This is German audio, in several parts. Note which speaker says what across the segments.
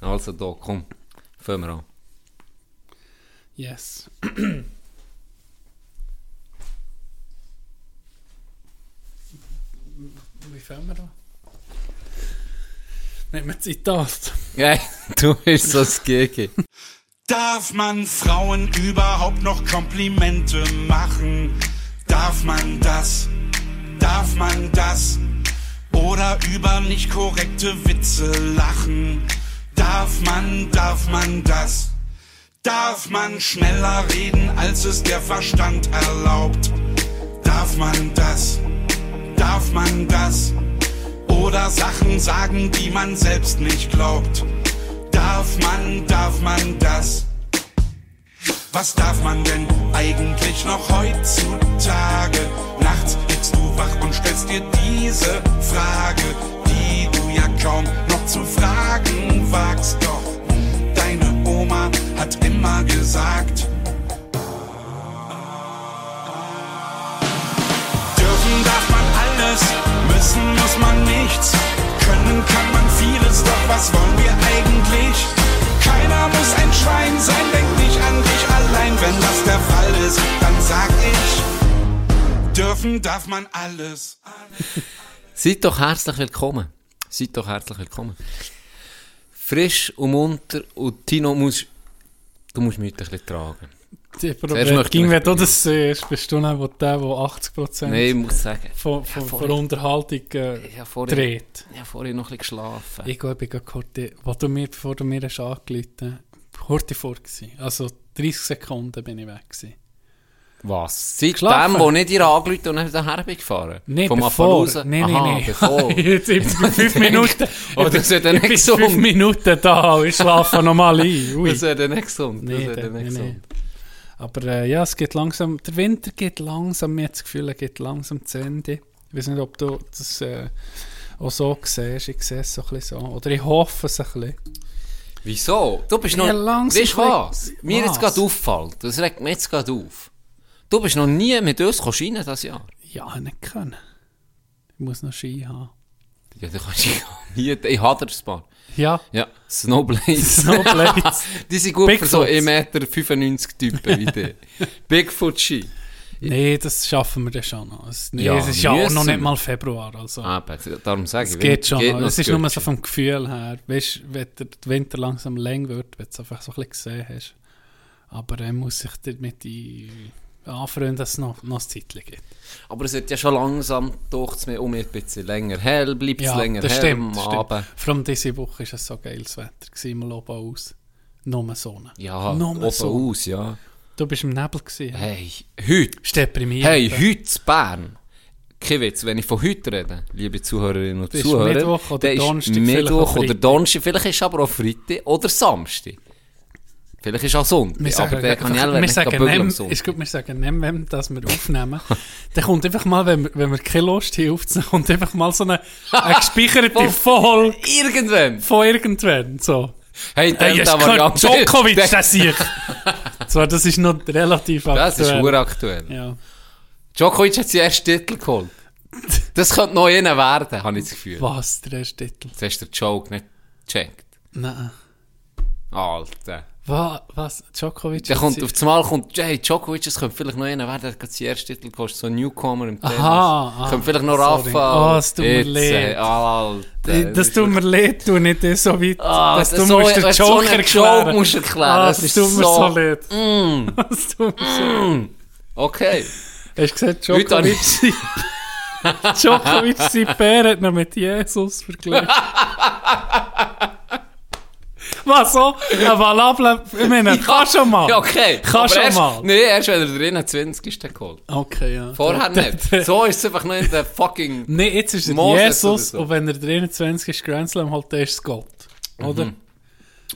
Speaker 1: Also da, komm, fangen wir an.
Speaker 2: Yes. Wie fangen wir an? Nehmen wir Zitat.
Speaker 1: Ja, du bist so das Gege.
Speaker 3: Darf man Frauen überhaupt noch Komplimente machen? Darf man das? Darf man das? Oder über nicht korrekte Witze lachen? Darf man, darf man das? Darf man schneller reden, als es der Verstand erlaubt? Darf man das? Darf man das? Oder Sachen sagen, die man selbst nicht glaubt? Darf man, darf man das? Was darf man denn eigentlich noch heutzutage? Nachts liegst du wach und stellst dir diese Frage, die du ja kaum noch zu fragen wagst. Doch deine Oma hat immer gesagt, Dürfen darf man alles, müssen muss man nichts. Können kann man vieles, doch was wollen wir eigentlich? Keiner muss ein Schwein sein, denk nicht an dich allein. Wenn das der Fall ist, dann sag ich, dürfen darf man alles.
Speaker 1: Seid doch herzlich willkommen. Seid doch herzlich willkommen. Frisch und munter und Tino muss... Du musst mich heute ein bisschen tragen.
Speaker 2: Die
Speaker 1: Zuerst möchte
Speaker 2: Problematik,
Speaker 1: ich-
Speaker 2: wenn du das siehst, bist du dann wohl der, der 80%
Speaker 1: Nein, ich muss sagen,
Speaker 2: von, von,
Speaker 1: Ja, voll.
Speaker 2: von Unterhaltung äh,
Speaker 1: ich habe vorhin,
Speaker 2: dreht.
Speaker 1: ich hab vorhin noch ein bisschen geschlafen.
Speaker 2: Ich glaube, ich bin gerade, wo du mir, bevor du mir hast angerufen hast, kurz vor gewesen. Also 30 Sekunden bin ich weg gewesen.
Speaker 1: Was? Seit
Speaker 2: Geschlafen?
Speaker 1: dem, wo nicht ihr angerufen und dann daher gefahren?
Speaker 2: Nein,
Speaker 1: Vom
Speaker 2: bevor.
Speaker 1: Appaloosa?
Speaker 2: Nein, nein,
Speaker 1: Aha,
Speaker 2: nein.
Speaker 1: bevor.
Speaker 2: Jetzt ich bin fünf Minuten.
Speaker 1: Oh,
Speaker 2: ich
Speaker 1: das
Speaker 2: bin-
Speaker 1: wird ja
Speaker 2: ich
Speaker 1: nicht
Speaker 2: bin
Speaker 1: gesund.
Speaker 2: fünf Minuten da. oh, Ich schlafe nochmal ein. Ui.
Speaker 1: Das wäre dann nicht gesund. Das
Speaker 2: Nee,
Speaker 1: wäre
Speaker 2: dann-
Speaker 1: dann nicht
Speaker 2: nee, nee.
Speaker 1: gesund.
Speaker 2: Aber äh, ja, es geht langsam, der Winter geht langsam, mir hat das Gefühl, er geht langsam zu Ende. Ich weiß nicht, ob du das äh, auch so siehst, ich sehe es so ein bisschen so. Oder ich hoffe es ein bisschen.
Speaker 1: Wieso? Du bist
Speaker 2: Ja,
Speaker 1: noch...
Speaker 2: langsam
Speaker 1: weißt du was?
Speaker 2: vielleicht-
Speaker 1: Mir
Speaker 2: Was?
Speaker 1: jetzt gerade auffällt. Das regt mir jetzt gerade auf. Du bist noch nie mit uns gekommen rein dieses Jahr.
Speaker 2: Ja, nicht können. Ich muss noch Ski haben.
Speaker 1: Ja, du kannst ja nie... Ich hatte das Paar.
Speaker 2: Ja,
Speaker 1: Ja, Snowblades.
Speaker 2: Snowblades.
Speaker 1: die sind gut für so
Speaker 2: Bigfoots.
Speaker 1: 1,95 Meter Typen wie die. Bigfoot-Ski.
Speaker 2: nee, das schaffen wir dann schon noch. Es, nee,
Speaker 1: Ja,
Speaker 2: es ist ja auch
Speaker 1: müssen
Speaker 2: noch
Speaker 1: wir. Ah,
Speaker 2: nicht mal Februar. Also.
Speaker 1: Eben, darum sage ich.
Speaker 2: es geht schon noch. Es ist nur
Speaker 1: mal
Speaker 2: so vom Gefühl her. Weißt du, wenn der Winter langsam länger wird, wenn du es einfach so ein bisschen gesehen hast. Aber er muss sich damit ein- anfreunden, dass es noch, noch ein Zeitchen gibt.
Speaker 1: Aber es wird ja schon langsam, doch es mir um ein bisschen länger hell, bleibt es länger
Speaker 2: das
Speaker 1: hell
Speaker 2: stimmt.
Speaker 1: am
Speaker 2: das
Speaker 1: Abend.
Speaker 2: stimmt. Vor allem diese Woche war es so geiles Wetter. Gewesen. Wir loben aus. Nur Sonne.
Speaker 1: Ja,
Speaker 2: Nur
Speaker 1: oben
Speaker 2: Sonne.
Speaker 1: aus, ja.
Speaker 2: Du bist im Nebel. Gewesen. Hey.
Speaker 1: Hey, heute,
Speaker 2: Bist deprimiert.
Speaker 1: hey, heute in Bern. Kein Witz, wenn ich von heute rede, liebe Zuhörerinnen und
Speaker 2: Das ist
Speaker 1: Zuhörer,
Speaker 2: Mittwoch oder
Speaker 1: dann ist
Speaker 2: Donnerstag, vielleicht auch
Speaker 1: Mittwoch oder
Speaker 2: Freitag.
Speaker 1: Donnerstag, vielleicht ist aber auch Freitag oder Samstag. Vielleicht ist auch Sonntag,
Speaker 2: Wir sagen,
Speaker 1: aber der kann ich
Speaker 2: einfach-
Speaker 1: auch
Speaker 2: wir
Speaker 1: nicht
Speaker 2: sagen
Speaker 1: bügeln am
Speaker 2: nem,
Speaker 1: Sonntag.
Speaker 2: ist gut, wir sagen nem, wem, dass wir aufnehmen. Dann kommt einfach mal, wenn wir, wenn wir keine Lust haben aufzunehmen, kommt einfach mal so eine, eine gespeicherte
Speaker 1: Von-
Speaker 2: Folge
Speaker 1: Irgendwann!
Speaker 2: von irgendwann. So.
Speaker 1: Hey, Delta
Speaker 2: Hey, jetzt gehört
Speaker 1: Variante.
Speaker 2: Djokovic, das ich. Zwar, das ist noch relativ
Speaker 1: Das ist
Speaker 2: aktuell.
Speaker 1: uraktuell.
Speaker 2: eh, ja.
Speaker 1: Djokovic hat seinen ersten Titel geholt. Das könnte noch einer werden, habe ich das Gefühl.
Speaker 2: Was, der erste Titel?
Speaker 1: Jetzt hast du den Joke nicht gecheckt.
Speaker 2: Nein.
Speaker 1: Alter.
Speaker 2: Was, was? Djokovic?
Speaker 1: Der
Speaker 2: hat
Speaker 1: kommt
Speaker 2: sie-
Speaker 1: auf einmal kommt, hey, Djokovic, es könnte vielleicht noch einer werden, der hat gerade seinen ersten Titel gekostet, so ein Newcomer im Tennis.
Speaker 2: Aha, ah,
Speaker 1: könnte vielleicht noch
Speaker 2: sorry.
Speaker 1: Rafa.
Speaker 2: Oh, es tut mir
Speaker 1: Jetzt, äh,
Speaker 2: leid.
Speaker 1: Alter.
Speaker 2: Das, das tut mir leid, du nicht eh so weit,
Speaker 1: Ah,
Speaker 2: dass
Speaker 1: das
Speaker 2: du
Speaker 1: so-
Speaker 2: musst den
Speaker 1: wenn du so
Speaker 2: Joker
Speaker 1: einen
Speaker 2: erklären.
Speaker 1: Joke musst erklären,
Speaker 2: Ah,
Speaker 1: das
Speaker 2: das
Speaker 1: ist
Speaker 2: tut mir
Speaker 1: so-
Speaker 2: so leid. Das tut mir so
Speaker 1: Mm, Okay.
Speaker 2: Hast du gesagt,
Speaker 1: Heute habe
Speaker 2: Djokovic, Djokovic sein Pär hat noch mit Jesus verglichen. Was so? Ein valable, ich meine, kann schon mal.
Speaker 1: Ja, okay.
Speaker 2: Kann Ah. schon
Speaker 1: erst,
Speaker 2: mal.
Speaker 1: Nee, erst wenn er drin hat, 20 ist der geholt.
Speaker 2: Okay, ja.
Speaker 1: Vorher
Speaker 2: Der- der-
Speaker 1: nicht. So ist es einfach nur in der fucking...
Speaker 2: Nein, jetzt ist es
Speaker 1: Moses
Speaker 2: Jesus
Speaker 1: oder so.
Speaker 2: und wenn er 23 ist, Grand Slam holt, der ist es Gott. Oder?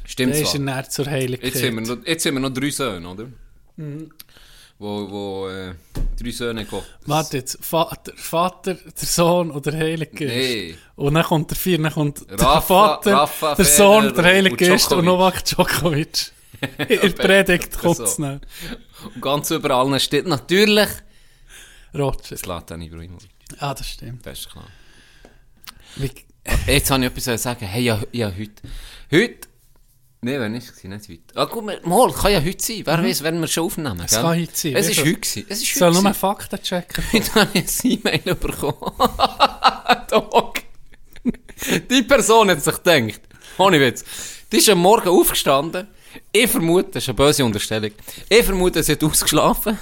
Speaker 1: Stimmt
Speaker 2: Der ist er
Speaker 1: zwar.
Speaker 2: näher zur Heiligkeit.
Speaker 1: Mhm. Jetzt haben, wir noch, jetzt haben wir noch drei Söhne, oder?
Speaker 2: Mhm.
Speaker 1: Wo, wo äh, drei Söhne Gottes.
Speaker 2: Warte jetzt, Vater, Vater, der Sohn und der Heilige Oh, Geist.
Speaker 1: Nee.
Speaker 2: Und dann kommt der Vier, dann kommt der
Speaker 1: Rafa-
Speaker 2: Vater,
Speaker 1: Rafa
Speaker 2: der
Speaker 1: Federer
Speaker 2: Sohn, der Heilige
Speaker 1: und
Speaker 2: Geist und
Speaker 1: Djokovic.
Speaker 2: Novak Djokovic. In der Predigt kommt es
Speaker 1: so.
Speaker 2: dann.
Speaker 1: Und ganz überall steht natürlich
Speaker 2: Roger.
Speaker 1: Zlatan Ibrahimovic.
Speaker 2: Ah, das stimmt.
Speaker 1: Das ist klar.
Speaker 2: Wie,
Speaker 1: Jetzt habe ich etwas zu sagen. Hey, ja, ja heute. Heute Nein, wenn nicht, gewesen, nicht heute. Ah gut, wir- mal, kann ja heute sein. Wer weiß, wenn wir schon aufnehmen.
Speaker 2: Mhm. Es
Speaker 1: gell?
Speaker 2: kann heute sein,
Speaker 1: Es
Speaker 2: weißt
Speaker 1: ist
Speaker 2: du.
Speaker 1: heute gewesen. Es ist
Speaker 2: Ich
Speaker 1: heute
Speaker 2: soll nur
Speaker 1: gewesen.
Speaker 2: Fakten checken.
Speaker 1: Heute habe ich ein E-Mail bekommen. Doc. Die Person hat sich gedacht, ohne Witz, die ist am Morgen aufgestanden. Ich vermute, das ist eine böse Unterstellung, ich vermute, sie hat ausgeschlafen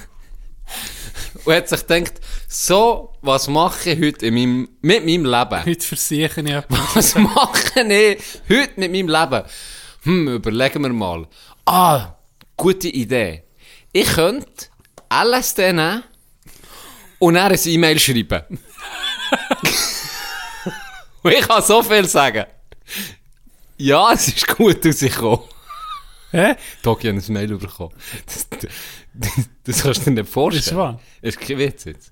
Speaker 1: und hat sich gedacht, so, was mache ich heute in meinem, mit meinem Leben?
Speaker 2: Heute versichere ich etwas.
Speaker 1: Was mache ich heute mit meinem Leben? Hm, überlegen wir mal. Ah, gute Idee. Ich könnte LSD nehmen und dann ein E-Mail schreiben. und ich kann so viel sagen. Ja, es ist gut rausgekommen.
Speaker 2: Hä?
Speaker 1: Toki hat ein Mail bekommen. Das, das, das kannst du dir nicht vorstellen.
Speaker 2: Ist wahr?
Speaker 1: Das ist kein Witz jetzt.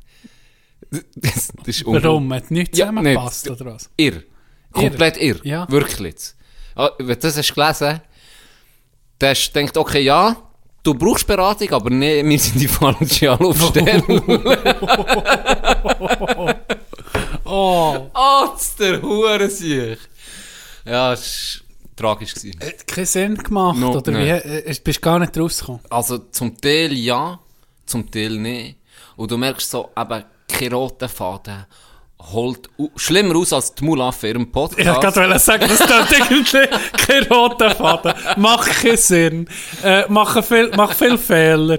Speaker 1: Das, das, das ist
Speaker 2: Warum? Hat nichts
Speaker 1: Ja,
Speaker 2: zusammengepasst
Speaker 1: nicht.
Speaker 2: oder was?
Speaker 1: Irr. Komplett irr.
Speaker 2: Ja.
Speaker 1: Wirklich. jetzt. Ah, Wenn du das hast gelesen dann hast du gedacht, okay, ja, du brauchst Beratung, aber nee, wir sind die falsche Anlaufstelle.
Speaker 2: Oh!
Speaker 1: Atz, der Hurensieg. Ja, es war tragisch. Gewesen.
Speaker 2: Hat keinen Sinn gemacht,
Speaker 1: No,
Speaker 2: oder wie?
Speaker 1: nein.
Speaker 2: Äh, äh, Bist gar nicht rausgekommen?
Speaker 1: Also zum Teil ja, zum Teil nicht. Und du merkst so, eben, kein roter Faden holt u- schlimmer aus als die Mulaffe in ihrem Podcast.
Speaker 2: Ich wollte gerade sagen, das tut irgendwie kein roter Faden. Macht keinen Sinn. Äh, machen viel, mach viel Fehler.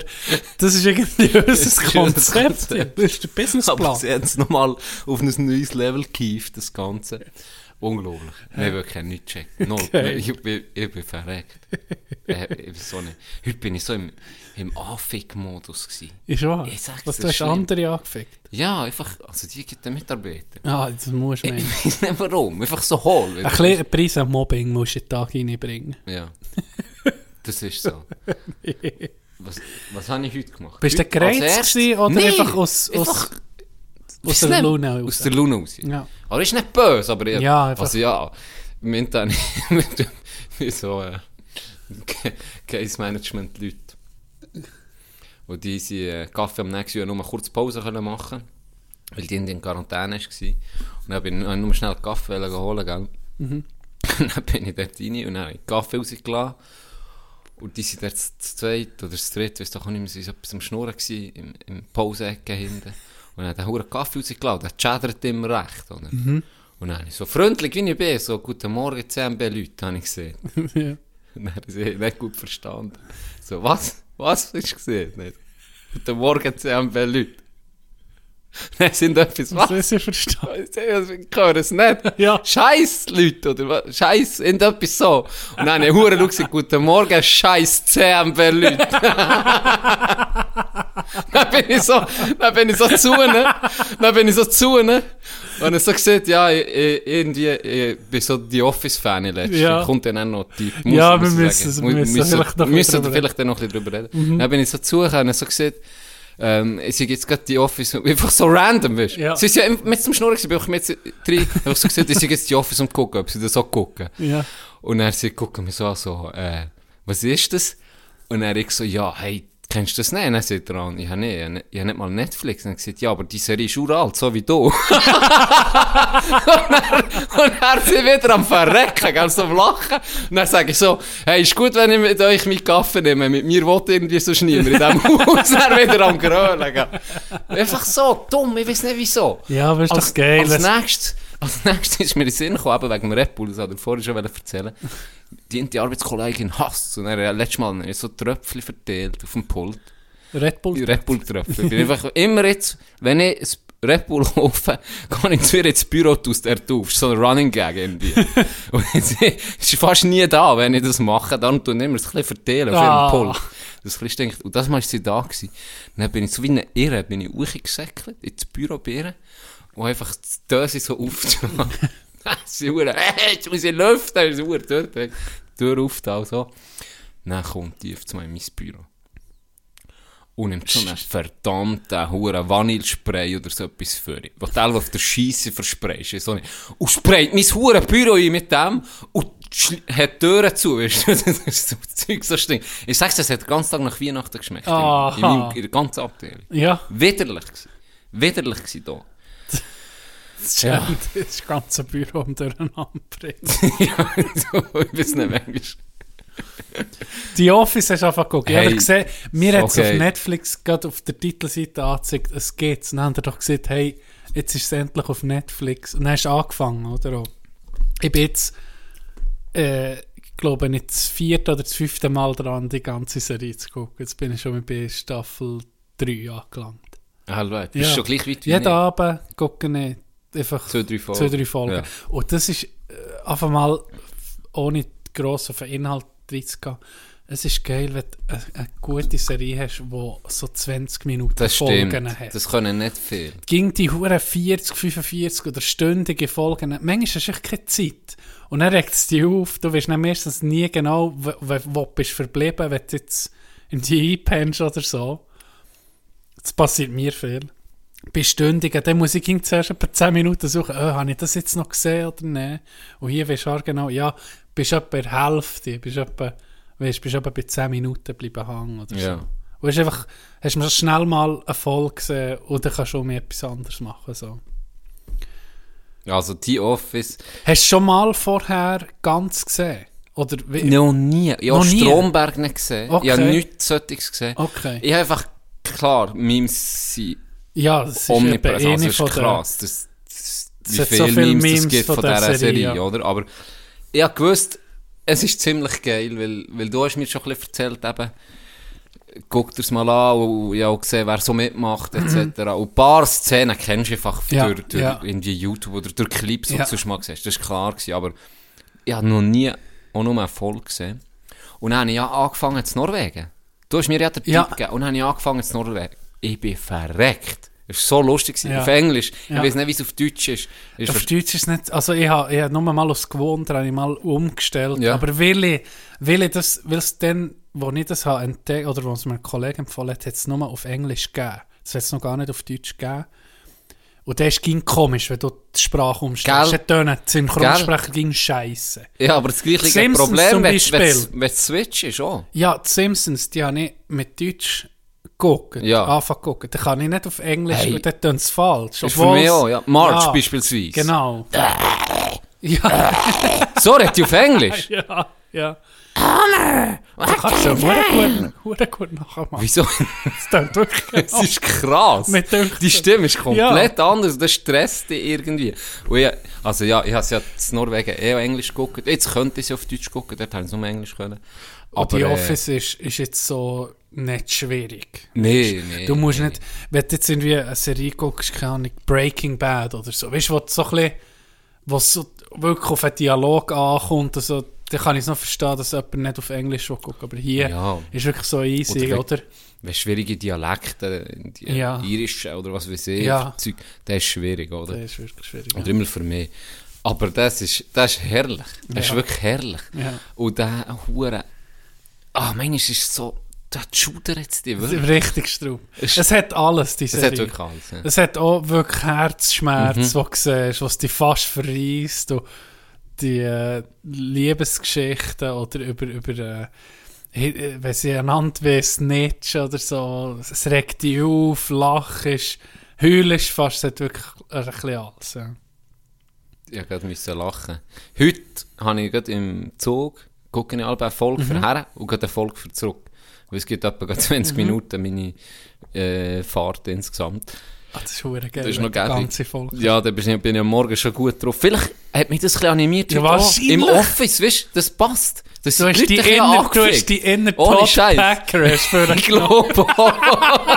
Speaker 2: Das ist irgendwie unser
Speaker 1: ist unser
Speaker 2: Konzept.
Speaker 1: Konzept.
Speaker 2: Das ist der
Speaker 1: Aber
Speaker 2: Businessplan.
Speaker 1: sie haben es nochmal auf ein neues Level gehievt, das Ganze. Unglaublich. Nein, wirklich, nicht checkt. No,
Speaker 2: Okay.
Speaker 1: ich, bin, ich bin verreckt. äh, ich bin so nicht. Heute bin ich so im, im Anfick-Modus gewesen.
Speaker 2: Ist wahr.
Speaker 1: Ich sag's,
Speaker 2: Was,
Speaker 1: das
Speaker 2: du
Speaker 1: ist
Speaker 2: hast
Speaker 1: schlimm.
Speaker 2: andere angefickt.
Speaker 1: Ja, einfach, also die gibt den Mitarbeiter.
Speaker 2: Ah, das musst du
Speaker 1: Ich
Speaker 2: meinen.
Speaker 1: weiß nicht warum, einfach so hohl.
Speaker 2: Ein kleiner Preis an Mobbing musst du in den Tag reinbringen.
Speaker 1: Ja. Das ist so. Was, was habe ich heute gemacht?
Speaker 2: Bist du
Speaker 1: Heute als
Speaker 2: gereizt
Speaker 1: erstes-
Speaker 2: gewesen oder
Speaker 1: Nein,
Speaker 2: einfach aus, aus,
Speaker 1: einfach-
Speaker 2: aus der
Speaker 1: Nein,
Speaker 2: Laune raus?
Speaker 1: Aus der Laune raus.
Speaker 2: Ja.
Speaker 1: Aber ist nicht böse, aber ich,
Speaker 2: Ja, einfach.
Speaker 1: also ja, im Internet mit, mit so äh, Ca- Case Management Leute. Und die sind äh, Kaffee am nächsten Jahr nur eine kurze Pause können machen, weil die in Quarantäne waren. Und dann bin ich habe ich nur schnell Kaffee wollen holen, gell? Und dann bin ich dort rein und dann habe ich Kaffee rausgelassen. Und die sind dort das zweite oder das dritte, weiss doch auch nicht mehr, sie waren etwas am Schnurren gewesen, im, im Pauseecke hinten. Und dann hat er einen Kaffee rausgelassen, der schädert ihm recht, oder?
Speaker 2: Mhm.
Speaker 1: Und dann habe ich so freundlich wie ich bin, so «Guten Morgen, CMB-Leute», habe ich gesehen.
Speaker 2: ja.
Speaker 1: Und dann habe ich sie nicht gut verstanden. So «Was? Was hast du gesehen?» Nicht. «Guten Morgen, CMB-Leute». Dann sind etwas «Was?»
Speaker 2: Das ist ja verstanden.
Speaker 1: Ich höre es nicht.
Speaker 2: Ja.
Speaker 1: Scheiß Leute, oder was? Scheiß, irgendetwas so. Und dann habe ich Huren gesagt, guten Morgen, scheiß CMB-Leute. dann bin ich so, dann bin ich so zu ihnen, dann bin ich so zu ihnen. Und er so gesagt, ja, ich, ich, irgendwie, ich bin so die Office-Fan in letzter
Speaker 2: Ja.
Speaker 1: Zeit. Kommt dann auch noch die,
Speaker 2: Ja,
Speaker 1: muss
Speaker 2: wir
Speaker 1: ich sagen. Mu-
Speaker 2: müssen- wir müssen vielleicht noch ein bisschen
Speaker 1: müssen
Speaker 2: drüber Mhm.
Speaker 1: vielleicht dann noch ein bisschen drüber reden. Dann bin ich so zu ihnen und er so gesagt, ähm, ich sehe jetzt gerade die Office, einfach so random, weißt du.
Speaker 2: Ja.
Speaker 1: Sie ist ja immer mit zum Schnurren gewesen, bin ich mit drei, einfach so gesagt, ich sehe jetzt die Office und gucke, ob sie das auch gucken.
Speaker 2: Ja.
Speaker 1: Und er sie gucken mich so an, so, äh, was ist das? Und er ich so, ja, hey, kennst du das nicht? Und dann sagt er an, ich habe nicht, ich habe nicht- ich habe nicht mal Netflix. Und er sagt, ja, aber die Serie ist uralt, so wie du. und er, und er sind wieder am Verrecken, gell, so am Lachen. Und dann sage ich so, hey, ist gut, wenn ich mit euch meinen Kaffee nehme, mit mir will irgendwie so niemand in diesem Haus. Und er wieder am Grölen, gell. Einfach so, dumm, ich weiß nicht wieso.
Speaker 2: Ja, aber ist doch geil.
Speaker 1: Als
Speaker 2: das-
Speaker 1: nächstes, als nächstes ist mir in den Sinn gekommen, eben wegen dem Red Bull, das wollte ich vorher schon erzählen. Die, die Arbeitskollegin hasst und er hat letztes Mal noch so Tröpfchen verteilt auf dem Pult.
Speaker 2: Red Bull.
Speaker 1: Die Red Bull Tröpfchen. Ich bin einfach immer jetzt, wenn ich das Red Bull kaufe, kann ich zu ihr ins Büro aus der Tuf. So ein Running Gag irgendwie. und sie ist fast nie da, wenn ich das mache. Dann tue ich immer ein bisschen verteilen auf
Speaker 2: Ah.
Speaker 1: ihrem Pult. Das ein bisschen stinkt. Und das Mal war sie da. Gewesen. Dann bin ich so wie eine Irre, bin ich hochgesäckelt, ins Büro bei ihr und einfach das Döse so aufgeschlagen. sie hure, hey, jetzt muss ich lüften, ist hure dort, die Tür auf, da und so. Dann kommt die auf zu meinem Büro. Und nimmt so einen verdammten Huren Vanillespray oder so etwas für ihn. Was du auf der Scheisse versprayst. So nicht. und sprayt mein Huren Büro ein mit dem und schli- hat die Türen zu. Weißt du, das ist so Zeug so stinkt. Ich sag's, das hat den ganzen Tag nach Weihnachten geschmeckt. in-
Speaker 2: Aha.
Speaker 1: In, meinem, in der ganzen Abteilung.
Speaker 2: Ja,
Speaker 1: Widerlich. gsi. Widerlich gsi da.
Speaker 2: das
Speaker 1: Ja.
Speaker 2: stimmt. Das ganze Büro um durcheinander bringt.
Speaker 1: ja, so, ich weiß nicht, manchmal.
Speaker 2: Die Office hast du einfach geguckt.
Speaker 1: Hey,
Speaker 2: Hey, gesehen, mir hat es
Speaker 1: okay.
Speaker 2: auf Netflix gerade auf der Titelseite angezeigt, es geht's. Und dann haben wir doch gesagt, hey, jetzt ist es endlich auf Netflix. Und dann hast du angefangen, oder? auch? Ich bin jetzt, äh, ich glaube, nicht das vierte oder das fünfte Mal dran, die ganze Serie zu gucken. Jetzt bin ich schon mal bei Staffel 3 angelangt.
Speaker 1: Halbweit. Ah, Bist
Speaker 2: Ja.
Speaker 1: schon gleich weit wie
Speaker 2: Jeden
Speaker 1: ich.
Speaker 2: Abend gucken ich einfach
Speaker 1: Zwei, drei Folgen.
Speaker 2: zwei, drei Folgen.
Speaker 1: Ja.
Speaker 2: Und das ist äh, einfach mal, ohne gross auf den Inhalt reinzugehen, es ist geil, wenn du eine, eine gute Serie hast, die so 20 Minuten
Speaker 1: Das
Speaker 2: Folgen
Speaker 1: stimmt.
Speaker 2: hat.
Speaker 1: Das können nicht viel.
Speaker 2: Ging die Huren 40, 45 oder stündige Folgen. Manchmal hast du echt keine Zeit. Und dann regt es dich auf. Du weißt dann meistens nie genau, wo, wo, wo bist du verblieben, wenn du jetzt in die einpennst oder so. Das passiert mir viel. Bei Stündigen, dann muss ich ging zuerst etwa 10 Minuten suchen, oh, habe ich das jetzt noch gesehen oder nicht? Und hier weisst du auch genau, ja, bist etwa in der Hälfte, bist etwa, weißt, bist etwa bei 10 Minuten bleiben hängen oder so.
Speaker 1: Ja.
Speaker 2: Und hast einfach, hast mir schnell mal einen Fall gesehen und dann kannst du auch mal etwas anderes machen. So.
Speaker 1: Also die Office.
Speaker 2: Hast du schon mal vorher ganz gesehen? Oder wie?
Speaker 1: Noch nie. Ich habe
Speaker 2: Noch nie?
Speaker 1: Stromberg nicht gesehen.
Speaker 2: Okay.
Speaker 1: Ich habe nichts solches gesehen.
Speaker 2: Okay.
Speaker 1: Ich habe einfach, klar, Memes sind
Speaker 2: Ja, das ist
Speaker 1: omnipräsent.
Speaker 2: eben
Speaker 1: Also
Speaker 2: eine
Speaker 1: das
Speaker 2: von
Speaker 1: ist
Speaker 2: den-
Speaker 1: krass. Das, das,
Speaker 2: Es
Speaker 1: wie
Speaker 2: hat
Speaker 1: viele
Speaker 2: so viele
Speaker 1: Memes es
Speaker 2: Memes
Speaker 1: gibt
Speaker 2: von
Speaker 1: von
Speaker 2: der
Speaker 1: dieser
Speaker 2: Serie,
Speaker 1: Serie,
Speaker 2: ja.
Speaker 1: oder? Aber ich habe gewusst, es ist ziemlich geil, weil, weil du hast mir schon ein bisschen erzählt eben, guck dir's mal an und ich habe auch gesehen, wer so mitmacht etc. Und ein paar Szenen kennst du einfach
Speaker 2: Mhm. Ja,
Speaker 1: durch, durch
Speaker 2: ja.
Speaker 1: irgendwie YouTube oder durch Clips, die
Speaker 2: Ja.
Speaker 1: du sonst mal siehst. Das war klar, gewesen, aber ich habe noch nie auch nur einen Erfolg gesehen. Und dann habe ich ja angefangen zu Norwegen. Du hast mir ja den Tipp
Speaker 2: Ja.
Speaker 1: gegeben. Und dann habe ich angefangen zu Norwegen. Ich bin verreckt. Es war so lustig. gewesen.
Speaker 2: Ja.
Speaker 1: Auf Englisch.
Speaker 2: Ja.
Speaker 1: Ich weiß nicht, wie es auf Deutsch ist. ist
Speaker 2: Auf
Speaker 1: ver-
Speaker 2: Deutsch ist es nicht, also ich habe ich hab nur mal aufs Gewohnte habe ich mal umgestellt,
Speaker 1: Ja.
Speaker 2: aber weil ich, weil ich das, weil es dann, wo ich das habe entdeckt, oder wo es mir ein Kollege empfohlen hat, hat es nur auf Englisch gegeben. Das hat es noch gar nicht auf Deutsch gegeben. Und das ist ging komisch, wenn du die Sprache umstellst.
Speaker 1: Gell?
Speaker 2: Das tönt, die Synchronsprecher ging scheiße.
Speaker 1: ja, aber das gleiche
Speaker 2: Simpsons zum
Speaker 1: Problem, wenn
Speaker 2: Beispiel.
Speaker 1: wenn es Switch ist, oh. auch.
Speaker 2: Ja, die Simpsons, die habe ich mit Deutsch geguckt,
Speaker 1: Ja.
Speaker 2: anfangen geguckt. Da kann ich nicht auf Englisch,
Speaker 1: Hey.
Speaker 2: und dann tönt es falsch.
Speaker 1: Ist für mich
Speaker 2: Obwohl's-
Speaker 1: auch, ja. March
Speaker 2: Ja,
Speaker 1: beispielsweise. Äh.
Speaker 2: Genau. ja.
Speaker 1: So redet ihr auf Englisch.
Speaker 2: Ja, ja. Hammer! Kannst du verdammt gut, verdammt gut nachmachen.
Speaker 1: Wieso?
Speaker 2: Das klingt wirklich
Speaker 1: Es ist krass.
Speaker 2: Mir dünkt
Speaker 1: Die
Speaker 2: es.
Speaker 1: Stimme ist komplett anders. Das stresst dich irgendwie. Und ich, also ja, ich habe ja in Norwegen eh auf Englisch geguckt. Jetzt könnte ich es auf Deutsch gucken. Dort habe ich es nur Englisch können.
Speaker 2: Aber die
Speaker 1: äh,
Speaker 2: Office ist, ist jetzt so nicht schwierig.
Speaker 1: Nee, nee.
Speaker 2: Du musst
Speaker 1: nee.
Speaker 2: nicht, wenn du jetzt irgendwie eine Serie guckst, keine Ahnung, Breaking Bad oder so, weißt du, wo du so ein bisschen, wo es so wirklich auf einen Dialog ankommt, also, dann kann ich es noch verstehen, dass jemand nicht auf Englisch will gucken aber hier
Speaker 1: Ja.
Speaker 2: ist wirklich so easy,
Speaker 1: Oder wenn-
Speaker 2: oder?
Speaker 1: Wenn schwierige Dialekte, die
Speaker 2: Ja.
Speaker 1: irischen oder was weiß ich,
Speaker 2: Ja.
Speaker 1: Zeug, das ist schwierig, oder?
Speaker 2: Das ist wirklich schwierig.
Speaker 1: Oder immer für mich. Aber das ist, das ist herrlich. Das
Speaker 2: Ja.
Speaker 1: ist wirklich herrlich.
Speaker 2: Ja.
Speaker 1: Und der Hure. Ah, manchmal ist es so, da schudert es dich
Speaker 2: Das ist
Speaker 1: wirklich.
Speaker 2: Richtig straub.
Speaker 1: Es-
Speaker 2: Es hat alles, diese
Speaker 1: Das
Speaker 2: Serie.
Speaker 1: hat wirklich alles. Ja.
Speaker 2: Es hat auch wirklich
Speaker 1: Mhm.
Speaker 2: Herzschmerz, wo du siehst, was dich fast verreist und die äh, Liebesgeschichten oder über, über äh, hi- äh, wenn sie einander wie snitchen oder so, es regt dich auf, lachst, heulst fast, es hat wirklich ein bisschen alles. Ja.
Speaker 1: Ich musste gerade müssen lachen. Heute habe ich gerade im Zug, gucke ich alle Folge
Speaker 2: Mhm.
Speaker 1: für her und gerade eine Folge für zurück. Weil es gibt etwa gerade 20 Minuten meine äh, Fahrt insgesamt.
Speaker 2: Ah, das ist verdammt geil,
Speaker 1: Das ist
Speaker 2: wenn
Speaker 1: noch
Speaker 2: die
Speaker 1: gäbig.
Speaker 2: ganze Folge.
Speaker 1: Ja, da bin ich, bin ich am Morgen schon gut drauf. Vielleicht hat mich das ein bisschen animiert.
Speaker 2: Ja,
Speaker 1: heute auch.
Speaker 2: wahrscheinlich.
Speaker 1: Im Office, weißt du, das passt. Das
Speaker 2: Du hast die inner, du hast die inner
Speaker 1: Ohne
Speaker 2: Todd
Speaker 1: Scheiß.
Speaker 2: Packer hast du
Speaker 1: Ich glaube auch.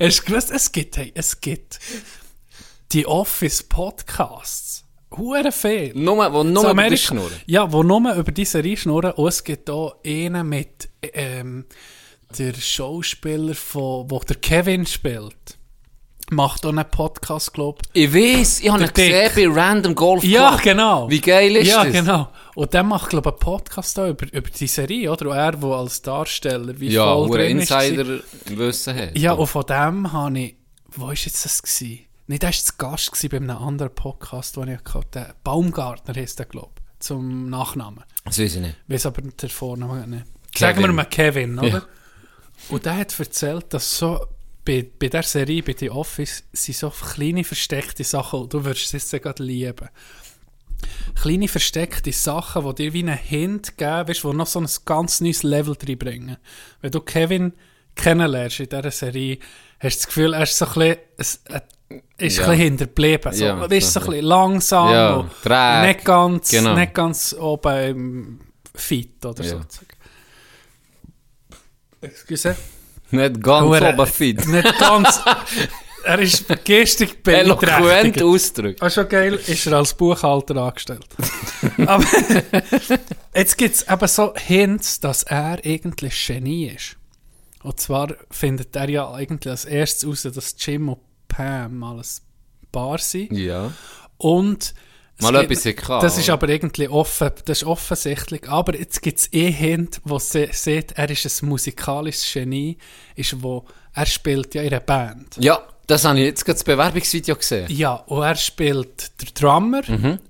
Speaker 2: Hast du gewusst, es gibt, hey, es gibt die Office-Podcasts. Hure viel.
Speaker 1: Nur, wo
Speaker 2: Zu
Speaker 1: nur über die
Speaker 2: Amerika-
Speaker 1: Schnurren.
Speaker 2: Ja, wo nur über diese Serie schnurren. Und es gibt auch einen mit ähm, der Schauspieler, von, wo der Kevin spielt. Macht auch einen Podcast, glaube ich.
Speaker 1: Ich weiß, ich habe
Speaker 2: Der
Speaker 1: ihn gesehen bei Random Golf Club.
Speaker 2: Ja, genau.
Speaker 1: Wie geil ist
Speaker 2: ja,
Speaker 1: das?
Speaker 2: Ja, genau. Und der macht, glaube ich, einen Podcast auch über, über die Serie, oder? Und er, der als Darsteller wie
Speaker 1: Ja,
Speaker 2: voll
Speaker 1: hure
Speaker 2: drin ist.
Speaker 1: Insider-Wissen hat.
Speaker 2: Ja, und von dem habe ich, wo ist jetzt das gsi? Nein, der war zu Gast gsi bei einem anderen Podcast, den ich hatte. Der Baumgartner heisst der, glaube ich, zum Nachnamen.
Speaker 1: Das weiß ich nicht.
Speaker 2: Ich weiß aber nicht den Vornamen nicht.
Speaker 1: Kevin.
Speaker 2: Sagen wir mal Kevin, oder?
Speaker 1: Ja.
Speaker 2: Und der hat erzählt, dass so bei, bei der Serie, bei The Office, sind so kleine versteckte Sachen, und du würdest es jetzt gerade lieben. kleine versteckte Sachen, die dir wie einen Hint geben, weißt, die noch so ein ganz neues Level reinbringen. Wenn du Kevin kennenlernst in dieser Serie, hast du das Gefühl, er ist so ein bisschen, es- äh, ist
Speaker 1: Ja.
Speaker 2: ein bisschen hinterblieben. So,
Speaker 1: Ja,
Speaker 2: weißt,
Speaker 1: so
Speaker 2: so ein
Speaker 1: ein
Speaker 2: bisschen langsam
Speaker 1: Ja,
Speaker 2: und
Speaker 1: träge.
Speaker 2: nicht ganz,
Speaker 1: Genau.
Speaker 2: nicht ganz oben im Fit oder
Speaker 1: Ja.
Speaker 2: sozusagen. Excuse.
Speaker 1: Nicht ganz
Speaker 2: Hure-
Speaker 1: oben fit.
Speaker 2: Nicht ganz. er ist gestig
Speaker 1: Eloquent
Speaker 2: beeinträchtigt.
Speaker 1: ausdrückt.
Speaker 2: Ah, schon geil, ist er als Buchhalter angestellt. Aber jetzt gibt es eben so Hints, dass er eigentlich ein Genie ist. Und zwar findet er ja eigentlich als erstes raus, dass Jim und Pam mal ein Paar sind.
Speaker 1: Ja.
Speaker 2: Und es
Speaker 1: Mal
Speaker 2: gibt-
Speaker 1: etwas hatten,
Speaker 2: Das ist
Speaker 1: oder?
Speaker 2: aber irgendwie offen, das ist offensichtlich. Aber jetzt gibt es eh Hint, wo sie sieht, er ist ein musikalisches Genie, ist wo, er spielt ja in einer Band.
Speaker 1: Ja, das habe ich jetzt gerade das Bewerbungsvideo gesehen.
Speaker 2: Ja, und er spielt den Drummer,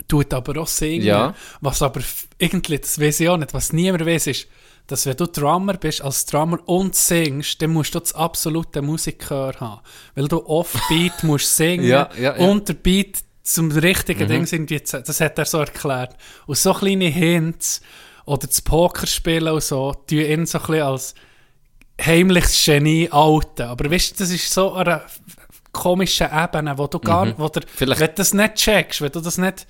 Speaker 2: tut aber auch singen.
Speaker 1: Mhm. Ja.
Speaker 2: Was aber f- irgendwie, das weiß ich auch nicht, was niemand weiß, ist, dass wenn du Drummer bist, als Drummer und singst, dann musst du das absolute Musikgehör haben. Weil du off-Beat musst singen
Speaker 1: Ja, ja, Mhm. ja.
Speaker 2: und der Beat zum richtigen Ding sind. wie zu- Das hat er so erklärt. Und so kleine Hints oder das Pokerspielen und so, tun ihn so ein bisschen als heimliches Genie alten. Aber weißt du, das ist so eine komische Ebene, wo du gar wo der,
Speaker 1: Mhm. Vielleicht-
Speaker 2: wenn du das nicht checkst, wenn du das nicht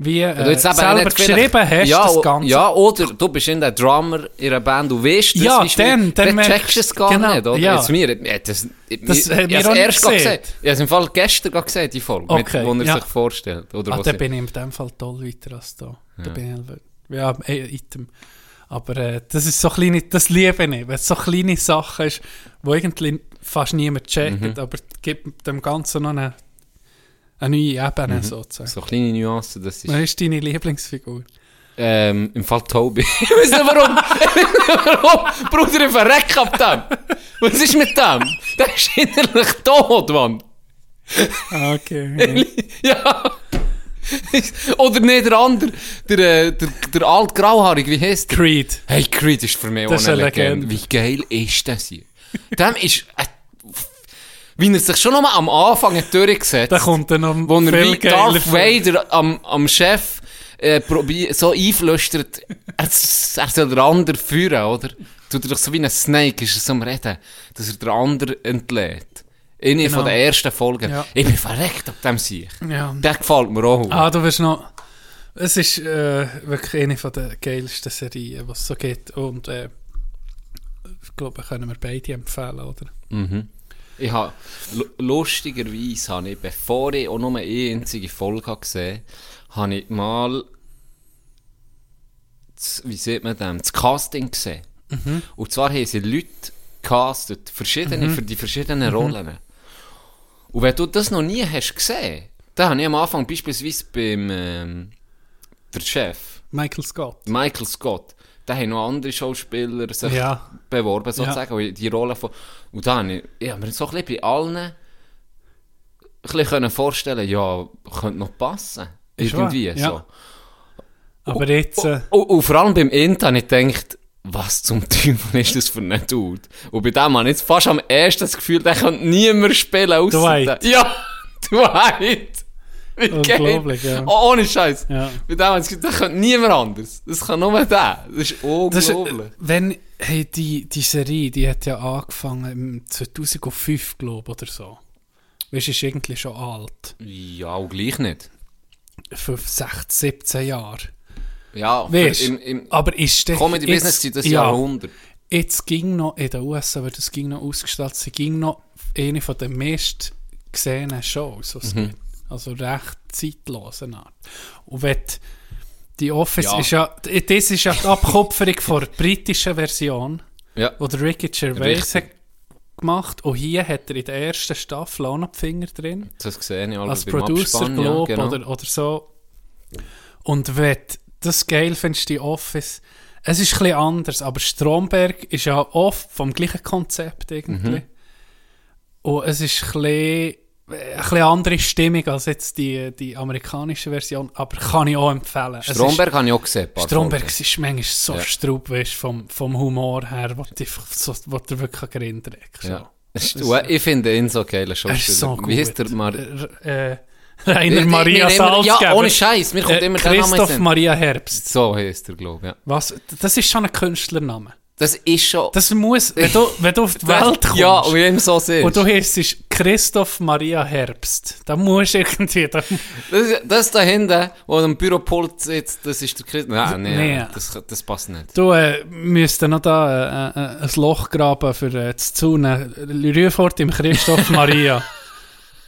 Speaker 2: wie äh,
Speaker 1: Wenn du jetzt eben
Speaker 2: selber
Speaker 1: nicht vielleicht-
Speaker 2: geschrieben hast,
Speaker 1: ja, o-
Speaker 2: das Ganze.
Speaker 1: Ja, oh, oder du bist in der Drummer in einer Band, du weißt das,
Speaker 2: Ja,
Speaker 1: wie schwierig-
Speaker 2: dann- dann
Speaker 1: dann
Speaker 2: merkst
Speaker 1: checkst du es gar
Speaker 2: genau,
Speaker 1: nicht, oder?
Speaker 2: ja.
Speaker 1: Jetzt mir, ich, das, ich,
Speaker 2: Das
Speaker 1: ich,
Speaker 2: haben
Speaker 1: ich
Speaker 2: wir
Speaker 1: hab's
Speaker 2: auch nicht
Speaker 1: erst gerade
Speaker 2: gesehen.
Speaker 1: gesehen. Ich habe es im Fall gestern gerade gesehen, die Folge,
Speaker 2: Okay,
Speaker 1: mit, wo er
Speaker 2: ja.
Speaker 1: sich vorstellt. Oder
Speaker 2: ah,
Speaker 1: was
Speaker 2: dann
Speaker 1: er-
Speaker 2: bin ich in dem Fall toll weiter als da. Da bin ich halt- ja, eh, Item. Aber äh, das ist so kleine, das liebe ich, wenn es so kleine Sachen ist, wo irgendwie fast niemand checkt,
Speaker 1: Mhm.
Speaker 2: aber gibt dem Ganzen noch eine, eine neue Ebene
Speaker 1: Mhm.
Speaker 2: sozusagen.
Speaker 1: so kleine Nuancen, das ist...
Speaker 2: Wer ist deine Lieblingsfigur?
Speaker 1: Ähm, im Fall Tobi. ich weiß nicht warum. Ich weiß nicht warum. Bruder, ich verreck ab dem. Was ist mit dem? Der ist innerlich tot, Mann.
Speaker 2: Ah, Okay.
Speaker 1: ja. Oh, Oder nicht der andere. Der, äh, der, der alt Grauhaarige, wie heißt der?
Speaker 2: Creed.
Speaker 1: Hey, Creed ist für mich
Speaker 2: Das ist
Speaker 1: auch eine
Speaker 2: eine
Speaker 1: Legende.
Speaker 2: Legende.
Speaker 1: eh, Wie geil ist das hier? Dem ist... Äh, wie er sich schon nochmal am Anfang hat durchgesetzt
Speaker 2: Da kommt dann noch ein
Speaker 1: wo er
Speaker 2: viel
Speaker 1: wie Darth
Speaker 2: geiler-
Speaker 1: Vader am, am Chef äh, probi- so einflüstert, er, s- er soll den anderen führen, oder? Tut er doch so wie ein Snake, ist er so am Reden, dass er den anderen entlädt. Eine
Speaker 2: Genau.
Speaker 1: von der ersten Folgen.
Speaker 2: Ja.
Speaker 1: Ich bin verreckt ab dem Sieg.
Speaker 2: Ja.
Speaker 1: Der gefällt mir auch.
Speaker 2: Ah, du wirst noch. Es ist äh, wirklich eine von der geilsten Serien, was es so gibt. Und äh, ich glaube, können wir beide empfehlen, oder?
Speaker 1: Ich habe, lustigerweise habe ich, bevor ich auch nur eine einzige Folge habe gesehen habe, habe ich mal, das, wie sieht man dem, das Casting gesehen.
Speaker 2: Mhm.
Speaker 1: Und zwar haben sie Leute castet, verschiedene, für die
Speaker 2: Mhm.
Speaker 1: verschiedenen Rollen. Und wenn du das noch nie hast gesehen, dann habe ich am Anfang beispielsweise beim, ähm, der Chef,
Speaker 2: Michael Scott.
Speaker 1: Michael Scott, da haben noch andere Schauspieler sich
Speaker 2: Ja.
Speaker 1: beworben, sozusagen, und die Rolle von... Und dann, habe ich ich habe mir so ein bisschen bei allen ein bisschen können vorstellen ja, könnte noch passen.
Speaker 2: Ist
Speaker 1: Irgendwie
Speaker 2: wahr, ja.
Speaker 1: so.
Speaker 2: Aber jetzt. Äh,
Speaker 1: Und, und vor allem beim Int habe ich gedacht, was zum Teufel ist das für ein Dude? Und bei dem habe ich jetzt fast am ersten das Gefühl, der könnte niemand spielen, ausser
Speaker 2: Dwight.
Speaker 1: dem- Ja, Dwight! Wie geil.
Speaker 2: Unglaublich, ja.
Speaker 1: Oh, ohne Scheiß.
Speaker 2: Ja.
Speaker 1: Bei dem habe ich das Gefühl, der könnte niemand anders. Das kann nur der. Das ist
Speaker 2: das ist,
Speaker 1: unglaublich.
Speaker 2: äh, wenn, hey, die, die Serie, die hat ja mm, angefangen im 2005, glaube ich, oder so. Weißt du, ist irgendwie schon alt.
Speaker 1: Ja, und gleich nicht.
Speaker 2: 5, 6, 17 Jahre.
Speaker 1: Ja, für-
Speaker 2: Weißt
Speaker 1: im, im
Speaker 2: aber ist der.
Speaker 1: Comedy-Business
Speaker 2: jetzt-
Speaker 1: sind das Jahrhundert.
Speaker 2: Jetzt ging noch in den USA, weil das ging noch ausgestrahlt, sie ging noch eine von den meist gesehenen Shows, die es
Speaker 1: Mhm.
Speaker 2: gibt. Also recht zeitlosen Art. Und wenn die- die Office
Speaker 1: Ja.
Speaker 2: ist ja, das ist ja die Abkupferung von der britischen Version,
Speaker 1: Ja.
Speaker 2: wo der Ricky Gervais
Speaker 1: Richtig.
Speaker 2: hat gemacht und hier hat er in der ersten Staffel auch noch die Finger drin
Speaker 1: Das gesehen ich
Speaker 2: als
Speaker 1: alles beim
Speaker 2: Producer,
Speaker 1: Abspann, ja,
Speaker 2: glaube
Speaker 1: genau.
Speaker 2: oder, oder so. Und wenn du das geil findest, die Office, es ist ein bisschen anders, aber Stromberg ist ja oft vom gleichen Konzept
Speaker 1: Mhm.
Speaker 2: irgendwie. Und es ist ein bisschen, äh, ein bisschen andere Stimmung als jetzt die, die amerikanische Version, aber kann ich auch empfehlen. Es ist-
Speaker 1: Stromberg habe ich auch gesehen. ein paar
Speaker 2: Stromberg
Speaker 1: Folgen.
Speaker 2: ist manchmal so
Speaker 1: Ja.
Speaker 2: straub, weißt, vom, vom Humor her, wo du einfach so, wo du wirklich gerindert. So.
Speaker 1: Ja. Ich finde ihn so geil,
Speaker 2: Er ist so
Speaker 1: Schauspieler.
Speaker 2: gut.
Speaker 1: Wie heißt der Mar
Speaker 2: Er, äh, Rainer
Speaker 1: Ich-
Speaker 2: Maria
Speaker 1: mir immer-
Speaker 2: Salzgeber.
Speaker 1: Ja, ohne Scheiß. Mir kommt
Speaker 2: Äh,
Speaker 1: immer der Name in den
Speaker 2: Christoph
Speaker 1: Sinn.
Speaker 2: Maria Herbst.
Speaker 1: So heisst er, glaube ich. Ja.
Speaker 2: Was? Das ist schon ein Künstlername.
Speaker 1: Das ist schon.
Speaker 2: Das muss, wenn du, wenn du auf die Welt kommst
Speaker 1: Ja, und immer so siehst.
Speaker 2: und du heißt Christoph Maria Herbst, dann musst du irgendwie... Da,
Speaker 1: Das, das da hinten, wo am Büropult sitzt, das ist der Christ. Nein, nein,
Speaker 2: Nee.
Speaker 1: Das, das passt nicht.
Speaker 2: du äh, müsstest noch da äh, äh, ein Loch graben für äh, das Zunen. Rühr fort im Christoph Maria.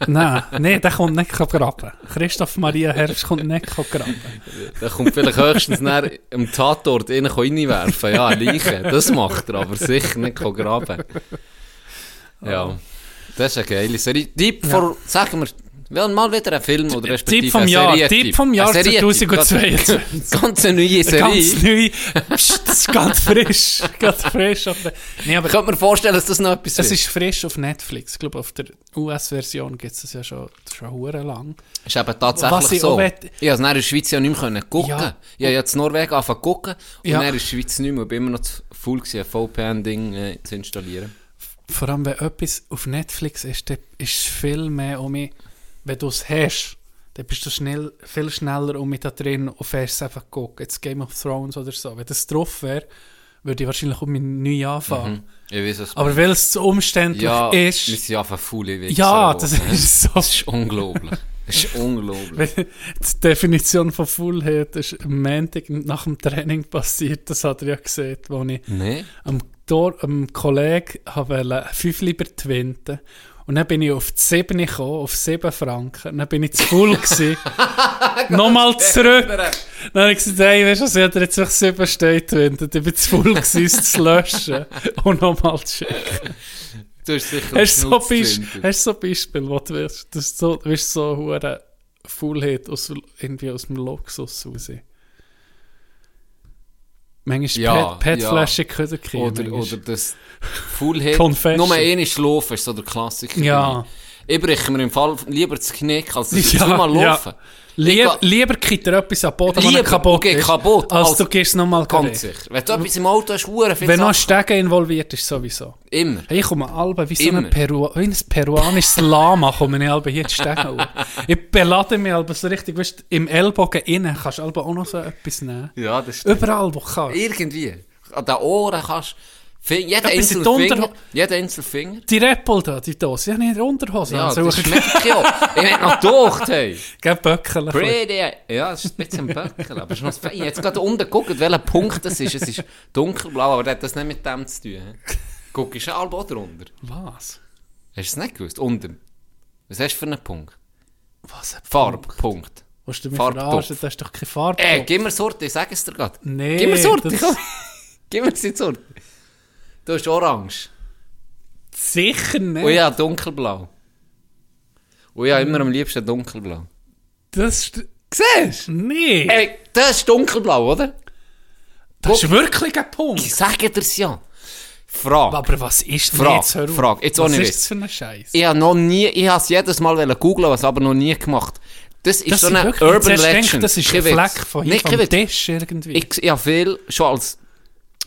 Speaker 2: Nein, nee, der kommt nicht graben. Christoph Maria Herbst kommt nicht graben.
Speaker 1: Da kommt vielleicht höchstens nachher im Tatort rein, kann reinwerfen. Ja, eine Leiche. Das macht er, aber sicher nicht kann graben. Ja.
Speaker 2: Ah.
Speaker 1: Das ist eine geile Serie. Tipp vor, sagen wir, wollen mal wieder einen Film oder respektive
Speaker 2: Tipp vom
Speaker 1: eine
Speaker 2: Jahr,
Speaker 1: Serie.
Speaker 2: Tipp vom Jahr
Speaker 1: Eine Serie-
Speaker 2: 2022.
Speaker 1: Ganz eine neue Serie.
Speaker 2: Ganz neu. Psst, das ist ganz frisch. ganz frisch. Aber, nee, aber
Speaker 1: Ich könnte mir vorstellen, dass das noch etwas
Speaker 2: es
Speaker 1: wird.
Speaker 2: ist frisch auf Netflix. Ich glaube, auf der US-Version gibt es das ja schon, schon hure lang.
Speaker 1: Ist eben tatsächlich
Speaker 2: Was ich auch
Speaker 1: so. Ich
Speaker 2: wett-
Speaker 1: habe es dann in der Schweiz ja nicht mehr können gucken.
Speaker 2: Ja.
Speaker 1: Ich habe ja in Norwegen angefangen zu gucken und
Speaker 2: Ja.
Speaker 1: dann in der Schweiz nicht mehr. Ich war immer noch zu faul, gewesen, ein VPN-Ding äh, zu installieren.
Speaker 2: Vor allem, wenn etwas auf Netflix ist, dann ist es viel mehr um mich, wenn du es hast, dann bist du schnell, viel schneller um mich da drin und fährst einfach gucken. Jetzt Game of Thrones oder so. Wenn das drauf wäre, würde ich wahrscheinlich um mich neu anfangen.
Speaker 1: Ich weiß es.
Speaker 2: Aber weil es zu umständlich
Speaker 1: Mhm. ja, wir
Speaker 2: ist,
Speaker 1: sind einfach faule Wichser.
Speaker 2: ja, das
Speaker 1: geworden.
Speaker 2: ist so
Speaker 1: Das ist unglaublich. Das ist unglaublich.
Speaker 2: Weil die Definition von Fullheit ist am Montag nach dem Training passiert. Das hat er ja gesehen, wo ich
Speaker 1: Nein.
Speaker 2: am, Tor, am Kollegen habe fünf lieber twinten. Und dann bin ich auf die 7 gekommen, auf 7 Franken. Und Dann bin ich zu full gewesen. Nochmal zurück. Dann habe ich gesagt, hey, weißt du, was ich hätte jetzt einfach 7 stehen twinten. Ich bin zu full gewesen, es zu löschen. Und nochmal zu schicken.
Speaker 1: Du hast sicher
Speaker 2: Hast du so,
Speaker 1: Schnutz
Speaker 2: Beisp
Speaker 1: gezündet.
Speaker 2: hast du so Beispiel, wo du wirst, dass du, du wirst so hure Fullheit aus, irgendwie aus dem Luxus raus. Manchmal
Speaker 1: Ja,
Speaker 2: ja, pet
Speaker 1: ja.
Speaker 2: flaschen können kriegen.
Speaker 1: Oder,
Speaker 2: manchmal.
Speaker 1: oder das Faulheit.
Speaker 2: Confession.
Speaker 1: Nur eine schlafen ist so der Klassiker.
Speaker 2: Ja.
Speaker 1: Ich breche mir im Fall lieber das Knick, als dass ich
Speaker 2: Ja,
Speaker 1: mal
Speaker 2: ja.
Speaker 1: laufen.
Speaker 2: Lieb,
Speaker 1: Ich-
Speaker 2: lieber kriegt er etwas am Boden,
Speaker 1: Lieber,
Speaker 2: was kaputt
Speaker 1: okay,
Speaker 2: ist,
Speaker 1: kaputt,
Speaker 2: als,
Speaker 1: als-
Speaker 2: du gehst nochmal
Speaker 1: Ganz sicher. Wenn du etwas im Auto hast, hure viel
Speaker 2: Wenn noch ein
Speaker 1: Sachen.
Speaker 2: Stegen involviert ist, sowieso.
Speaker 1: Immer.
Speaker 2: Hey, ich komme Alben wie, so
Speaker 1: Immer.
Speaker 2: ein, Peru wie ein peruanisches Lama, komme ich Alben hier zu stecken. ich belade mich Alben so richtig, weißt, im Ellbogen innen kannst du Alben auch noch so etwas nehmen.
Speaker 1: Ja, das stimmt.
Speaker 2: Überall, wo du kannst.
Speaker 1: Irgendwie. An den Ohren kannst du. Jeder
Speaker 2: bis in
Speaker 1: einzelne
Speaker 2: die Unter-
Speaker 1: Finger. Jeder einzelne Finger.
Speaker 2: Die Rappel da, die Dose, ja nicht in der Unterhose.
Speaker 1: Ja,
Speaker 2: also,
Speaker 1: das
Speaker 2: ich
Speaker 1: schmeckt ja. Ich hätte noch gedacht, hey.
Speaker 2: geh böckeln.
Speaker 1: Pretty. Ja, es ist ein bisschen Böckel, aber es ist noch fein. Ich habe jetzt gerade unten geguckt, welcher Punkt das ist. Es ist dunkelblau, aber das hat das nicht mit dem zu tun. he? Guck, ist ein Albo drunter.
Speaker 2: Was?
Speaker 1: Hast du es nicht gewusst? Unten. Was hast du für einen Punkt?
Speaker 2: Was? hat-
Speaker 1: Farbpunkt.
Speaker 2: Willst du mich
Speaker 1: Farbtopf. Äh,
Speaker 2: verarschen? Das ist doch keine Farbe.
Speaker 1: Ey, gib mir Sorte, ich sag es dir gerade.
Speaker 2: Nee,
Speaker 1: Gib mir Sorte,
Speaker 2: das-
Speaker 1: komm. Gib mir die Sorte. Du hast orange.
Speaker 2: Sicher nicht.
Speaker 1: Und Oh ja, dunkelblau. Und ja, immer am liebsten dunkelblau.
Speaker 2: Das ist...
Speaker 1: Siehst du?
Speaker 2: Nee.
Speaker 1: Ey, das ist dunkelblau, oder?
Speaker 2: das ist wirklich ein
Speaker 1: Ich
Speaker 2: Punkt.
Speaker 1: sage dir's ja. Frage.
Speaker 2: Aber was ist denn
Speaker 1: Frag,
Speaker 2: jetzt? Hör auf.
Speaker 1: frag, jetzt
Speaker 2: was
Speaker 1: ohne
Speaker 2: ist
Speaker 1: Witz.
Speaker 2: das für ein Scheiß?
Speaker 1: Ich habe noch nie, ich habe es jedes Mal wollen googeln, was aber noch nie gemacht. Das ist
Speaker 2: Das
Speaker 1: so
Speaker 2: ist
Speaker 1: eine
Speaker 2: wirklich,
Speaker 1: Urban
Speaker 2: zuerst
Speaker 1: Legend.
Speaker 2: denke ich, das ist
Speaker 1: Kein
Speaker 2: ein
Speaker 1: Witz.
Speaker 2: Fleck von hier,
Speaker 1: Nicht
Speaker 2: vom
Speaker 1: kein Witz.
Speaker 2: Tisch irgendwie.
Speaker 1: Ich, ich habe viel, schon als,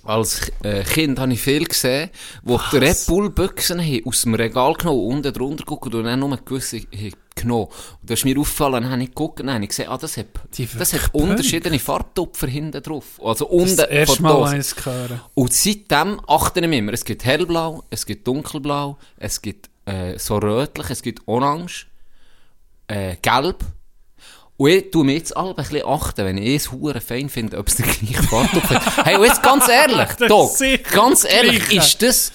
Speaker 1: als äh, Kind habe ich viel gesehen, wo die Red Bull Büchsen haben aus dem Regal genommen und unten drunter geguckt und dann nur gewisse haben genommen. Und das ist mir aufgefallen, dann habe ich geguckt und dann habe ich gesehen, ah, das hat,
Speaker 2: Die
Speaker 1: das
Speaker 2: wirklich
Speaker 1: hat unterschiedliche Farbtupfer hinten drauf. Also unten
Speaker 2: das erste
Speaker 1: von
Speaker 2: Mal
Speaker 1: Dose.
Speaker 2: habe ich es gehört.
Speaker 1: Und seitdem achte ich mich immer. Es gibt hellblau, es gibt dunkelblau, es gibt äh, so rötlich, es gibt orange, äh, gelb. Und ich tue mir jetzt alle ein bisschen achten, wenn ich es hure fein finde, ob es der gleiche Farbton ist. Hey, und jetzt ganz ehrlich,
Speaker 2: Das
Speaker 1: Doc,
Speaker 2: ist sicher
Speaker 1: ganz
Speaker 2: das
Speaker 1: ehrlich,
Speaker 2: Gleiche.
Speaker 1: ist das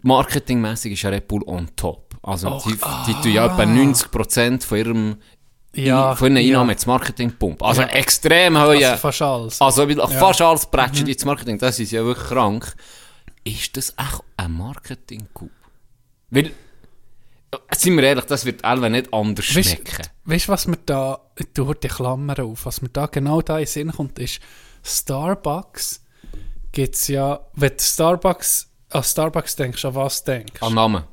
Speaker 1: marketingmäßig ist ja Red Bull on top. Also die,
Speaker 2: ah.
Speaker 1: die tun ja etwa 90% von ihrem
Speaker 2: Ja,
Speaker 1: von ihren
Speaker 2: ja.
Speaker 1: Einnahmen ins Marketing pumpen. Also extrem hohe...
Speaker 2: Also fast alles.
Speaker 1: Also weil fast alles Bretschen
Speaker 2: Mhm.
Speaker 1: ins Marketing, das ist ja wirklich krank. Ist das echt ein Marketing-Coup? Weil, äh, sind wir ehrlich, das wird Elven nicht anders
Speaker 2: Weißt
Speaker 1: schmecken.
Speaker 2: weißt du, was mir da, ich tue die Klammer auf, was mir da genau da in den Sinn kommt, ist, Starbucks gibt es ja, wenn du Starbucks, an Starbucks denkst, an was denkst
Speaker 1: An Namen.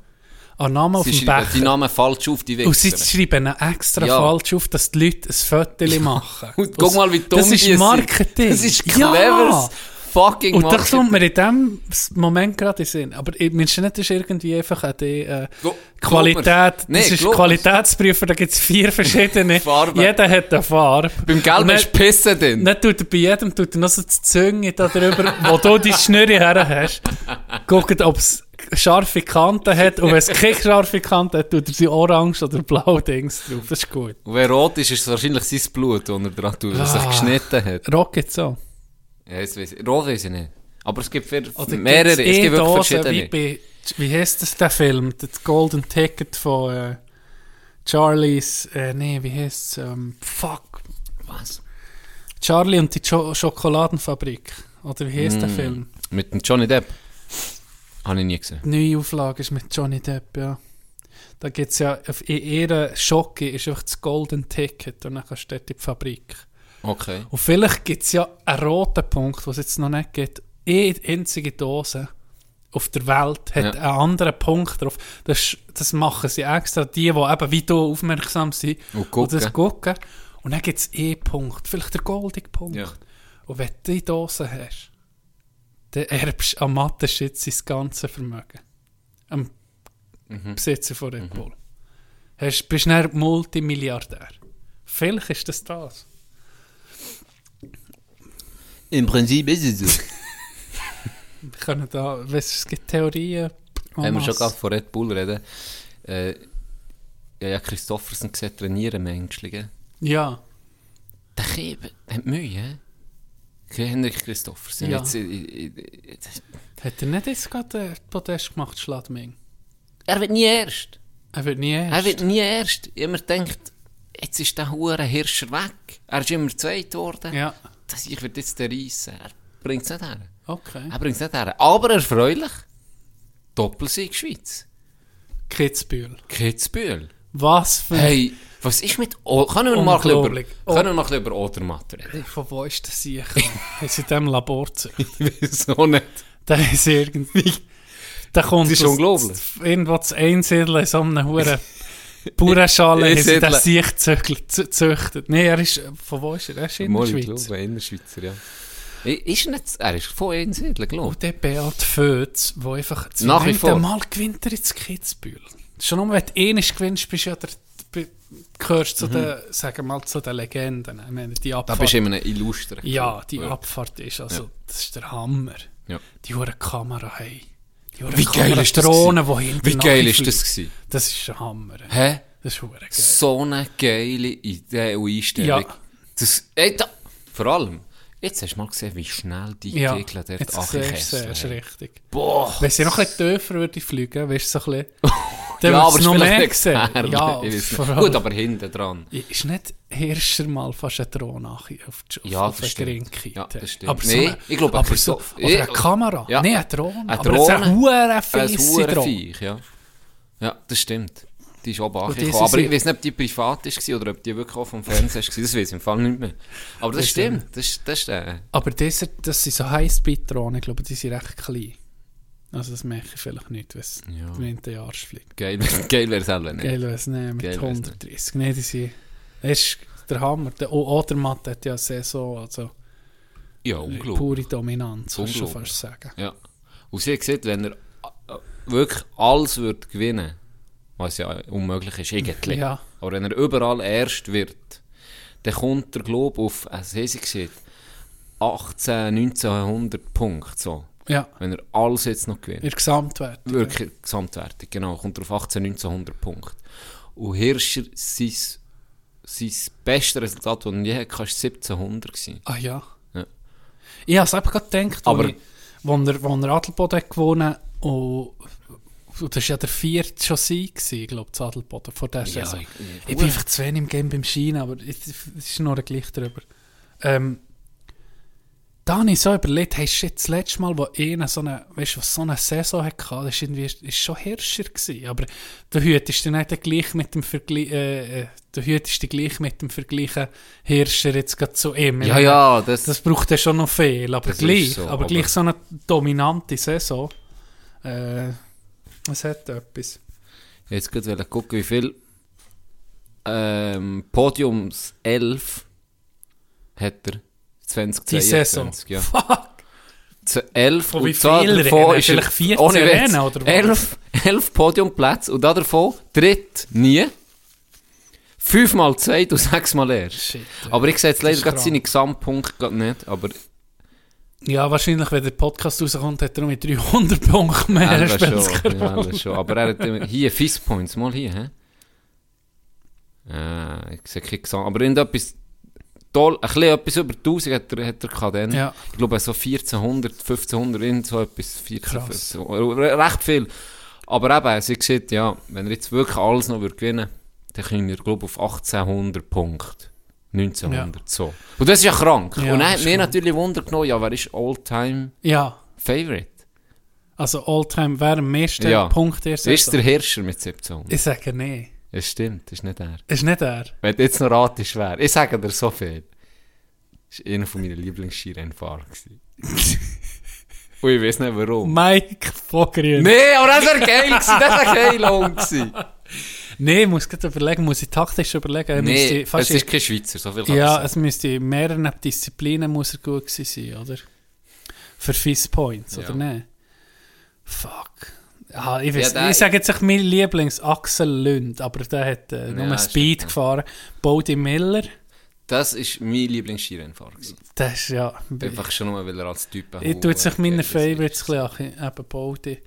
Speaker 2: An Namen auf
Speaker 1: Sie
Speaker 2: dem
Speaker 1: schreiben die
Speaker 2: Becher.
Speaker 1: Namen falsch auf, die
Speaker 2: Und sie
Speaker 1: Wichser.
Speaker 2: schreiben ihn extra
Speaker 1: Ja.
Speaker 2: falsch auf, dass die Leute ein Vöteli machen.
Speaker 1: Und guck mal, wie dumm
Speaker 2: Das
Speaker 1: die
Speaker 2: ist
Speaker 1: sind.
Speaker 2: Marketing.
Speaker 1: Das ist cleveres fucking
Speaker 2: Und das
Speaker 1: Marketing.
Speaker 2: kommt mir in dem Moment gerade in den Sinn. Aber ich meinst du nicht, das ist irgendwie einfach an die äh,
Speaker 1: Glo-
Speaker 2: Qualität.
Speaker 1: Glaub mir.
Speaker 2: das
Speaker 1: Nee,
Speaker 2: ist
Speaker 1: glaub mir.
Speaker 2: Qualitätsprüfer, da gibt es vier verschiedene.
Speaker 1: Farben.
Speaker 2: Jeder hat eine Farbe.
Speaker 1: Beim Gelben
Speaker 2: Und dann- Ne-
Speaker 1: ist Pissen drin.
Speaker 2: Nicht tut er bei jedem tut er noch so die Zunge da drüber, wo du die Schnürre her hast. Guckt, ob es scharfe Kanten hat. Und wenn es keine scharfe Kante hat, tut er sie orange oder blau Dings drauf. Das ist gut.
Speaker 1: Und wenn rot ist, ist es wahrscheinlich sein Blut, das er dran tut, weil er sich
Speaker 2: Ah.
Speaker 1: geschnitten hat.
Speaker 2: Rocket so.
Speaker 1: Ja, das weiss ich. Rot weiss ich nicht. Aber es gibt vier,
Speaker 2: Oder
Speaker 1: mehrere.
Speaker 2: gibt's
Speaker 1: Es
Speaker 2: eh
Speaker 1: gibt wirklich
Speaker 2: Dosen,
Speaker 1: verschiedene.
Speaker 2: Wie, bei, wie heißt das der Film? Das Golden Ticket von äh, Charlies. Äh, nee, wie heißt es? Ähm, fuck.
Speaker 1: Was?
Speaker 2: Charlie und die Cho Schokoladenfabrik. Oder wie heißt der
Speaker 1: Mm.
Speaker 2: Film?
Speaker 1: Mit dem Johnny Depp. Habe ich nie gesehen.
Speaker 2: Die neue Auflage ist mit Johnny Depp, ja. Da gibt es ja, auf- in ihrer Schocke ist einfach das Golden Ticket und dann kannst du dort in die Fabrik.
Speaker 1: Okay.
Speaker 2: Und vielleicht gibt es ja einen roten Punkt, was es jetzt noch nicht gibt. Eine einzige Dose auf der Welt hat
Speaker 1: Ja.
Speaker 2: einen anderen Punkt drauf. Das, ist- das machen sie extra, die, die eben wie du aufmerksam sind
Speaker 1: Und
Speaker 2: und
Speaker 1: gucken.
Speaker 2: das gucken. Und dann gibt es einen Punkt, vielleicht der goldige Punkt.
Speaker 1: Ja.
Speaker 2: Und wenn du die Dose hast, dann erbst du am Mathe-Shit sein ganzes Vermögen. Am
Speaker 1: Mhm.
Speaker 2: Besitzer von Red Bull. Hast, bist dann Multimilliardär. Vielleicht ist das das.
Speaker 1: Im Prinzip ist es so.
Speaker 2: können da, weißt du, es gibt Theorien. en
Speaker 1: Wenn wir schon
Speaker 2: masse.
Speaker 1: gerade von Red Bull reden. Äh, ja, ja, Christoffersen gesehen trainieren, manchmal. gell?
Speaker 2: Ja,
Speaker 1: Der Kieb hat Mühe, hä? Henrik Christoffersen.
Speaker 2: Ja.
Speaker 1: Jetzt, äh, ich, ich, ich,
Speaker 2: hat er nicht jetzt gerade äh, Podest gemacht, Schladming?
Speaker 1: er wird nie erst.
Speaker 2: Er wird nie erst.
Speaker 1: Er wird nie erst. Ich hab mir gedacht, jetzt ist der hure Hirscher weg. Er ist immer zweit geworden.
Speaker 2: Ja,
Speaker 1: Das, ich werde jetzt den reissen. Er bringt es nicht her.
Speaker 2: okay.
Speaker 1: Er bringt es nicht her. Aber erfreulich. Doppelsieg Schweiz.
Speaker 2: Kitzbühel.
Speaker 1: Kitzbühel.
Speaker 2: Was für
Speaker 1: Hey, was ist mit... O können, wir mal ein bisschen über,
Speaker 2: Unglaublich.
Speaker 1: können wir mal ein bisschen über Odermatt reden?
Speaker 2: Von wo ist das hier? Ist in diesem Labor gezeugt.
Speaker 1: Ich weiß auch nicht.
Speaker 2: Der ist irgendwie... Der kommt
Speaker 1: Das ist
Speaker 2: aus-
Speaker 1: unglaublich.
Speaker 2: Irgendwo zu Einsiedeln in so einer Huren... Bauernschale ist
Speaker 1: Einsiedeln.
Speaker 2: der sich gezüchtet. Nee, er ist... Von wo ist er? Er ist in der
Speaker 1: Mal,
Speaker 2: Schweiz.
Speaker 1: ich glaube, in der Schweizer, ja. I- Ist er nicht... Er ist von Einsiedler, glaube
Speaker 2: Und der Beat Fötz, der einfach zu
Speaker 1: Nach wie
Speaker 2: einem
Speaker 1: vor.
Speaker 2: Mal gewinnt er jetzt Kitzbühel. Schon nur, wenn du eines gewinnst, bist du ja der, bi- gehörst zu den, sagen wir mal, zu den Legenden. Ich meine,
Speaker 1: ich.
Speaker 2: die
Speaker 1: Mhm. Da
Speaker 2: Abfahrt.
Speaker 1: bist du in einem Illustre.
Speaker 2: ja, die
Speaker 1: ja.
Speaker 2: Abfahrt ist also, das ist der Hammer.
Speaker 1: Ja.
Speaker 2: Die hohe Kamera, hey. Die hohe
Speaker 1: Wie geil ist das
Speaker 2: Drohne,
Speaker 1: gewesen?
Speaker 2: die hinten
Speaker 1: Wie geil ist
Speaker 2: nachfliegt.
Speaker 1: das gewesen?
Speaker 2: Das ist ein Hammer.
Speaker 1: Genau, Hä?
Speaker 2: Das ist hure geil.
Speaker 1: So eine geile Idee und Einstellung.
Speaker 2: Ja.
Speaker 1: Das, ey, da, vor allem, jetzt hast du mal gesehen, wie schnell die
Speaker 2: Ja,
Speaker 1: Gegner dort
Speaker 2: jetzt siehst du es
Speaker 1: Achillessehne haben.
Speaker 2: richtig.
Speaker 1: Boah!
Speaker 2: Wenn sie noch ein bisschen tiefer würde fliegen, weißt du, so ein bisschen... Dann
Speaker 1: Ja,
Speaker 2: würd's
Speaker 1: aber es ist
Speaker 2: noch
Speaker 1: vielleicht
Speaker 2: mehr
Speaker 1: nicht
Speaker 2: sehen.
Speaker 1: gefährlich.
Speaker 2: Ja,
Speaker 1: Ich weiss
Speaker 2: vor
Speaker 1: nicht.
Speaker 2: allem.
Speaker 1: Gut, aber hinten dran.
Speaker 2: Ist nicht Hirscher mal fast eine Drohne auf, auf,
Speaker 1: Ja,
Speaker 2: auf
Speaker 1: das
Speaker 2: eine
Speaker 1: stimmt.
Speaker 2: Grinkite?
Speaker 1: Ja, das stimmt.
Speaker 2: Aber so
Speaker 1: Nee,
Speaker 2: eine,
Speaker 1: ich glaube, ein
Speaker 2: aber so,
Speaker 1: Christoph-
Speaker 2: oder
Speaker 1: Ja,
Speaker 2: eine Kamera.
Speaker 1: ja.
Speaker 2: Nein, eine Drohne.
Speaker 1: Eine
Speaker 2: aber es ist
Speaker 1: Drohne.
Speaker 2: eine hure
Speaker 1: Ein
Speaker 2: fiese Drohne.
Speaker 1: Hurenviech, ja. Ja, das stimmt. Die ist oben
Speaker 2: Und die
Speaker 1: angekommen. Aber
Speaker 2: sind-
Speaker 1: ich weiß nicht, ob die privat war oder ob die wirklich auch vom Fernsehen war. Das weiß ich im Fall nicht mehr. Aber das,
Speaker 2: Das
Speaker 1: stimmt. Das, ist- das ist äh,
Speaker 2: Aber diese, das sind so Highspeed-Drohnen, ich glaube, die sind recht klein. Also das merke ich vielleicht nicht, wenn es
Speaker 1: Ja.
Speaker 2: im Winter Jahr fliegt.
Speaker 1: geil. geil wäre es auch nicht.
Speaker 2: Geil wäre es nicht, mit
Speaker 1: Geil wär's nicht.
Speaker 2: 130. Nein, die sind... Das ist der Hammer. Der o Odermatt hat ja sehr so, also
Speaker 1: Ja, unglaublich.
Speaker 2: pure Dominanz, kannst du
Speaker 1: Unglaublich.
Speaker 2: fast sagen.
Speaker 1: Ja. Und sie hat gesagt, wenn er äh, wirklich alles wird gewinnen was ja unmöglich ist, irgendwie.
Speaker 2: Ja.
Speaker 1: Aber wenn er überall erst wird, dann kommt der Globe auf, als haben sie gesagt, 18, 1900 Punkte. So.
Speaker 2: Ja,
Speaker 1: Wenn er alles jetzt noch gewinnt.
Speaker 2: ihr Gesamtwert.
Speaker 1: Wirklich Gesamtwertung, genau. Kommt er auf 18, 1900 Punkte. Und Hirscher, sein, sein bestes Resultat, das er je hatte, war 1700. Gewesen.
Speaker 2: Ah ja.
Speaker 1: Ja.
Speaker 2: Ich habe es eben gerade gedacht,
Speaker 1: Aber-
Speaker 2: aber ich, wo, er, wo er Adelboden hat gewonnen und, und das war ja der vierte schon sein, gewesen, glaube ich, Adelboden, vor der Saison.
Speaker 1: ich-
Speaker 2: ich,
Speaker 1: ich-
Speaker 2: bin einfach zu wenig im Game beim Schienen, aber es es ist noch ein gleich drüber. Ähm, da habe ich so überlegt, hey, shit, das letzte Mal, wo einer so eine, weißt, du, was so eine Saison hatte, das war irgendwie ist schon Hirscher. Gewesen, aber du hütest dich nicht gleich mit dem Vergleich, äh, äh, du hütest dich gleich mit dem Vergleichen Hirscher jetzt gerade zu ihm. Ich
Speaker 1: Ja,
Speaker 2: meine,
Speaker 1: ja, das,
Speaker 2: das braucht ja schon noch viel, aber
Speaker 1: Das
Speaker 2: gleich,
Speaker 1: ist so,
Speaker 2: aber,
Speaker 1: aber-
Speaker 2: gleich so eine dominante Saison. Äh, es hat etwas.
Speaker 1: Jetzt gut wollen gucken, wie viel ähm, Podiums 11 hat er
Speaker 2: Die
Speaker 1: 2022.
Speaker 2: Saison.
Speaker 1: Ja.
Speaker 2: Fuck!
Speaker 1: zu 11
Speaker 2: Von
Speaker 1: und
Speaker 2: wie
Speaker 1: zwar
Speaker 2: viel reden
Speaker 1: davon
Speaker 2: wir?
Speaker 1: ist
Speaker 2: Vielleicht 14 Rennen oder was?
Speaker 1: 11, 11 Podiumplätze und da davon dritt nie. Fünfmal zweit und sechsmal erst.
Speaker 2: Shit.
Speaker 1: Aber ich sehe jetzt leider
Speaker 2: ist
Speaker 1: gerade
Speaker 2: krank.
Speaker 1: seine Gesamtpunkte gerade nicht, aber
Speaker 2: Ja, wahrscheinlich, wenn der Podcast rauskommt, hat er noch mit 300 Punkten mehr.
Speaker 1: er
Speaker 2: Spencer
Speaker 1: schon. Ja,
Speaker 2: Kroll.
Speaker 1: er schon. Aber er hat immer- hier Fist Points, mal hier, hä? Äh, ich sehe keinen Gesamt. Aber irgendetwas toll, ein bisschen etwas über 1000 hat er, hat er gehabt dann.
Speaker 2: Ja.
Speaker 1: Ich glaube so 1400, 1500, irgend so etwas. 14,
Speaker 2: Krass.
Speaker 1: 15, re- recht viel. Aber eben, sie sieht, ja, wenn er jetzt wirklich alles noch würde gewinnen würde, dann können wir, glaube ich, auf 1800 Punkte. 1900, so. Und das ist ja krank.
Speaker 2: Ja,
Speaker 1: Und dann
Speaker 2: das
Speaker 1: hat
Speaker 2: ist
Speaker 1: mir
Speaker 2: krank.
Speaker 1: natürlich Wunder genommen, ja, wer ist All-Time-Favorite?
Speaker 2: ja, also Alltime wäre am meisten
Speaker 1: Ja.
Speaker 2: Punkt erst.
Speaker 1: Ist der Hirscher mit 17?
Speaker 2: Ich sage nein.
Speaker 1: Es stimmt, ist nicht er.
Speaker 2: Ist nicht er.
Speaker 1: Wenn du jetzt noch ratisch wär, ich sage dir so viel. Das war einer von meiner Lieblingsskirennfahrer. gewesen. Und ich weiß nicht warum.
Speaker 2: Mike Vogrin. Nee,
Speaker 1: Nee, aber das war geil gewesen, das war geil lang gewesen.
Speaker 2: nee muss gerade überlegen, muss ich taktisch überlegen. Er
Speaker 1: Nee,
Speaker 2: müsste fast
Speaker 1: es ist kein Schweizer, so viel
Speaker 2: in,
Speaker 1: kann
Speaker 2: ja,
Speaker 1: ich
Speaker 2: es müsste in mehreren Disziplinen muss er gut gewesen sein, oder? Für Fist Points,
Speaker 1: Ja.
Speaker 2: oder nicht? Fuck. Ah, ich
Speaker 1: Ja,
Speaker 2: weiß,
Speaker 1: der-
Speaker 2: ich sage jetzt, mein Lieblings Axel Lund, aber der hat äh, nur
Speaker 1: Ja,
Speaker 2: Speed
Speaker 1: stimmt, ja.
Speaker 2: gefahren. Bodie Miller,
Speaker 1: Das war mein Lieblingsskirennfahrer. gewesen.
Speaker 2: das ist ja...
Speaker 1: Einfach schon nur, weil er als Typ
Speaker 2: Ich tue sich meine
Speaker 1: geil war.
Speaker 2: Favorites ein bisschen an, eben Boldi.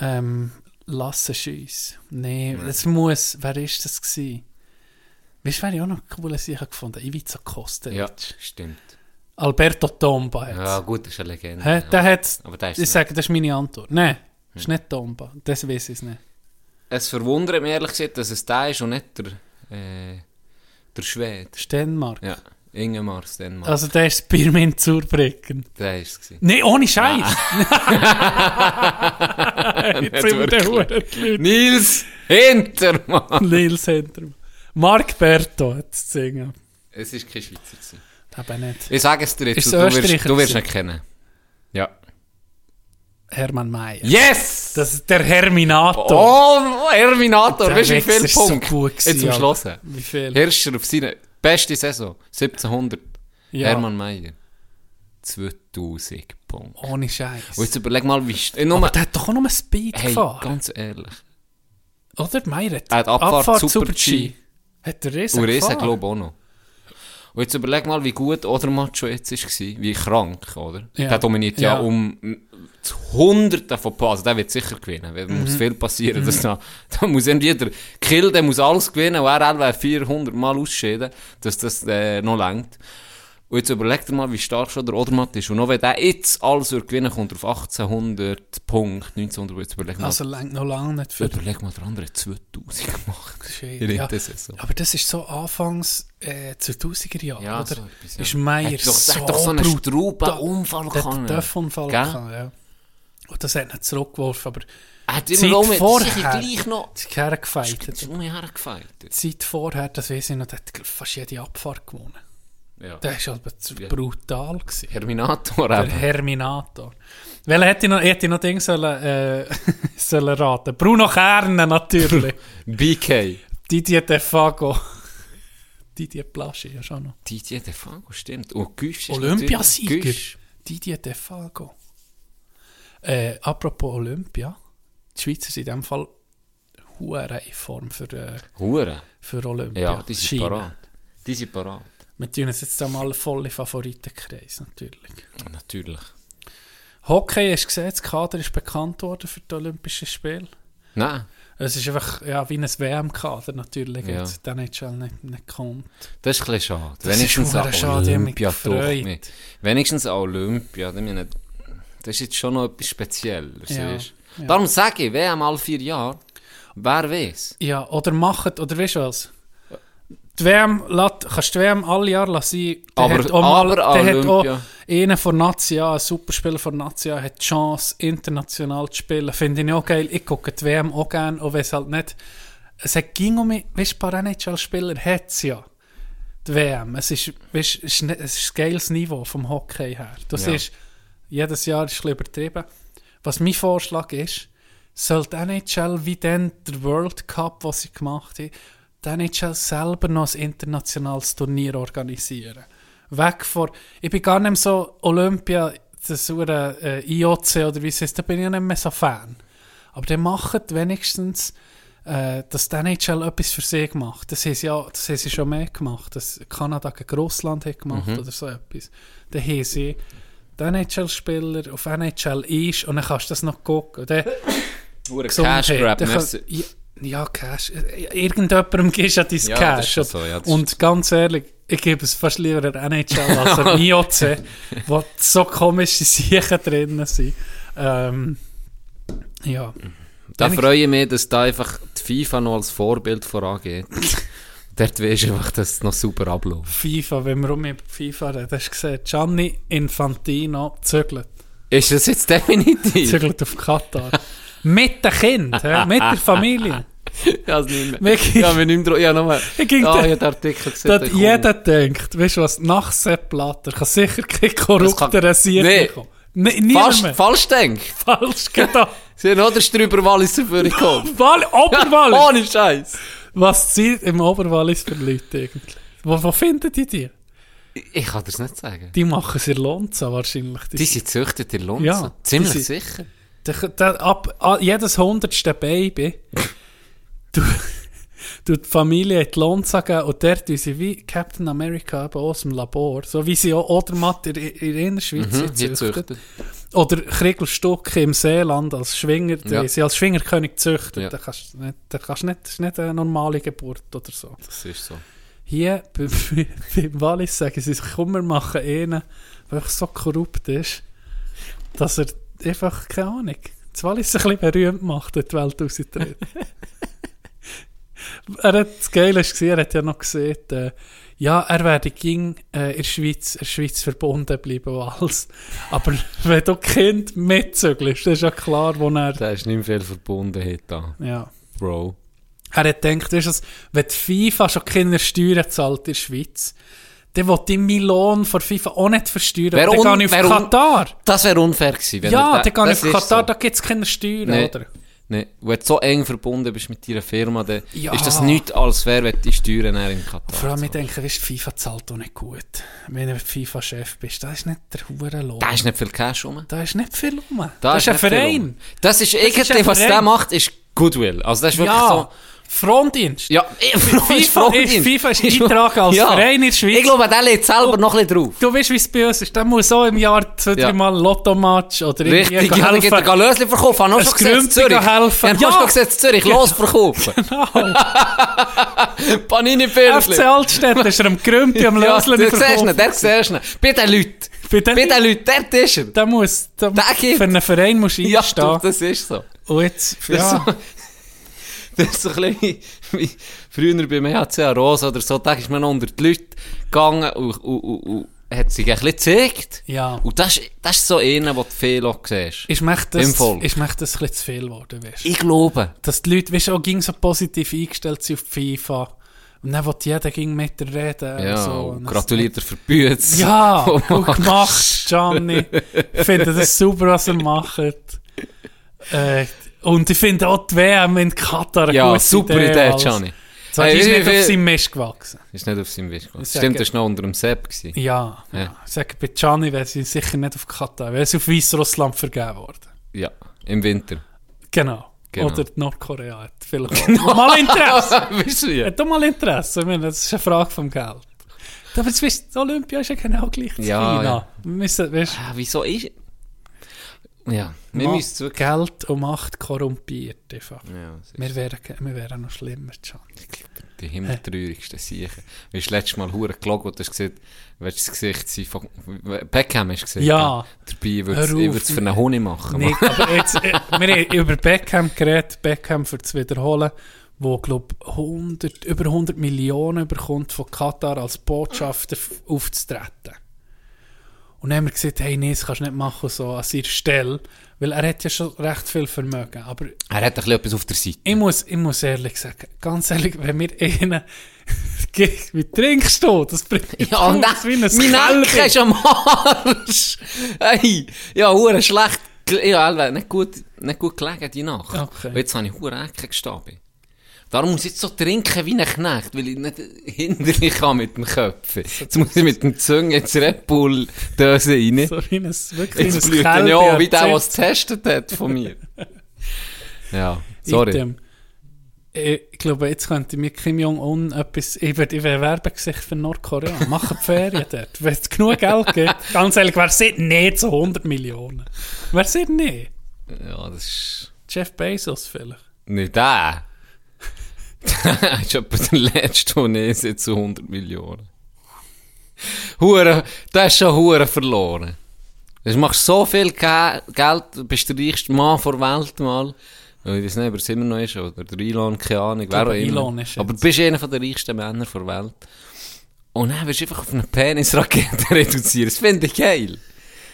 Speaker 2: Ähm, Lasse Scheiss. Nee, das muss, wer ist das gewesen? Weißt du, wer ich auch noch cool sicher gefunden habe? Ivica Kostic.
Speaker 1: Ja, stimmt.
Speaker 2: Alberto Tomba jetzt.
Speaker 1: Ja, gut, das ist eine Legende.
Speaker 2: Hä? Der
Speaker 1: ja.
Speaker 2: hat,
Speaker 1: Aber der ist
Speaker 2: ich
Speaker 1: nicht.
Speaker 2: sage, das ist meine Antwort. Nein, ist nicht Tomba. Das weiß ich nicht.
Speaker 1: Es verwundert mich ehrlich gesagt, dass es der ist und nicht der, äh, der Schwede.
Speaker 2: Stenmark.
Speaker 1: Ja, Ingemar Stenmark.
Speaker 2: Also der ist Birmin Zurbrücken.
Speaker 1: der ist es. gewesen.
Speaker 2: Nee, ohne Scheiß. Jetzt sind wir der Huren.
Speaker 1: Nils Hintermann!
Speaker 2: Lils Hintermann. Mark Berto hat es gesungen.
Speaker 1: Es ist kein Schweizer. gewesen.
Speaker 2: Eben nicht.
Speaker 1: Ich sage es dir jetzt,
Speaker 2: Ist
Speaker 1: du,
Speaker 2: es
Speaker 1: du wirst,
Speaker 2: Österreicher
Speaker 1: du wirst ihn
Speaker 2: gewesen?
Speaker 1: kennen. Ja.
Speaker 2: Hermann Mayer.
Speaker 1: Yes!
Speaker 2: Das ist der Herminator.
Speaker 1: oh, Erminator,
Speaker 2: Der
Speaker 1: weißt du, wie
Speaker 2: Wichser
Speaker 1: viel
Speaker 2: ist so
Speaker 1: Punkte?
Speaker 2: gut gewesen,
Speaker 1: jetzt zum
Speaker 2: Alter.
Speaker 1: Schluss.
Speaker 2: Wie viel?
Speaker 1: Hirscher auf seine beste Saison, 1700.
Speaker 2: Ja.
Speaker 1: Hermann Mayer, 2000 Punkte.
Speaker 2: Ohne Scheiß.
Speaker 1: Und jetzt überleg mal, wie... Ich nur,
Speaker 2: Aber der hat doch auch noch einen Speed
Speaker 1: hey,
Speaker 2: gefahren.
Speaker 1: ganz ehrlich.
Speaker 2: Oder? Meyer hat
Speaker 1: Er hat Abfahrt Super G.
Speaker 2: Hat der Riesen
Speaker 1: Und Riesen,
Speaker 2: gefahren.
Speaker 1: glaube ich, auch noch. Und jetzt überleg mal, wie gut Odermatt schon jetzt war, wie krank, oder?
Speaker 2: Ja.
Speaker 1: Der dominiert ja,
Speaker 2: Ja.
Speaker 1: um m, zu Hunderten von Punkten. Also der wird sicher gewinnen, weil da
Speaker 2: Mhm.
Speaker 1: muss viel passieren. dass Da, da muss entweder der Kill, der muss alles gewinnen und er wäre 400 Mal ausscheiden, dass das äh, noch längt. Und jetzt überleg dir mal, wie stark schon der Odermatt ist. Und noch wenn der jetzt alles würde gewinnen, kommt er auf 1800 Punkte, 1900. Jetzt überleg mal,
Speaker 2: Also längt noch lange nicht für
Speaker 1: überleg mal, der andere hat 2000 gemacht.
Speaker 2: Shit,
Speaker 1: In
Speaker 2: ja.
Speaker 1: der Saison.
Speaker 2: Aber das ist so anfangs äh, 2000er Jahre,
Speaker 1: Ja,
Speaker 2: oder?
Speaker 1: so etwas, ja.
Speaker 2: Ist Meier
Speaker 1: Hat doch-
Speaker 2: so
Speaker 1: hat doch so einen
Speaker 2: brutal-
Speaker 1: Straubenunfall
Speaker 2: Der hat
Speaker 1: gehabt,
Speaker 2: einen
Speaker 1: ja.
Speaker 2: Dörfunfall
Speaker 1: Gell?
Speaker 2: gehabt, ja. Und das hat ihn zurückgeworfen, aber
Speaker 1: Er hat
Speaker 2: Zeit
Speaker 1: immer noch mit
Speaker 2: vorher.
Speaker 1: sich gleich noch
Speaker 2: die Kerl gefeitet.
Speaker 1: um mich hergefeitet.
Speaker 2: Zeit vorher, das weiß ich noch, der hat fast jede Abfahrt gewonnen.
Speaker 1: Ja.
Speaker 2: Der war aber zu brutal. Gewesen.
Speaker 1: Herminator
Speaker 2: Der
Speaker 1: eben.
Speaker 2: Herminator. Weil hätte ich noch, hätte ich noch Ding sollen, äh, sollen raten. Bruno Kerne natürlich.
Speaker 1: BK.
Speaker 2: Didier Defago. Didier Plaschi, ja schon noch.
Speaker 1: Didier Defago, stimmt. Und Güsch ist natürlich-
Speaker 2: Olympiasieger.
Speaker 1: Güsch.
Speaker 2: Didier Defago. Äh, apropos Olympia. Die Schweizer sind in dem Fall hure in Form für, äh,
Speaker 1: Hure.
Speaker 2: für Olympia.
Speaker 1: Ja, die sind
Speaker 2: China.
Speaker 1: parat. Die sind parat.
Speaker 2: Wir tun uns jetzt einmal volle Favoritenkreis, natürlich.
Speaker 1: Natürlich.
Speaker 2: Hockey, hast du gesehen, das Kader ist bekannt worden für die Olympischen Spiele.
Speaker 1: Nein,
Speaker 2: Es ist einfach ja, wie ein WM-Kader natürlich,
Speaker 1: Ja.
Speaker 2: jetzt der NHL nicht, nicht kommt.
Speaker 1: das ist ein bisschen schade.
Speaker 2: ist
Speaker 1: Wenigstens
Speaker 2: hure
Speaker 1: an
Speaker 2: schade, ich hab mich
Speaker 1: Olympia
Speaker 2: gefreut.
Speaker 1: durch. mich. Wenigstens an Olympia. Ich meine, das ist jetzt schon noch etwas Spezielles.
Speaker 2: Ja,
Speaker 1: siehst du. Darum sage ich, WM alle vier Jahre, wer weiß.
Speaker 2: Ja, oder macht, oder weißt du was? Die WM, lässt- kannst du die WM alle Jahre lassen, der
Speaker 1: Aber-
Speaker 2: hat auch, mal,
Speaker 1: aber
Speaker 2: der hat auch
Speaker 1: Olympia.
Speaker 2: einer von Nazia, ein Superspieler von Nazia, hat die Chance, international zu spielen. Finde ich auch geil. Ich gucke die WM auch gerne, auch wenn es halt nicht... Es hat ging um mich, weißt du, ein paar NHL-Spieler hat es ja. Die WM. Es ist, weißt, es ist, nicht- es ist ein geiles Niveau vom Hockey her. Du
Speaker 1: Ja.
Speaker 2: siehst, jedes Jahr ist ein bisschen übertrieben. Was mein Vorschlag ist, sollte NHL wie dann der World Cup, was sie gemacht haben, die NHL selber noch ein internationales Turnier organisieren. Weg von, ich bin gar nicht mehr so Olympia, das hure, äh, IOC oder wie es ist, da bin ich ja nicht mehr so Fan. Aber dann machen wenigstens, äh, dass die NHL etwas für sie gemacht Das haben sie, ja, das haben sie schon mehr gemacht. Dass Kanada gegen Russland hat gemacht
Speaker 1: Mhm.
Speaker 2: oder so etwas. Dann haben sie die NHL-Spieler auf NHL ist und dann kannst du das noch gucken. Und Dann,
Speaker 1: Hure
Speaker 2: Gesundheit.
Speaker 1: Cash Grab,
Speaker 2: Dann kann-
Speaker 1: merci.
Speaker 2: Ja, ja, Cash. Eh, Irgendjemandem gibst du ja dein
Speaker 1: Ja, das
Speaker 2: Cash.
Speaker 1: ist so, ja, das
Speaker 2: und ganz ehrlich, ich gebe es fast lieber der NHL als der IOC, wo so komische Sachen drin sind. Ähm, ja.
Speaker 1: Da
Speaker 2: Wenigstens-
Speaker 1: freue ich mich, dass da einfach die FIFA noch als Vorbild vorangeht. Dort weisst du einfach, dass es noch super abläuft.
Speaker 2: FIFA, wenn wir um über FIFA reden, hast du gesehen, Gianni Infantino zögelt.
Speaker 1: Ist das jetzt definitiv?
Speaker 2: Zögelt auf Katar. mit dem Kind, hä? mit der Familie.
Speaker 1: ich habe es nicht mehr.
Speaker 2: Wirklich.
Speaker 1: Ich habe mich nicht mehr... dra- Ich habe nochmal...
Speaker 2: Ich ging
Speaker 1: Ah,
Speaker 2: da-
Speaker 1: ich habe den Artikel gesehen.
Speaker 2: Dass
Speaker 1: da kommt-
Speaker 2: jeder denkt, weißt du was, nach Sepp Blatter kann sicher kein
Speaker 1: Das
Speaker 2: korrupter
Speaker 1: kann-
Speaker 2: Sieg
Speaker 1: Nee.
Speaker 2: bekommen. Nee, niemand
Speaker 1: Falsch,
Speaker 2: mehr.
Speaker 1: falsch denkt.
Speaker 2: Falsch genau. gedacht.
Speaker 1: Sie haben noch den Strüber Walliser für gekommen.
Speaker 2: Wall Oberwallis.
Speaker 1: Ohne Scheiß.
Speaker 2: Was sind im Oberwallis für Leute eigentlich? Wo, wo finden die die?
Speaker 1: Ich- Ich kann dir das nicht sagen.
Speaker 2: Die machen es in Lonza wahrscheinlich.
Speaker 1: Die sind züchtet in Lunzen.
Speaker 2: Ja, die
Speaker 1: Ziemlich
Speaker 2: sind-
Speaker 1: sicher.
Speaker 2: Der- der- ab, a- jedes hundertste Baby du, du die Familie in die Lonza geben und dort tun sie wie Captain America eben aus dem Labor, so wie sie auch Odermatt in, in der Innerschweiz
Speaker 1: Mhm, die
Speaker 2: mhm, züchten.
Speaker 1: züchtet.
Speaker 2: Oder Kriegelstuck im Seeland als Schwinger, die
Speaker 1: Ja.
Speaker 2: sie als Schwingerkönig züchten.
Speaker 1: Ja.
Speaker 2: Da kannst du nicht, da kannst du nicht, das ist nicht eine normale Geburt oder so.
Speaker 1: Das ist so.
Speaker 2: Hier bei- bei- beim Wallis sagen sie, komm, wir machen einen, der einfach so korrupt ist, dass er einfach, keine Ahnung, das Wallis ein bisschen berühmt macht, in die Welt raustritt. er hat, das Geile war, er hat ja noch gesehen, äh, ja, er werde ging äh, in der Schweiz, in der Schweiz verbunden bleiben und alles. Aber wenn du Kind mitzügelst, das ist ja klar, wo er...
Speaker 1: Da ist nicht mehr viel Verbundenheit da,
Speaker 2: Ja.
Speaker 1: Bro.
Speaker 2: Er hat gedacht, weißt du, was, wenn die FIFA schon keine Steuern zahlt in der Schweiz, dann will ich meinen Lohn von FIFA auch nicht versteuern.
Speaker 1: Wer
Speaker 2: Dann
Speaker 1: un-
Speaker 2: gehe ich
Speaker 1: wer
Speaker 2: auf
Speaker 1: un-
Speaker 2: Katar.
Speaker 1: Das wäre unfair gewesen. wenn
Speaker 2: Ja,
Speaker 1: er da-
Speaker 2: dann gehe ich
Speaker 1: das
Speaker 2: auf
Speaker 1: ist
Speaker 2: Katar,
Speaker 1: so.
Speaker 2: da gibt es keine Steuern,
Speaker 1: Nee.
Speaker 2: oder?
Speaker 1: Nee, wenn du so eng verbunden bist mit deiner Firma, dann
Speaker 2: Ja.
Speaker 1: ist das nichts, als wäre, wenn die Steuern eher in Katar
Speaker 2: Vor allem, ich
Speaker 1: zahlen.
Speaker 2: denke, weißt, du, FIFA zahlt auch nicht gut. Wenn du FIFA-Chef bist, das ist nicht der hohe Lohn.
Speaker 1: Da ist nicht viel Cash rum.
Speaker 2: Da ist nicht viel rum.
Speaker 1: Da
Speaker 2: das ist ein
Speaker 1: nicht viel
Speaker 2: Verein.
Speaker 1: rum. Das ist
Speaker 2: ein
Speaker 1: irgendwie, was der
Speaker 2: Verein.
Speaker 1: macht, ist Goodwill. Also das ist wirklich
Speaker 2: Ja,
Speaker 1: so...
Speaker 2: Frontdienst.
Speaker 1: Ja, eh,
Speaker 2: FIFA, ist, FIFA ist Eintrag als Verein Oh. in der Schweiz.
Speaker 1: Ich glaube, der liegt selber noch ein bisschen drauf.
Speaker 2: Du weißt, wie es bei uns ist. Der muss auch im Jahr zwei,
Speaker 1: Ja.
Speaker 2: dreimal Lotto-Match oder irgendwie
Speaker 1: Richtig, ja, dann geht er Lösli verkaufen. Haben wir
Speaker 2: Ein
Speaker 1: schon gesehen, in
Speaker 2: Grümpli
Speaker 1: Zürich.
Speaker 2: helfen.
Speaker 1: Ja,
Speaker 2: Ja.
Speaker 1: hast du gesagt, in Zürich, los verkaufen. panini
Speaker 2: FC
Speaker 1: Pfirschli.
Speaker 2: Altstädt ist er am Grümpi, am
Speaker 1: Ja,
Speaker 2: Lösli
Speaker 1: du siehst ihn, der siehst ihn. Bitte Leute,
Speaker 2: Bitte
Speaker 1: bitte Leute, dort ist er.
Speaker 2: Da muss, da
Speaker 1: Der gibt-
Speaker 2: für einen Verein musst du
Speaker 1: Ja,
Speaker 2: einstehen.
Speaker 1: du, das ist so.
Speaker 2: Und jetzt,
Speaker 1: Das,
Speaker 2: ja,
Speaker 1: ist so, das ist so ein bisschen wie, wie früher beim EHC Rosa oder so, da ist man noch unter die Leute gegangen und, und, und, und hat sich ein bisschen gezeigt.
Speaker 2: ja.
Speaker 1: Und das, ist- das ist so einer, den du viel auch siehst.
Speaker 2: Ich möchte
Speaker 1: Im
Speaker 2: das,
Speaker 1: Volk.
Speaker 2: ich möchte das ein bisschen zu viel geworden, weißt du.
Speaker 1: Ich glaube,
Speaker 2: Dass die Leute, weißt du, auch ging so positiv eingestellt sind auf die FIFA. Und dann will jeder ging mit dir reden. und
Speaker 1: ja,
Speaker 2: so.
Speaker 1: und
Speaker 2: Und das-
Speaker 1: gratuliert er für die Bütze.
Speaker 2: Ja,
Speaker 1: Oh Mann.
Speaker 2: gut gemacht, Gianni. Ich finde das super, was er macht. Äh, und ich finde auch die WM in Katar eine
Speaker 1: Ja,
Speaker 2: gute
Speaker 1: super
Speaker 2: Idee,
Speaker 1: Idee,
Speaker 2: alles.
Speaker 1: Gianni.
Speaker 2: So, hey,
Speaker 1: Hey,
Speaker 2: ist
Speaker 1: wie
Speaker 2: nicht auf
Speaker 1: viel-
Speaker 2: seinem Mist gewachsen.
Speaker 1: Ist nicht auf seinem Wisch gekommen.
Speaker 2: sag-
Speaker 1: Stimmt, das war noch unter dem Sepp. gewesen.
Speaker 2: Ja,
Speaker 1: Ja.
Speaker 2: ja. Ich sage, bei Gianni wäre sie sicher nicht auf Katar, wäre sie auf Weißrussland vergeben worden.
Speaker 1: Ja, im Winter.
Speaker 2: Genau.
Speaker 1: Genau.
Speaker 2: Oder die Nordkorea hat vielleicht auch mal Interesse.
Speaker 1: Weißt du ja.
Speaker 2: Hat doch mal Interesse. Ich meine, das ist eine Frage vom Geld. Aber jetzt weißt du, Olympia ist ja genau gleich zu
Speaker 1: Ja,
Speaker 2: China.
Speaker 1: ja.
Speaker 2: Wir müssen, weißt,
Speaker 1: Ah, Wieso ist... Ja, wir
Speaker 2: Ma-
Speaker 1: müssen zurück...
Speaker 2: Geld und Macht korrumpiert einfach.
Speaker 1: Ja, das ist-
Speaker 2: Wir wären, ge- wir wären noch schlimmer, Can.
Speaker 1: Die himmeltraurigsten Siechen. Wie hast du letztes Mal hure gelogen und hast gesagt, willst du das Gesicht sein von... Beckham hast du gesagt?
Speaker 2: Ja.
Speaker 1: Dabei
Speaker 2: Hör
Speaker 1: würd's-
Speaker 2: auf.
Speaker 1: ich würde es für einen Honig machen.
Speaker 2: Nee, aber jetzt, äh, wir haben über Beckham geredet, Beckham für das Wiederholen, wo, glaube 100, über 100 Millionen bekommt von Katar als Botschafter f- aufzutreten. Und dann haben wir gesagt, hey, nee, das kannst du nicht machen, so an seiner Stelle, weil er hat ja schon recht viel Vermögen, aber
Speaker 1: Er hat ein bisschen etwas auf der Seite.
Speaker 2: ich muss, ich muss ehrlich sagen, ganz ehrlich, wenn wir einen... Wie trinkst du? Das bringt mich
Speaker 1: Ja, und
Speaker 2: aus
Speaker 1: dann, mein
Speaker 2: Kälbchen.
Speaker 1: Enkel ist am Arsch. Hey, ja, hure schlecht. gel- Ja, Alter, nicht gut, nicht gut gelegen die Nacht.
Speaker 2: Okay.
Speaker 1: Und jetzt habe ich hure Ecke gestanden. Darum muss ich jetzt so trinken wie ein Knecht, weil ich nicht hindern kann mit dem Köpfen. Jetzt muss ich mit dem Zungen jetzt Red Bull-Döse rein.
Speaker 2: So wie ein, wirklich
Speaker 1: Jetzt
Speaker 2: ein
Speaker 1: blüht er
Speaker 2: Kälbchen
Speaker 1: ja wie der, der
Speaker 2: erzählt.
Speaker 1: es getestet hat von mir. ja, sorry.
Speaker 2: Item. Eh, Ich glaube, jetzt könnte mir Kim Jong-un etwas, ich werde ich wär Werbegesicht für Nordkorea. Machen die Ferien dort. Wenn es genug Geld gibt. Ganz ehrlich, wer sieht nicht so 100 Millionen? Wer sieht nicht?
Speaker 1: Ja, das ist
Speaker 2: Jeff Bezos vielleicht.
Speaker 1: nicht der. Der ist etwa der letzte Chinese zu 100 Millionen. Hure, das ist schon Hure verloren. Du machst so viel Ge Geld, bist der reichste Mann vor Welt mal. Ich weiß nicht, ob er es immer noch ist, oder der Elon, keine Ahnung, wer
Speaker 2: glaube,
Speaker 1: auch immer.
Speaker 2: Elon ist
Speaker 1: Aber du
Speaker 2: jetzt.
Speaker 1: bist einer der reichsten Männer vor Welt. Und dann wirst du einfach auf eine Penisrakete reduziert. Das finde ich geil. Das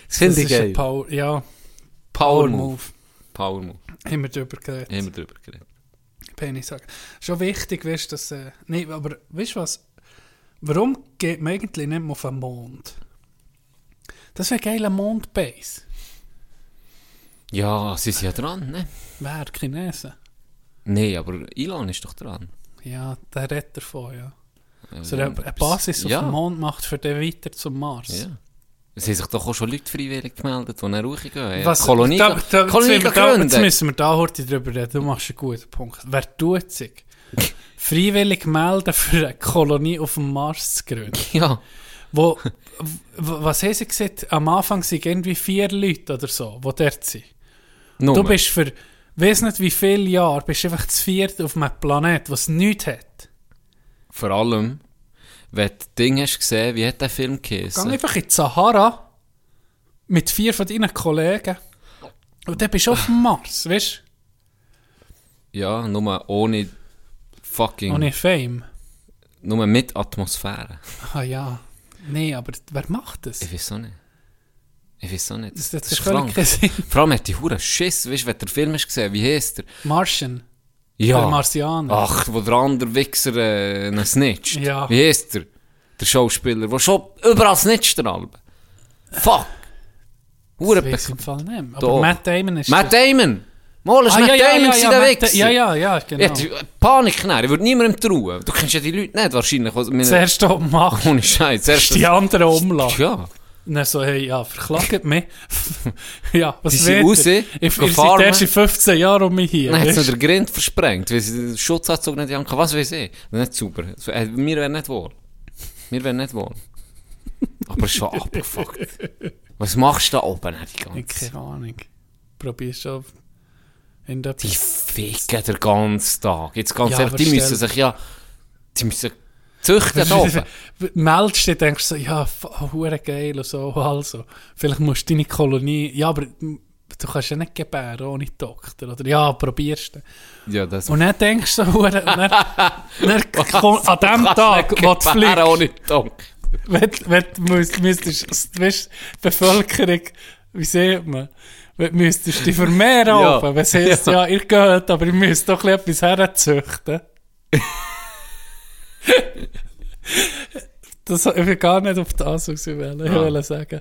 Speaker 2: Das
Speaker 1: finde ich
Speaker 2: ist ein
Speaker 1: geil.
Speaker 2: Power, ja,
Speaker 1: Power
Speaker 2: Power
Speaker 1: Move.
Speaker 2: Move.
Speaker 1: Power Move.
Speaker 2: Haben wir drüber geredet.
Speaker 1: Haben wir drüber geredet.
Speaker 2: Penis sagen. Schon wichtig, weißt du, dass. Äh, Nein, aber weißt du was? Warum geht man eigentlich nicht mehr auf den Mond? Das wäre geil, eine Mondbase.
Speaker 1: Ja, sie sind ja dran, ne?
Speaker 2: Wer? die Chinesen?
Speaker 1: Nein, aber Elon ist doch dran.
Speaker 2: Ja, der redet davon, ja. Also
Speaker 1: Ja,
Speaker 2: der- eine Basis auf
Speaker 1: ja,
Speaker 2: dem Mond macht für den weiter zum Mars.
Speaker 1: Ja. Es haben sich doch auch schon Leute freiwillig gemeldet, die nach Ruhe gehen.
Speaker 2: Was,
Speaker 1: Kolonie,
Speaker 2: da, da,
Speaker 1: Kolonie
Speaker 2: jetzt, müssen wir da, jetzt
Speaker 1: gründen.
Speaker 2: müssen wir da heute drüber reden. Du machst einen guten Punkt. Wer tut sich? Freiwillig melden, für eine Kolonie auf dem Mars zu gründen.
Speaker 1: Ja,
Speaker 2: Wo, w- was haben sie gesagt? Am Anfang sind irgendwie vier Leute oder so, die dort sind.
Speaker 1: nur.
Speaker 2: Du bist für, weiß nicht wie viele Jahre, bist einfach das vierte auf einem Planet, was nichts hat.
Speaker 1: Vor allem, wenn du Ding hast gesehen, wie hat der Film
Speaker 2: Geh
Speaker 1: geheissen?
Speaker 2: einfach in die Sahara mit vier von deinen Kollegen und dann bist du auf dem Mars, weißt
Speaker 1: Ja, nur ohne
Speaker 2: du?
Speaker 1: fucking,
Speaker 2: Ohne Oh, Fame.
Speaker 1: nur mit Atmosphäre.
Speaker 2: Ah ja. Nee, aber wer macht das?
Speaker 1: Ich weiß auch nicht. Ich weiß auch nicht.
Speaker 2: Das, das, ist völlig kein Sinn.
Speaker 1: Vor allem hat die Hure Schiss, weißt du, wenn du den Film hast gesehen, wie heisst er?
Speaker 2: Martian.
Speaker 1: Ja. Ah,
Speaker 2: Der Marsianer.
Speaker 1: Ach, wo der andere Wichser äh, einen snitcht.
Speaker 2: Ja.
Speaker 1: Wie heisst er? Der Schauspieler, der schon überall snitcht, der Albe. Fuck. Hure
Speaker 2: Das weiss ich im Fall nicht. mehr. Aber
Speaker 1: Doch.
Speaker 2: Matt Damon ist...
Speaker 1: Matt Damon. Mal ist
Speaker 2: ah,
Speaker 1: Matt
Speaker 2: ja, ja,
Speaker 1: Damon
Speaker 2: ja,
Speaker 1: gewesen,
Speaker 2: ja,
Speaker 1: der
Speaker 2: Matt-
Speaker 1: Wichser.
Speaker 2: ja, ja, ja, genau.
Speaker 1: Ich hätte Panik genommen, ich würde niemandem trauen. Du kennst ja die Leute nicht wahrscheinlich. Was, meine,
Speaker 2: Zuerst oben machen,
Speaker 1: ohne Scheiß. Zuerst
Speaker 2: die anderen umlassen.
Speaker 1: Ja.
Speaker 2: Und dann so, hey, ja, verklagt mich. ja, was
Speaker 1: Die sind
Speaker 2: wollt
Speaker 1: raus,
Speaker 2: ihr? Ich,
Speaker 1: gehen
Speaker 2: ihr seid
Speaker 1: farmen.
Speaker 2: erst in 15 Jahren um mich hier.
Speaker 1: Dann hat es noch
Speaker 2: weisst du?
Speaker 1: den Grind versprengt, weil sie den Schutzanzug nicht haben. Was weiß ich. Nicht sauber. So, äh, Mir wäre nicht wohl. Mir wäre nicht wohl. Aber schon abgefuckt. Was machst du da oben äh, die
Speaker 2: Ich
Speaker 1: ganze
Speaker 2: Keine Ahnung. Probier schon... In der
Speaker 1: Die ficken den ganzen Tag. Jetzt ganz
Speaker 2: Ja,
Speaker 1: ehrlich, die
Speaker 2: aber
Speaker 1: müssen
Speaker 2: stell-
Speaker 1: sich ja... Die müssen züchten da oben.
Speaker 2: Meldest dich, denkst so, ja, f- oh, hure geil und so, also. Vielleicht musst du deine Kolonie, ja, aber m, du kannst ja nicht gebären ohne Doktor, oder? Ja, probierst du.
Speaker 1: Ja, das...
Speaker 2: Und dann denkst du so, hure, und dann, dann kommt an
Speaker 1: Du
Speaker 2: dem
Speaker 1: kannst
Speaker 2: Tag,
Speaker 1: nicht
Speaker 2: wo du
Speaker 1: gebären
Speaker 2: fliegst,
Speaker 1: ohne Tunk.
Speaker 2: wenn, wenn du müsst- müsstest, weißt, die Bevölkerung, wie sieht man, wenn- müsstest du dich vermehren
Speaker 1: Ja.
Speaker 2: oben, wenn es heisst, ja. ihr geht, aber ihr müsst doch ein bisschen etwas herzüchten. das, ich bin gar nicht auf das raus, wollen. ich
Speaker 1: Ah.
Speaker 2: wollte sagen,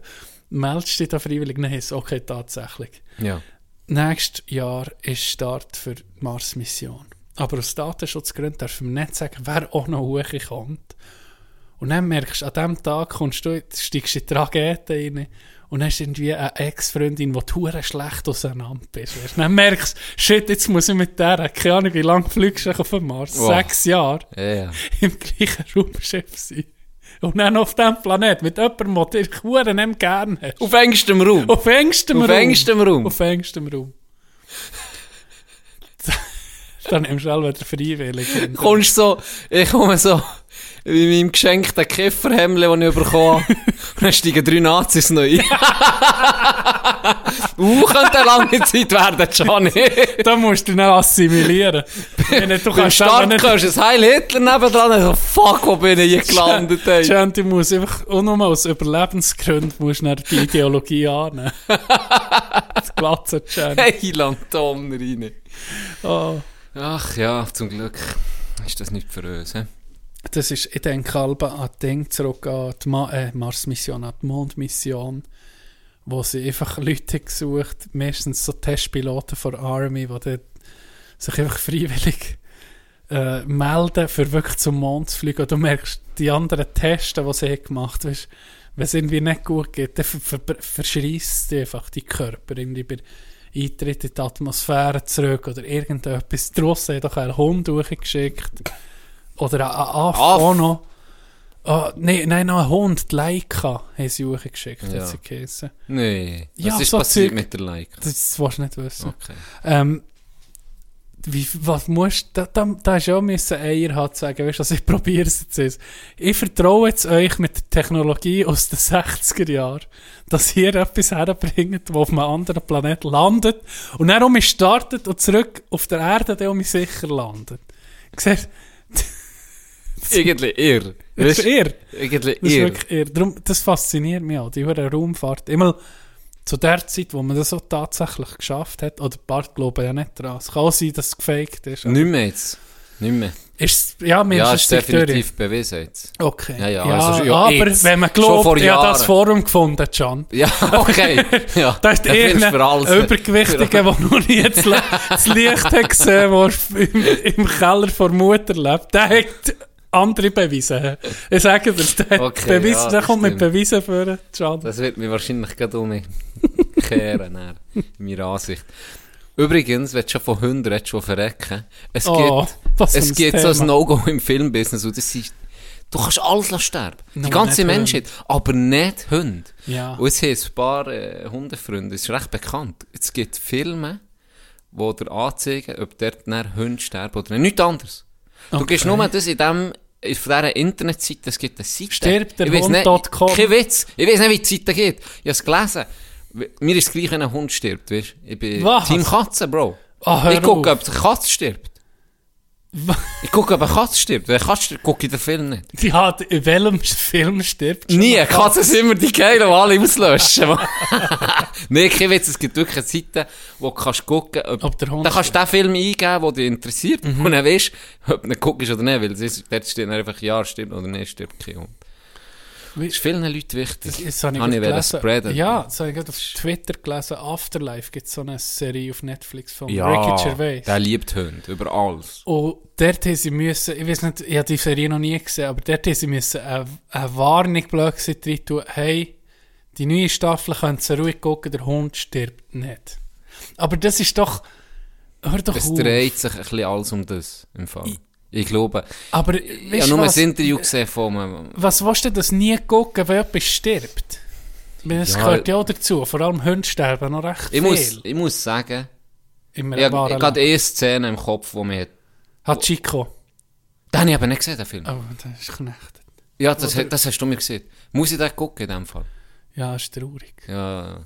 Speaker 2: meldest du dich da freiwillig? Nein, so, okay, tatsächlich.
Speaker 1: Ja.
Speaker 2: Nächstes Jahr ist Start für die Mars-Mission. Aber aus Datenschutzgründen darf man nicht sagen, wer auch noch hochkommt. Und dann merkst du, an diesem Tag kommst du, steigst in die Rakete rein und dann ist irgendwie eine Ex-Freundin, die hure schlecht auseinander bist. Weißt? du. Dann merkst du, shit, jetzt muss ich mit der, keine Ahnung, wie lange fliegst du eigentlich auf den Mars?
Speaker 1: Wow.
Speaker 2: Sechs Jahre
Speaker 1: Ja, ja.
Speaker 2: im gleichen Raumschiff sein. Und dann auf diesem Planet mit jemandem, den du dich hure nicht gerne hast.
Speaker 1: Auf engstem Raum.
Speaker 2: Auf engstem
Speaker 1: Auf
Speaker 2: Raum.
Speaker 1: engstem Raum.
Speaker 2: Auf engstem Raum. Dann nimmst du alle wieder freiwillig.
Speaker 1: kommst so, ich komme so, in meinem geschenkten Kifferhemdle, den ich bekommen habe. Und dann steigen drei Nazis neu ein. uh, könnte eine lange Zeit werden, Gianni.
Speaker 2: Da musst du ihn dann assimilieren. Wenn du
Speaker 1: Beim Start hörst du ein Heil Hitler nebendran. und So, fuck, wo bin ich hier gelandet, ey.
Speaker 2: Chanti muss einfach, auch nur aus Überlebensgründen, musst du dann die Ideologie annehmen. das Glatze Chanti.
Speaker 1: Hey, Lanton rein.
Speaker 2: Oh.
Speaker 1: Ach ja, zum Glück ist das nicht für uns, hä?
Speaker 2: Das ist, ich denke, Alba an das Ding zurück an die Ma äh, Mars-Mission, an die Mondmission, wo sie einfach Leute gesucht meistens so Testpiloten von der Army, die dort sich einfach freiwillig äh, melden, für wirklich zum Mond zu fliegen. Und du merkst, die anderen Tests, die sie haben gemacht haben, wenn es irgendwie nicht gut geht, dann ver ver verschreist die einfach die Körper irgendwie bei Eintritt in die Atmosphäre zurück oder irgendetwas. Draussen hat doch einen Hund durchgeschickt. Oder ein Affe
Speaker 1: Aff.
Speaker 2: auch noch. Ah, nein, nein, noch ein Hund, die Leica, haben sie durchgeschickt,
Speaker 1: Ja.
Speaker 2: hat sie geheissen.
Speaker 1: Nein. Was
Speaker 2: Ja,
Speaker 1: ist
Speaker 2: so
Speaker 1: passiert
Speaker 2: Zeug-
Speaker 1: mit der Like?
Speaker 2: Das willst du nicht wissen.
Speaker 1: Okay.
Speaker 2: Ähm, wie, was musst da, da, da hast du auch müssen Eier haben zu sagen, weißt du, also ich probiere es jetzt. aus. Ich vertraue jetzt euch mit der Technologie aus den 60er Jahren, dass ihr etwas herbringt, das auf einem anderen Planeten landet und dann um mich startet und zurück auf der Erde dann um mich sicher landet. Siehst
Speaker 1: Irgendwie irr.
Speaker 2: du, das ist irre.
Speaker 1: Irgendwie
Speaker 2: Das ist
Speaker 1: irr.
Speaker 2: wirklich irre. Darum, das fasziniert mich auch, die hohe Raumfahrt. Immer zu der Zeit, wo man das so tatsächlich geschafft hat, oder Bart glaube ja nicht dran. Es kann auch sein, dass es gefaked ist. aber-
Speaker 1: Nicht mehr jetzt. Nicht mehr.
Speaker 2: Ist, ja, mir
Speaker 1: Mm. ja,
Speaker 2: ist
Speaker 1: ist
Speaker 2: es nicht durch.
Speaker 1: definitiv bewiesen jetzt.
Speaker 2: Okay.
Speaker 1: Ja, ja, also, ja,
Speaker 2: aber
Speaker 1: jetzt.
Speaker 2: wenn man
Speaker 1: Schon vor
Speaker 2: glaubt, ich habe das
Speaker 1: Jahren.
Speaker 2: Forum gefunden, Can.
Speaker 1: Ja, okay. Ja,
Speaker 2: Da ist
Speaker 1: dann findest du für alles.
Speaker 2: irgendein Übergewichtiger, der noch nie das, Le- das Licht hat gesehen hat, der im, im Keller vor Mutter lebt. Der hat andere Beweise. Ich sage dir, der, hat
Speaker 1: Okay,
Speaker 2: Beweise,
Speaker 1: ja,
Speaker 2: der
Speaker 1: das
Speaker 2: kommt mit
Speaker 1: stimmt.
Speaker 2: Beweisen für Can.
Speaker 1: Das wird mich wahrscheinlich gerade umkehren, dann, in meiner Ansicht. Übrigens, wenn du schon von Hunden redest, die verrecken, es
Speaker 2: Oh,
Speaker 1: gibt,
Speaker 2: was für
Speaker 1: es
Speaker 2: ein
Speaker 1: gibt so
Speaker 2: Thema.
Speaker 1: ein No-Go im Filmbusiness, und das ist, du kannst alles lassen sterben.
Speaker 2: Nur
Speaker 1: Die ganze
Speaker 2: nicht
Speaker 1: Menschheit, aber nicht Hunde.
Speaker 2: Ja.
Speaker 1: Und es haben ein paar äh, Hundefreunde, das ist recht bekannt, es gibt Filme, wo dir anzeigen, ob dort dann Hunde sterben oder nicht. Nichts anderes. Du
Speaker 2: Okay.
Speaker 1: gehst nur das in dem, auf dieser Internetseite, es gibt eine Seite.
Speaker 2: Stirbt der
Speaker 1: Ich weiss
Speaker 2: Hund
Speaker 1: nicht-
Speaker 2: dot com.
Speaker 1: Kein Witz. Ich weiß nicht, wie die Zeit geht. Ich hab's gelesen. Mir ist es gleich, wenn ein Hund stirbt, weißt du? Ich bin
Speaker 2: Was?
Speaker 1: Team Katze, Bro.
Speaker 2: Ah, hör
Speaker 1: ich gucke,
Speaker 2: auf.
Speaker 1: ob die Katze stirbt.
Speaker 2: Was?
Speaker 1: Ich gucke, ob eine Katze stirbt. Wenn eine Katze stirbt, gucke ich den Film nicht.
Speaker 2: Die hat in welchem Film stirbt Can?
Speaker 1: Nie, Katzen sind immer die Geilen, die alle auslöschen. Mann. nee, kein Witz, es gibt wirklich eine Seite, wo du kannst gucken ob,
Speaker 2: Ob der Hund
Speaker 1: Da kannst du den Film eingeben, der dich interessiert
Speaker 2: Mhm.
Speaker 1: und dann weißt du, ob du ihn guckst oder nicht, weil es ist- dort steht dann einfach, ja, stirbt oder nicht, stirbt kein Hund.
Speaker 2: Wie-
Speaker 1: Das ist vielen Leuten wichtig.
Speaker 2: Das, das habe ich,
Speaker 1: Habe ich wollen
Speaker 2: gerade gelesen.
Speaker 1: spreaden.
Speaker 2: Ja, das habe ich gerade auf Twitter gelesen. Afterlife gibt so eine Serie auf Netflix von
Speaker 1: ja
Speaker 2: Ricky Gervais.
Speaker 1: der liebt Hunde, über alles.
Speaker 2: Und dort haben sie müssen, ich weiß nicht, ich habe die Serie noch nie gesehen, aber dort haben sie müssen eine, eine Warnung blöd rein tun, hey, die neue Staffel könnt ihr ruhig gucken, der Hund stirbt nicht. Aber das ist doch, hör doch
Speaker 1: Es
Speaker 2: auf.
Speaker 1: dreht sich ein bisschen alles um das, im Fall. Ich, glaube,
Speaker 2: Aber
Speaker 1: ich
Speaker 2: weißt
Speaker 1: habe
Speaker 2: du
Speaker 1: nur
Speaker 2: was,
Speaker 1: ein Interview gesehen von einem...
Speaker 2: was willst du das nie gucken, wenn jemand stirbt? Weil Das
Speaker 1: Ja. äh,
Speaker 2: gehört ja auch dazu, vor allem Hunde sterben noch recht
Speaker 1: Ich
Speaker 2: viel.
Speaker 1: muss, ich muss sagen,
Speaker 2: im
Speaker 1: ich, habe-
Speaker 2: wahren
Speaker 1: ich habe
Speaker 2: Leben.
Speaker 1: eine Szene im Kopf, die mir...
Speaker 2: Hachiko.
Speaker 1: Den habe ich aber nicht gesehen, den Film.
Speaker 2: Oh, das ist knechtet.
Speaker 1: Ja, das, he- das hast du mir gesehen. Muss ich den gucken in dem Fall?
Speaker 2: Ja, ist traurig.
Speaker 1: Ja.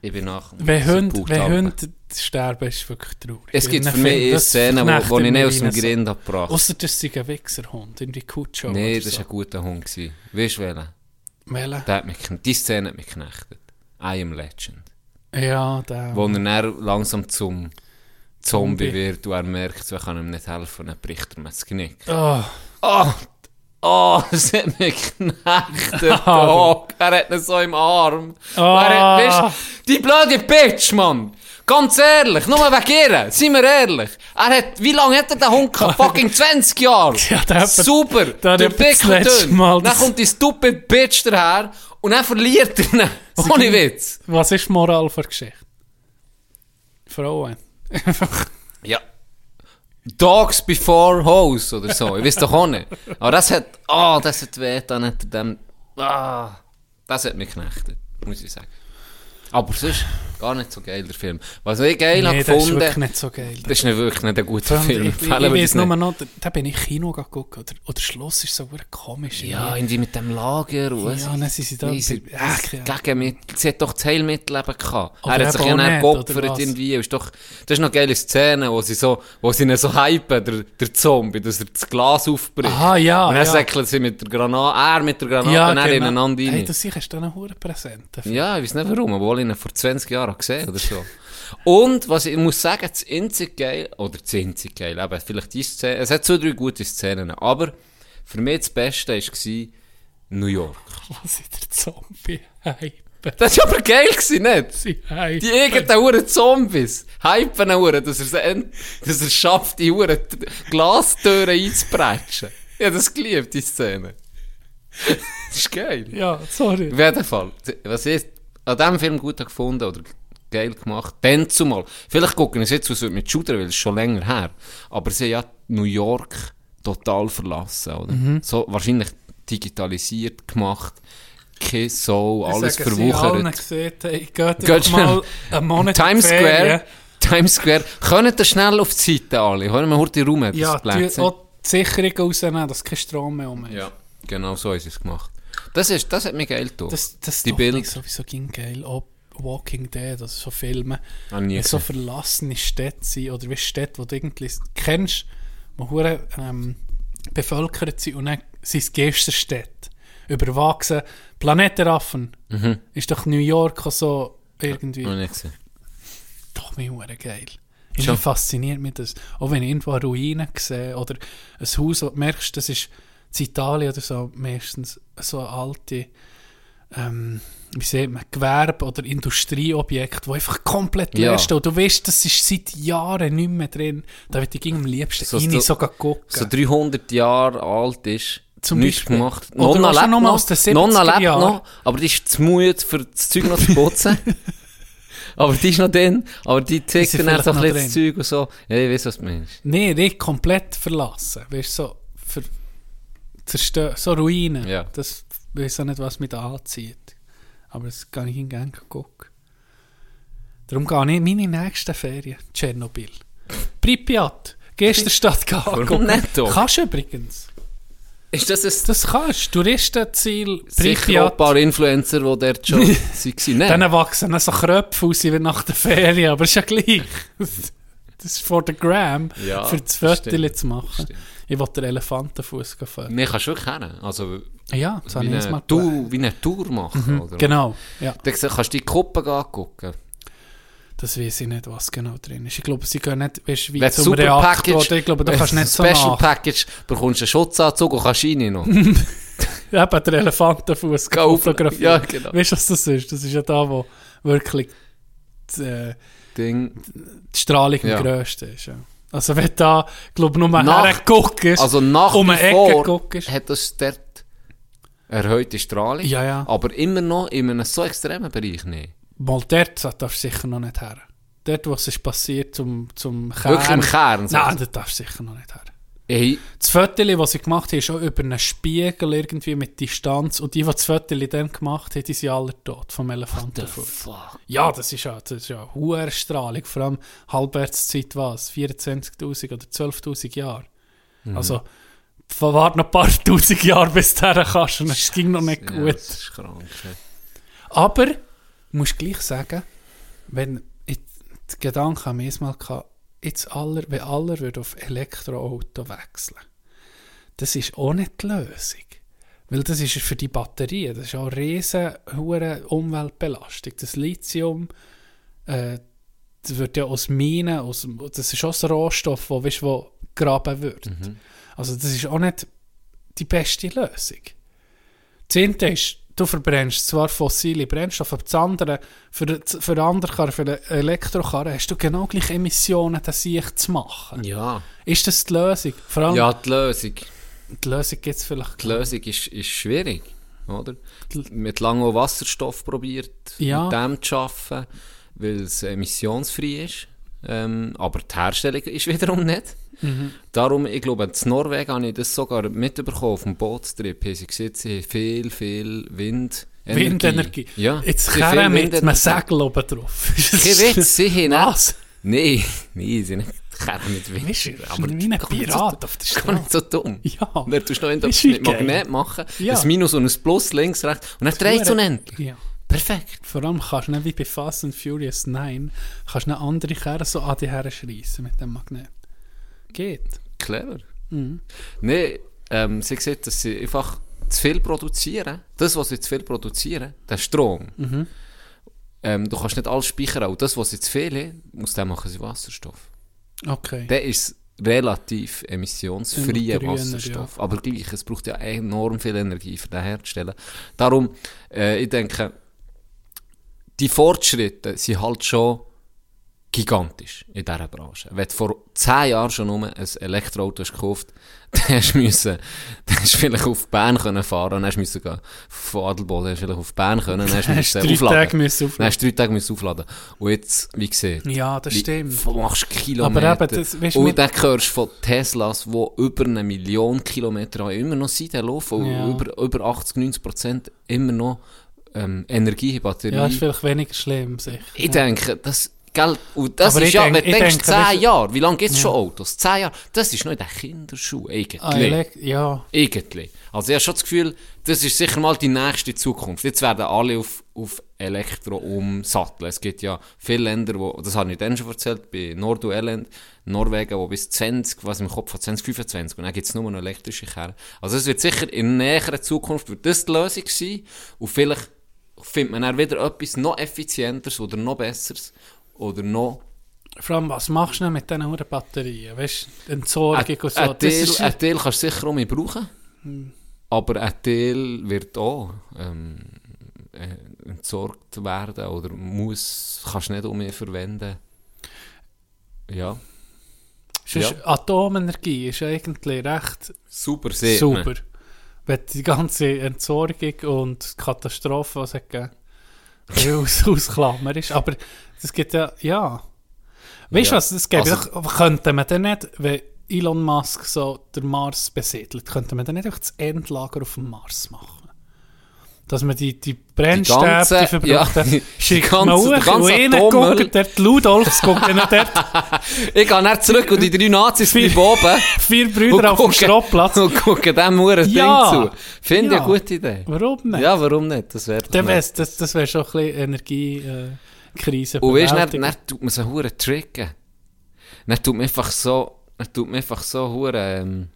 Speaker 1: Ich bin nach.
Speaker 2: Wenn
Speaker 1: so
Speaker 2: Hunde,
Speaker 1: gebraucht
Speaker 2: wenn
Speaker 1: haben.
Speaker 2: Hunde sterben, ist wirklich traurig.
Speaker 1: Es gibt
Speaker 2: Wenn
Speaker 1: für
Speaker 2: ich
Speaker 1: mich
Speaker 2: finde,
Speaker 1: eine
Speaker 2: das
Speaker 1: Szene, wo, wo
Speaker 2: knechtet
Speaker 1: ich nicht
Speaker 2: mich
Speaker 1: aus dem
Speaker 2: rein so.
Speaker 1: Grind abgebracht habe.
Speaker 2: Ausser, das sei ein Wichserhund, in die Kutsche.
Speaker 1: Nein,
Speaker 2: oder
Speaker 1: das war
Speaker 2: so.
Speaker 1: ein guter Hund. gewesen. Weißt du welchen?
Speaker 2: Welcher?
Speaker 1: Der hat mich, gekn- die Szene hat mich geknechtet. I am Legend.
Speaker 2: Ja, der.
Speaker 1: Wo er dann langsam zum
Speaker 2: Ähm, Zombie.
Speaker 1: Zombie wird und er merkt, so, ich kann ihm nicht helfen, dann bricht er mir das Genick.
Speaker 2: Oh,
Speaker 1: Oh, oh, das hat mich geknechtet.
Speaker 2: Aber-
Speaker 1: Oh, er hat ihn so im Arm.
Speaker 2: Ah.
Speaker 1: Er hat, weisst, die blöde Bitch, Mann. Ganz ehrlich, nur wegen ihr, seien wir ehrlich. Er hat, wie lange hat er den Hund gehabt? Fucking 20 Jahre.
Speaker 2: Ja, der hat-
Speaker 1: Super,
Speaker 2: der hat
Speaker 1: der
Speaker 2: etwa das
Speaker 1: Dick und
Speaker 2: letzte
Speaker 1: dünn.
Speaker 2: Mal
Speaker 1: Dann
Speaker 2: das-
Speaker 1: kommt die stupid Bitch daher und dann verliert er ihn. Ohne Witz.
Speaker 2: was ist die Moral der Geschichte? Frauen.
Speaker 1: Ja. Dogs before hoes oder so, ich weiß doch auch nicht. Aber das hat, ah, das hat weh, dann hat er dem, ah, das hat mich geknechtet, muss ich sagen. Aber sonst gar nicht so geil, der Film. Was ich geil habe
Speaker 2: nee, das ist
Speaker 1: gefunden,
Speaker 2: wirklich nicht so geil.
Speaker 1: das ist nicht wirklich nicht ein guter
Speaker 2: Vor allem,
Speaker 1: Film.
Speaker 2: ich, ich, ich
Speaker 1: Empfehlen wir das
Speaker 2: weiß nur
Speaker 1: nicht.
Speaker 2: noch, da- da bin ich Kino geguckt. Oder, oder Schloss ist so wirklich komisch.
Speaker 1: Ja, irgendwie mit dem Lager und was
Speaker 2: Ja, dann sind sie da-
Speaker 1: weiss ich,
Speaker 2: Ja, keine Ahnung.
Speaker 1: Gegenmittel. Sie hat doch das Heilmittel eben gehabt.
Speaker 2: Oder
Speaker 1: er hat sich
Speaker 2: eben
Speaker 1: ja
Speaker 2: auch
Speaker 1: dann
Speaker 2: nicht, oder was?
Speaker 1: geopfert irgendwie. Ist doch, das ist noch eine geile Szene, wo sie so, wo sie ihn so hypen, der, der Zombie, dass er das Glas aufbricht.
Speaker 2: Aha, ja,
Speaker 1: Und dann
Speaker 2: ja.
Speaker 1: säckeln sie mit der Granate, er mit der Granate,
Speaker 2: ja genau.
Speaker 1: und er ineinander rein.
Speaker 2: Hey, du siehst, hast du einen hohen Präsenten.
Speaker 1: Ja, ich weiß nicht warum, obwohl ich ihn vor 20 Jahren gesehen habe oder so. Und was ich muss sagen, das einzige Geil, oder das einzige Geil, eben, vielleicht die Szene, es hat zwei, drei gute Szenen, aber für mich das Beste war New York.
Speaker 2: Was ist der Zombie? Hype.
Speaker 1: Das war aber geil, gewesen, nicht?
Speaker 2: Sie hypen.
Speaker 1: Die irgendeinen Huren Zombies hypen einen Huren, dass er es end- dass er schafft, die Huren T- Glastüren einzuprätschen. Ich habe das geliebt, die Szene. das ist geil.
Speaker 2: Ja, sorry.
Speaker 1: Auf jeden Fall, was ich an diesem Film gut habe gefunden oder geil gemacht dann zumal. Vielleicht gucken wir es jetzt aus mit Shooter, weil es ist schon länger her. Aber sie haben ja New York total verlassen, oder?
Speaker 2: Mhm.
Speaker 1: So wahrscheinlich digitalisiert gemacht. Kein Soul, alles
Speaker 2: Sagen sie allen
Speaker 1: verwuchert.
Speaker 2: gesehen, hey, geht
Speaker 1: Geht
Speaker 2: doch mal einen Monat in die
Speaker 1: Times
Speaker 2: Ferien.
Speaker 1: Square. Times Square. Können ihr schnell auf die Seite alle? Hören wir heute Raum hat
Speaker 2: Ja,
Speaker 1: das Plätzchen.
Speaker 2: die, auch die Sicherung rausnehmen, dass kein Strom mehr um ist.
Speaker 1: Ja, genau so ist es gemacht. Das, ist, das hat mich geil getan.
Speaker 2: Das, das
Speaker 1: Die
Speaker 2: die
Speaker 1: Bilder.
Speaker 2: Bilder. sowieso ging geil. Auch Walking Dead, also so Filme.
Speaker 1: Hab ich Ah, nie
Speaker 2: Wenn so
Speaker 1: gesehen.
Speaker 2: verlassene Städte sind oder wie Städte, die du irgendwie kennst, die hure, ähm, bevölkert sind und dann sind es Geisterstädte. Überwachsen. Planetenraffen.
Speaker 1: Mhm.
Speaker 2: Ist doch New York auch so irgendwie.
Speaker 1: Noch nicht gesehen.
Speaker 2: Doch, mir hure geil. Irgendwie fasziniert mich das. Auch wenn ich irgendwo eine Ruine sehe oder ein Haus, wo du merkst, das ist in Italien oder so meistens so eine alte, ähm, wie sagt man, Gewerbe- oder Industrieobjekt, wo einfach komplett
Speaker 1: Ja.
Speaker 2: leer steht. Und Du weißt, das ist seit Jahren nicht mehr drin. Da würde ich ging am liebsten
Speaker 1: So-
Speaker 2: so, rein
Speaker 1: so-
Speaker 2: sogar gucken.
Speaker 1: so 300 Jahre alt ist,
Speaker 2: Zum
Speaker 1: nichts
Speaker 2: Beispiel.
Speaker 1: gemacht.
Speaker 2: Oder
Speaker 1: Nonna
Speaker 2: auch schon
Speaker 1: lebt noch,
Speaker 2: noch mal aus den 70er
Speaker 1: Nonna lebt
Speaker 2: Jahren.
Speaker 1: noch, aber die ist zu müde, für das Zeug noch zu putzen. aber die ist noch drin, aber die
Speaker 2: Ist sie
Speaker 1: zeigt dann auch so ein
Speaker 2: vielleicht noch
Speaker 1: bisschen das Zeug und so. Ja, ich weiß, was du meinst.
Speaker 2: Nee, nicht komplett verlassen. Weißt du, so, ver zerstö- so Ruinen.
Speaker 1: Ja.
Speaker 2: Das weiß auch nicht, was mich da anzieht. Aber das kann ich in gerne gucken. Darum gehe ich in meine nächste Ferien, Tschernobyl. Pripyat, Geisterstadt gehen.
Speaker 1: Warum nicht doch?
Speaker 2: Kannst du übrigens.
Speaker 1: Ist das ein
Speaker 2: Das kannst du. Touristenziel,
Speaker 1: sicher auch ein
Speaker 2: Pripyat.
Speaker 1: paar Influencer, die dort schon waren? Nein.
Speaker 2: Dann wachsen dann so Kröpfe raus wie nach der Ferien, aber ist ja gleich. Das ist vor der Gram,
Speaker 1: Ja,
Speaker 2: für
Speaker 1: das
Speaker 2: das Viertel
Speaker 1: stimmt,
Speaker 2: zu machen.
Speaker 1: stimmt.
Speaker 2: Ich will den Elefantenfuß fahren.
Speaker 1: Nee, kannst du wirklich hin. Also,
Speaker 2: Ja, das habe
Speaker 1: wie
Speaker 2: ich jetzt mal
Speaker 1: eine, Tour, wie eine Tour machen, oder?
Speaker 2: Genau, ja.
Speaker 1: Dann kannst du die Kuppe angucken.
Speaker 2: Das weiß ich nicht, was genau drin ist. Ich glaube, sie gehen nicht, weißt du, wie
Speaker 1: Wenn
Speaker 2: zum
Speaker 1: Super
Speaker 2: Reaktor.
Speaker 1: Package,
Speaker 2: Oder ich glaube, da
Speaker 1: wenn
Speaker 2: kannst du
Speaker 1: du
Speaker 2: nicht so
Speaker 1: Special
Speaker 2: nach.
Speaker 1: Package, bekommst du einen Schutzanzug und kannst rein noch.
Speaker 2: Eben, der Elefantenfuß
Speaker 1: Geh auf-
Speaker 2: fotografiert.
Speaker 1: Ja, genau.
Speaker 2: Weißt du, was das ist? Das ist ja da, wo wirklich die, äh,
Speaker 1: Ding.
Speaker 2: die Strahlung
Speaker 1: Ja.
Speaker 2: am grössten ist. Ja. Also, wenn du da, glaube nur
Speaker 1: Nacht-
Speaker 2: herguckst,
Speaker 1: Also nach
Speaker 2: um
Speaker 1: wie
Speaker 2: eine Ecke
Speaker 1: vor
Speaker 2: guckst.
Speaker 1: hat das dort erhöhte Strahlung,
Speaker 2: Ja, ja.
Speaker 1: aber immer noch in einem so extremen Bereich nicht.
Speaker 2: Mal dort darfst du sicher noch nicht her. Dort, wo es ist passiert, dus zum, zum Kern.
Speaker 1: Wirklich im Kern,
Speaker 2: Nein,
Speaker 1: sagst
Speaker 2: dort darfst du sicher noch nicht her.
Speaker 1: Ey,
Speaker 2: Das Viertel, was sie gemacht haben, ist auch über einen Spiegel irgendwie mit Distanz. Und die, die das Viertel dann gemacht haben, die sind alle tot vom Elefantenfuß.
Speaker 1: fuck.
Speaker 2: Ja, das ist ja, das ist ja hohe Strahlung. Vor allem Halbwertszeit was? 24.000 oder 12.000 Jahre. Also, warte noch ein paar tausend Jahre bis du dahin kannst. Und es ging noch nicht
Speaker 1: Ja,
Speaker 2: gut.
Speaker 1: das ist krank. ey.
Speaker 2: Aber, ich muss gleich sagen, wenn ich den Gedanken habe, ich mal gehabt, jetzt aller, wenn aller würde auf Elektroauto wechseln, das ist auch nicht die Lösung. Weil das ist ja für die Batterien, das ist auch eine riesige hure Umweltbelastung. Das Lithium, äh, das wird ja aus Minen, aus, das ist auch ein Rohstoff, wo, weißt, wo gegraben wird.
Speaker 1: Mhm.
Speaker 2: Also das ist auch nicht die beste Lösung. Zehnte ist, du verbrennst zwar fossile Brennstoffe, aber das andere, für, das- für andere Karren, für eine Elektrokarre, hast du genau gleich Emissionen, das ich zu machen.
Speaker 1: Ja.
Speaker 2: Ist das die Lösung? Vor allem,
Speaker 1: ja, die Lösung.
Speaker 2: die Lösung gibt es vielleicht.
Speaker 1: Die Lösung ist, ist schwierig, oder? Mit langem Wasserstoff probiert,
Speaker 2: Ja.
Speaker 1: mit dem zu arbeiten, weil es emissionsfrei ist. Ähm, aber die Herstellung ist wiederum nicht.
Speaker 2: Mhm.
Speaker 1: Darum, ich glaube, in Norwegen habe ich das sogar mitbekommen, auf dem Bootstrip. haben Sie gesehen, sie haben viel, viel Wind.
Speaker 2: Windenergie.
Speaker 1: Ja.
Speaker 2: Jetzt
Speaker 1: sie haben
Speaker 2: kehren
Speaker 1: viel
Speaker 2: mit einem
Speaker 1: Windenergie.
Speaker 2: Segel oben drauf.
Speaker 1: Kein Witz, sie haben
Speaker 2: Was?
Speaker 1: Nein, nein, sie nicht. Kehren mit Wind.
Speaker 2: Weißt du, aber wie ein
Speaker 1: Komm nicht
Speaker 2: Pirat auf der
Speaker 1: so- Komm
Speaker 2: Straße.
Speaker 1: nicht so dumm.
Speaker 2: Ja.
Speaker 1: Dann tust du noch
Speaker 2: Ist
Speaker 1: etwas
Speaker 2: wie
Speaker 1: mit
Speaker 2: geil.
Speaker 1: Magnet machen.
Speaker 2: Ja.
Speaker 1: Ein Minus und ein Plus, links, rechts. Und dann dreht es unendlich.
Speaker 2: Ja.
Speaker 1: Perfekt.
Speaker 2: Vor allem kannst du nicht wie bei Fast and Furious 9, kannst du nicht andere Kerle so an die Herren schreissen mit dem Magnet. Geht.
Speaker 1: Clever.
Speaker 2: Mhm.
Speaker 1: Nein, ähm, sie sieht, dass sie einfach zu viel produzieren. Das, was sie zu viel produzieren, der Strom.
Speaker 2: Mhm.
Speaker 1: Ähm, du kannst nicht alles speichern. Auch das, was sie zu viel haben, aus dem machen sie Wasserstoff.
Speaker 2: Okay.
Speaker 1: Der ist relativ emissionsfreier
Speaker 2: Grüner,
Speaker 1: Wasserstoff. Aber gleich, um es braucht ja enorm viel Energie, für den herzustellen. Darum, äh, ich denke, die Fortschritte sind halt schon gigantisch in dieser Branche. Wenn du vor 10 Jahren schon nur ein Elektroauto hast gekauft dann hast, du müssen, dann hast du vielleicht auf Bern können fahren können, dann hast du müssen gehen, von Adelboden hast du vielleicht auf Bern können, dann hast du
Speaker 2: Hast
Speaker 1: müssen
Speaker 2: drei
Speaker 1: aufladen.
Speaker 2: Tage müssen aufladen.
Speaker 1: Dann hast du drei Tage müssen aufladen. Und jetzt, wie gesagt,
Speaker 2: Ja, das
Speaker 1: wie-
Speaker 2: stimmt.
Speaker 1: Du machst Kilometer.
Speaker 2: Aber eben, das- weißt du, wir-
Speaker 1: und dann hörst du von Teslas, die über eine Million Kilometer haben, immer noch sind, die laufen, und
Speaker 2: Ja.
Speaker 1: über, über 80, 90 Prozent immer noch ähm, Energie in Batterie.
Speaker 2: Ja, ist vielleicht weniger schlimm, sicher.
Speaker 1: Ich denke, das, gell, und das
Speaker 2: Aber
Speaker 1: ist
Speaker 2: ich
Speaker 1: ja,
Speaker 2: denk-
Speaker 1: wenn du
Speaker 2: ich
Speaker 1: denkst,
Speaker 2: denke,
Speaker 1: 10
Speaker 2: weißt-
Speaker 1: Jahre, wie lange gibt es schon Autos? 10 Jahre, das ist noch in den Kinderschuhen, eigentlich.
Speaker 2: Ah, Elek ja.
Speaker 1: Irgendwie. Also ich habe schon das Gefühl, das ist sicher mal die nächste Zukunft. Jetzt werden alle auf, auf Elektro umsatteln. Es gibt ja viele Länder, wo, das habe ich dann schon erzählt, bei Nord- und Irland, Norwegen, wo bis 20, was im Kopf von 2025, und dann gibt es nur noch elektrische Kerne. Also es wird sicher in näherer Zukunft wird das die Lösung sein und vielleicht findet man dann wieder etwas noch effizienteres oder noch besseres oder noch
Speaker 2: Vor allem, was machst du denn mit diesen hohen Batterien? Weißt du, Entsorgung und so.
Speaker 1: Ein
Speaker 2: Das
Speaker 1: Teil,
Speaker 2: ist,
Speaker 1: ein Teil kannst du sicher auch mehr brauchen, aber ein Teil wird auch ähm, äh, entsorgt werden oder muss, kannst du nicht auch mehr verwenden. Ja,
Speaker 2: sonst
Speaker 1: ja.
Speaker 2: Atomenergie ist eigentlich recht
Speaker 1: super, sehr.
Speaker 2: super. Wenn die ganze Entsorgung und Katastrophe, was es gegeben hat, aus, ausklammern ist. Aber das gibt ja, ja. Weißt du
Speaker 1: Ja.
Speaker 2: was, das gäbe
Speaker 1: Also-
Speaker 2: doch, könnte man dann nicht, wenn Elon Musk so den Mars besiedelt, könnte man dann nicht einfach das Endlager auf dem Mars machen? Dass man die, die Brennstäbe, die,
Speaker 1: ganzen-
Speaker 2: verbrauchten,
Speaker 1: ja, die
Speaker 2: schickt
Speaker 1: ganzen-
Speaker 2: man hoch
Speaker 1: der ganze
Speaker 2: und einen
Speaker 1: Atommüll.
Speaker 2: guckt, der Ludolfs guckt dann dort
Speaker 1: Ich gehe dann zurück und die drei Nazis
Speaker 2: Viel-
Speaker 1: bleiben oben
Speaker 2: vier
Speaker 1: und
Speaker 2: Brüder auf dem
Speaker 1: gucken-
Speaker 2: Schrottplatz.
Speaker 1: und gucken dem Huren
Speaker 2: Ja.
Speaker 1: Ding zu. Finde ich
Speaker 2: Ja.
Speaker 1: eine gute Idee.
Speaker 2: Warum nicht?
Speaker 1: Ja, warum nicht? Das wäre doch
Speaker 2: Dann
Speaker 1: nett.
Speaker 2: wär's, das, das wäre schon ein bisschen Energiekrise. Äh, Krise
Speaker 1: Und weißt du, dann,
Speaker 2: bewältigen.
Speaker 1: dann tut man so hure tricken. Dann tut man einfach so, dann tut man einfach so hure ähm,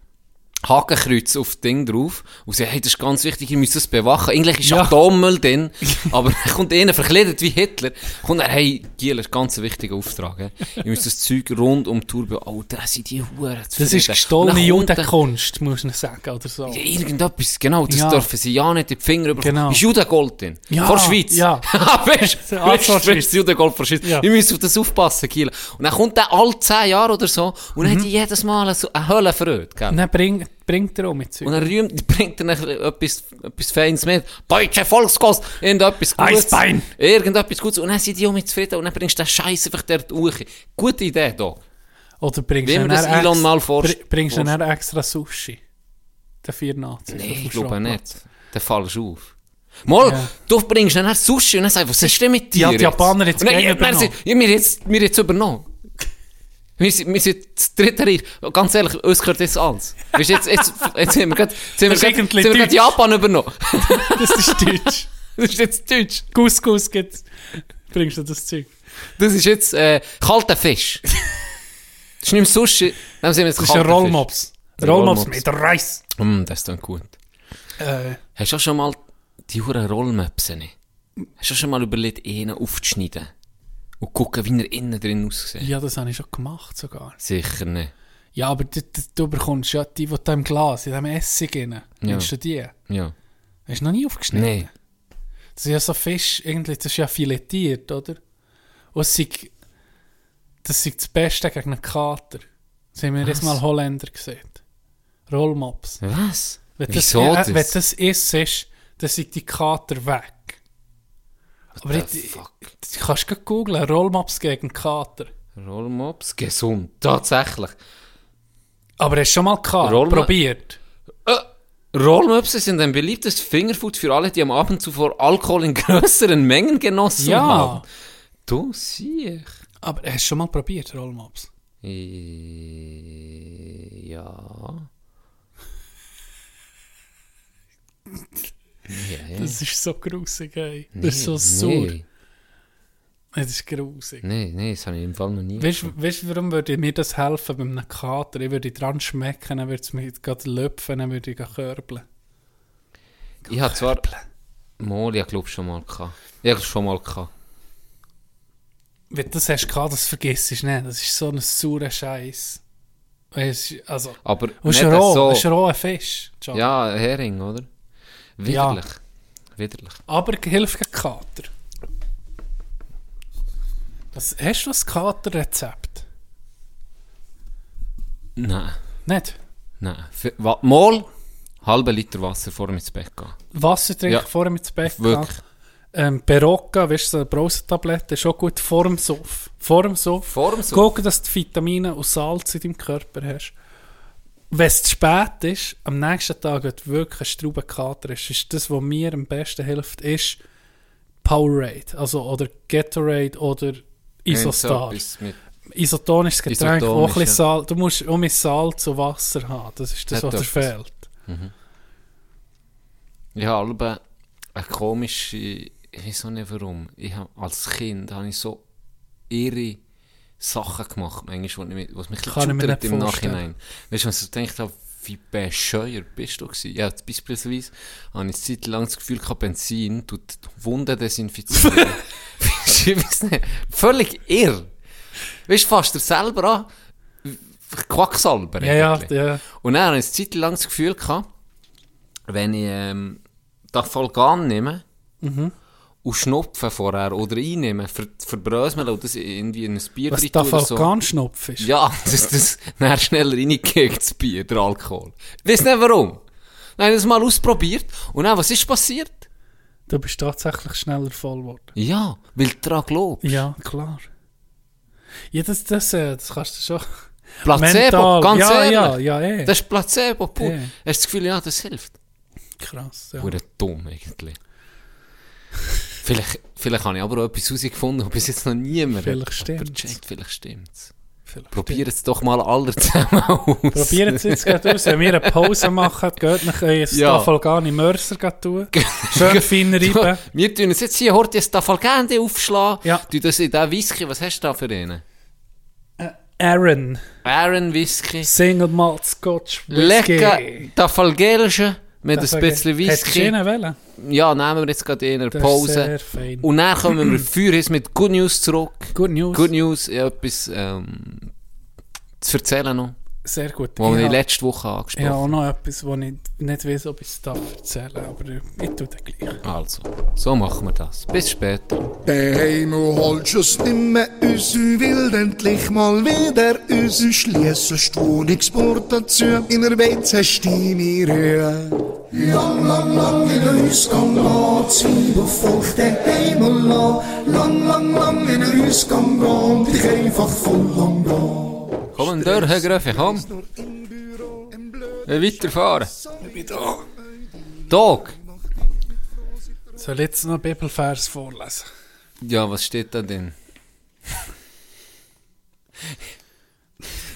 Speaker 1: Hakenkreuz auf das Ding drauf und sagt, hey, das ist ganz wichtig, ihr müsst das bewachen. Eigentlich ist
Speaker 2: Ja.
Speaker 1: Atommüll drin, aber dann kommt einer verkleidet wie Hitler, kommt er, hey, Giel, das ist ein ganz wichtiger Auftrag, he. ihr müsst das Zeug rund um die Tour be- Oh, da sind die Huren
Speaker 2: das ist gestohlene Judenkunst, muss man sagen, oder so.
Speaker 1: Ja, irgendetwas, genau, das
Speaker 2: Ja.
Speaker 1: dürfen sie ja nicht in die Finger bekommen.
Speaker 2: Genau.
Speaker 1: Ist Judengold drin?
Speaker 2: Ja,
Speaker 1: Vor der Schweiz? Ah,
Speaker 2: ja.
Speaker 1: weißt du,
Speaker 2: Ja, vor
Speaker 1: weißt du,
Speaker 2: der
Speaker 1: weißt du,
Speaker 2: Schweiz.
Speaker 1: das Judengold vor der Schweiz.
Speaker 2: Ja.
Speaker 1: Wir müssen auf das aufpassen, Kiel. Und dann kommt der alle 10 Jahre oder so und
Speaker 2: Mhm.
Speaker 1: dann hat die jedes Mal eine, so- eine Hölle verrückt, gell?
Speaker 2: Und dann bring, bringt er um mit
Speaker 1: Und
Speaker 2: Zeug.
Speaker 1: dann rühmt, bringt er dann etwas, etwas Feines mit. Deutsche Volkskost! Irgendetwas Gutes.
Speaker 2: Eisbein.
Speaker 1: Irgendetwas Gutes. Und dann sind die auch mit zufrieden und dann bringst du den Scheiß einfach dort hoch. Gute Idee, da.
Speaker 2: Oder bringst
Speaker 1: Wie
Speaker 2: du
Speaker 1: mir das Elon mal vor-
Speaker 2: bring- Bringst du
Speaker 1: vor-
Speaker 2: dann extra Sushi? Den vier Nazis. auf dem
Speaker 1: Ich glaube
Speaker 2: Schrottplatz.
Speaker 1: nicht. Dann fällst du auf. Mal,
Speaker 2: Ja.
Speaker 1: du bringst dann erst Sushi und dann sagst du, was ist denn mit dir?
Speaker 2: Ja, die Japaner jetzt
Speaker 1: Und dann-
Speaker 2: gerne
Speaker 1: ja, dann
Speaker 2: übernommen.
Speaker 1: sind- Ja, wir jetzt, wir jetzt übernommen. Wir sind, wir sind das dritte Reich. Ganz ehrlich, uns gehört jetzt alles. Weißt, du, jetzt, jetzt, jetzt sind wir gerade jetzt sind wir
Speaker 2: Das ist
Speaker 1: gerade-
Speaker 2: eigentlich
Speaker 1: jetzt sind wir gerade
Speaker 2: deutsch.
Speaker 1: Japan übernommen.
Speaker 2: Das ist deutsch.
Speaker 1: Das ist jetzt Deutsch.
Speaker 2: Guss, Guss gibt's. Bringst du das Zeug?
Speaker 1: Das ist jetzt äh, kalter Fisch. Das ist nicht mehr Sushi, dann sind wir jetzt
Speaker 2: Das ist ein
Speaker 1: kalter
Speaker 2: Rollmops.
Speaker 1: Ein
Speaker 2: Rollmops
Speaker 1: Rollmops.
Speaker 2: mit Reis.
Speaker 1: Fisch. Mm, das ist dann gut.
Speaker 2: Äh,
Speaker 1: Hast du auch schon mal die Huren Rollmöpse nicht? Hast du auch schon mal überlegt, einen aufzuschneiden? Und gucken, wie er innen drin aussieht?
Speaker 2: ja, das habe ich schon gemacht sogar.
Speaker 1: Sicher nicht.
Speaker 2: Ja, aber du, du, du bekommst ja die, die da im Glas, in diesem Essig rein. Nimmst du die?
Speaker 1: Ja.
Speaker 2: Hast du noch nie aufgeschnitten?
Speaker 1: Nein.
Speaker 2: Das ist ja so Fisch, irgendwie, das ist ja filetiert, oder? Und es sei, das sei das Beste gegen einen Kater. Das haben wir jetzt mal Holländer gesehen. Rollmops.
Speaker 1: Was?
Speaker 2: Wenn das,
Speaker 1: Wieso
Speaker 2: äh,
Speaker 1: das?
Speaker 2: Wenn das ist, ist dann sind die Kater weg. Aber
Speaker 1: the
Speaker 2: ich,
Speaker 1: fuck?
Speaker 2: du kannst gleich googlen, Rollmops gegen Kater.
Speaker 1: Rollmops gesund. Tatsächlich.
Speaker 2: Aber hast du schon mal Kater
Speaker 1: Rollmo-
Speaker 2: probiert?
Speaker 1: Äh, Rollmöpse sind ein beliebtes Fingerfood für alle, die am Abend zuvor Alkohol in größeren Mengen genossen
Speaker 2: Ja.
Speaker 1: haben. Du siehst.
Speaker 2: Aber hast du schon mal probiert, Rollmops?
Speaker 1: Äh, Ja. Ja, ja.
Speaker 2: Das ist so grusig, ey. Das ist so sauer.
Speaker 1: Nee,
Speaker 2: Das ist grusig.
Speaker 1: nee, nee, das habe ich im Fall noch nie.
Speaker 2: Weißt du, weißt du, warum würde mir das helfen bei einem Kater? Ich würde dran schmecken, dann würde es mir gerade löpfen, dann würde ich gleich körbeln.
Speaker 1: ich habe zwar. Mal, ich glaube schon mal gehabt. Ich habe schon mal gehabt.
Speaker 2: Wenn du das hast gehabt, das vergisst du nicht. Das ist so ein saurer Scheiß. Weißt du, also.
Speaker 1: Aber
Speaker 2: Und
Speaker 1: nicht
Speaker 2: es ist roh,
Speaker 1: so.
Speaker 2: es ist roh ein Fisch. John.
Speaker 1: Ja, ein Hering, oder?
Speaker 2: Ja.
Speaker 1: Widerlich. Widerlich.
Speaker 2: Aber hilft gegen Kater. Was, hast du ein Katerrezept?
Speaker 1: Nein,
Speaker 2: Nicht?
Speaker 1: nein. Für, wa, mal halben Liter Wasser vor dem ins Bett gehen.
Speaker 2: Wasser trinken,
Speaker 1: Ja.
Speaker 2: vorher mit dem Bett gehen.
Speaker 1: Wirklich.
Speaker 2: Ähm, Berocca, weißt du, so eine Brausetablette, schon gut vor dem Suff. Vor dem Suff.
Speaker 1: Vor dem Suff.
Speaker 2: Guck, dass du Vitamine und Salz in deinem Körper hast. Wenn es zu spät ist, am nächsten Tag, wenn du wirklich ein Straubenkater ist, ist das, was mir am besten hilft, ist Powerade, also oder Gatorade oder Isostar.
Speaker 1: Irgend so etwas mit-
Speaker 2: Isotonisches Getränk, wo auch ein
Speaker 1: Isotonisch,
Speaker 2: bisschen Salz, du musst auch mit Salz und Wasser haben, das ist das,
Speaker 1: Hat
Speaker 2: was dir
Speaker 1: etwas.
Speaker 2: fehlt.
Speaker 1: Ich habe alle eine komische, ich weiß auch nicht warum, ich habe, als Kind habe ich so irre Sachen gemacht, manchmal, wo ich mich- was mich
Speaker 2: Kann ich mir
Speaker 1: geschüttelt
Speaker 2: nicht
Speaker 1: im
Speaker 2: vorstellen.
Speaker 1: Nachhinein. Weißt du, wenn ich so gedacht habe, wie bescheuert bist du gewesen? Ja, jetzt beispielsweise habe ich eine Zeit lang das Gefühl gehabt, Benzin tut die Wunden desinfizieren. Weisst du, ich weiss nicht, völlig irr. Weißt du, fasst dir selber an, Quacksalber.
Speaker 2: Ja, ja,
Speaker 1: eigentlich.
Speaker 2: ja.
Speaker 1: Und dann hatte ich eine Zeit lang das Gefühl, gehabt, wenn ich ähm, das Volgan nehme
Speaker 2: Mhm.
Speaker 1: und schnupfe vorher oder einnehme, ver verbröseln und das irgendwie in ein Bier
Speaker 2: Was
Speaker 1: rein
Speaker 2: da
Speaker 1: tue oder so.
Speaker 2: Vulkanschnupf ist.
Speaker 1: Ja, dass das dann schneller reingekickt, das Bier, der Alkohol. Ich weiss nicht warum. Dann habe ich das mal ausprobiert und dann, was ist passiert?
Speaker 2: Du bist tatsächlich schneller voll geworden.
Speaker 1: Ja, weil du daran glaubst.
Speaker 2: Ja, klar. Ja, das, das, äh, das kannst du schon.
Speaker 1: Placebo, ganz
Speaker 2: ja,
Speaker 1: ehrlich.
Speaker 2: Ja, ja, eh.
Speaker 1: Das ist Placebo, pur.
Speaker 2: Ja.
Speaker 1: Hast du das Gefühl, ja, das hilft?
Speaker 2: Krass, ja.
Speaker 1: Hure dumm eigentlich. vielleicht, vielleicht habe ich aber auch etwas herausgefunden, was bis jetzt noch niemand
Speaker 2: Vielleicht
Speaker 1: hat
Speaker 2: stimmt's.
Speaker 1: gecheckt. Vielleicht stimmt's.
Speaker 2: Vielleicht-
Speaker 1: Probiert es doch mal alle zusammen aus.
Speaker 2: Probieren Sie jetzt gerade aus. Wenn wir eine Pause machen, geht nach äh, ein
Speaker 1: Ja.
Speaker 2: Staffel Mörser gleich tun. Schön fein reiben.
Speaker 1: Wir tun uns jetzt hier heute ein Tafalgende aufschlagen.
Speaker 2: Ja.
Speaker 1: Du das in diesen Whisky, was hast du da für einen?
Speaker 2: Aaron,
Speaker 1: Aaron Whisky.
Speaker 2: Single Malt Scotch Whisky.
Speaker 1: Lecker Tafalgelge mit
Speaker 2: Das
Speaker 1: ein
Speaker 2: sage ich.
Speaker 1: bisschen
Speaker 2: Hättest du
Speaker 1: Whisky.
Speaker 2: einen wollen?
Speaker 1: Ja, nehmen wir jetzt gerade in einer
Speaker 2: Das ist
Speaker 1: Pause.
Speaker 2: sehr fein.
Speaker 1: Und dann kommen wir für uns mit Good News zurück.
Speaker 2: Good News.
Speaker 1: Good News, ich habe etwas ähm, zu erzählen noch,
Speaker 2: Sehr gut.
Speaker 1: was
Speaker 2: Ich
Speaker 1: ich
Speaker 2: hab-
Speaker 1: letzte Woche
Speaker 2: ich
Speaker 1: angesprochen
Speaker 2: habe auch
Speaker 1: habe.
Speaker 2: noch etwas, wo ich nicht weiß, ob ich es darf erzählen aber ich tue das gleich.
Speaker 1: Also, so machen wir das. Bis später.
Speaker 4: Der Heimo holt schuss nimme üs, will endlich mal wieder üs, schliessen Stuhlexport dazu, in der Weiz hast du deine Rühe. Lang, lang, lang in der Häusgang gehen, Zwiebel folgt der Heimo lang, lang, lang, lang in der Häusgang gehen, dich einfach voll lang gehen.
Speaker 1: Komm, durch, Herr Gröfe, komm.
Speaker 4: Nur im Büro, im Blöd,
Speaker 1: Wir weiterfahren.
Speaker 4: ich bin da.
Speaker 1: Dog.
Speaker 2: Soll ich jetzt noch Bibelvers vorlesen?
Speaker 1: Ja, was steht da denn?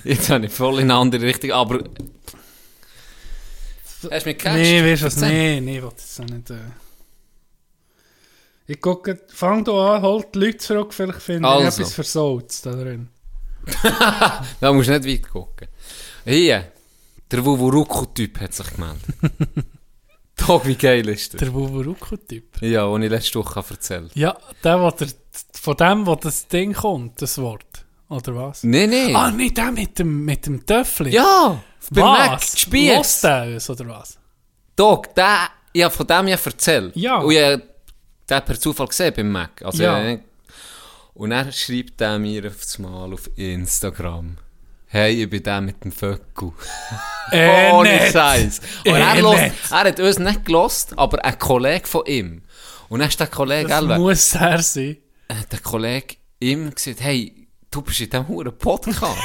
Speaker 1: Jetzt habe ich voll in eine andere Ah, Richtung, aber... Hast du mich gecatcht?
Speaker 2: Nee, weißt du was?
Speaker 1: Erzähl.
Speaker 2: Nee, nee, will das auch nicht. Äh. Ich gucke, fang da an, holt die Leute zurück, vielleicht finde ich
Speaker 1: Also.
Speaker 2: etwas versalzt da drin.
Speaker 1: Da musst du nicht weit gucken. Hier, der Wuvuruku-Typ hat sich gemeldet. Dog, wie geil ist das?
Speaker 2: Der Wuvuruku-Typ.
Speaker 1: Ja, den ich letzte Woche erzählt habe.
Speaker 2: Ja, der, wo der, von dem, wo das Ding kommt, das Wort. Oder was?
Speaker 1: Nee, nee.
Speaker 2: Ah, nee, der mit dem, mit dem Töffel.
Speaker 1: ja, beim Mac,
Speaker 2: was?
Speaker 1: Spiez.
Speaker 2: Lostaus, oder was?
Speaker 1: Dog, der, ich habe von dem ja erzählt.
Speaker 2: Ja.
Speaker 1: Und ich habe den per Zufall gesehen beim Mac. Also,
Speaker 2: Ja.
Speaker 1: ich- und er schreibt der mir aufs Mal auf Instagram. Hey, ich bin der mit dem Vögel.
Speaker 2: Äh,
Speaker 1: Ohne
Speaker 2: nicht.
Speaker 1: Scheiß. Und er,
Speaker 2: Eh,
Speaker 1: hört-
Speaker 2: nicht.
Speaker 1: er hat uns nicht gelost, aber ein Kollege von ihm. Und dann ist der Kollege,
Speaker 2: Das
Speaker 1: gell,
Speaker 2: muss er sein.
Speaker 1: hat Äh, der Kollege ihm gesagt, hey, du bist in diesem huren Podcast.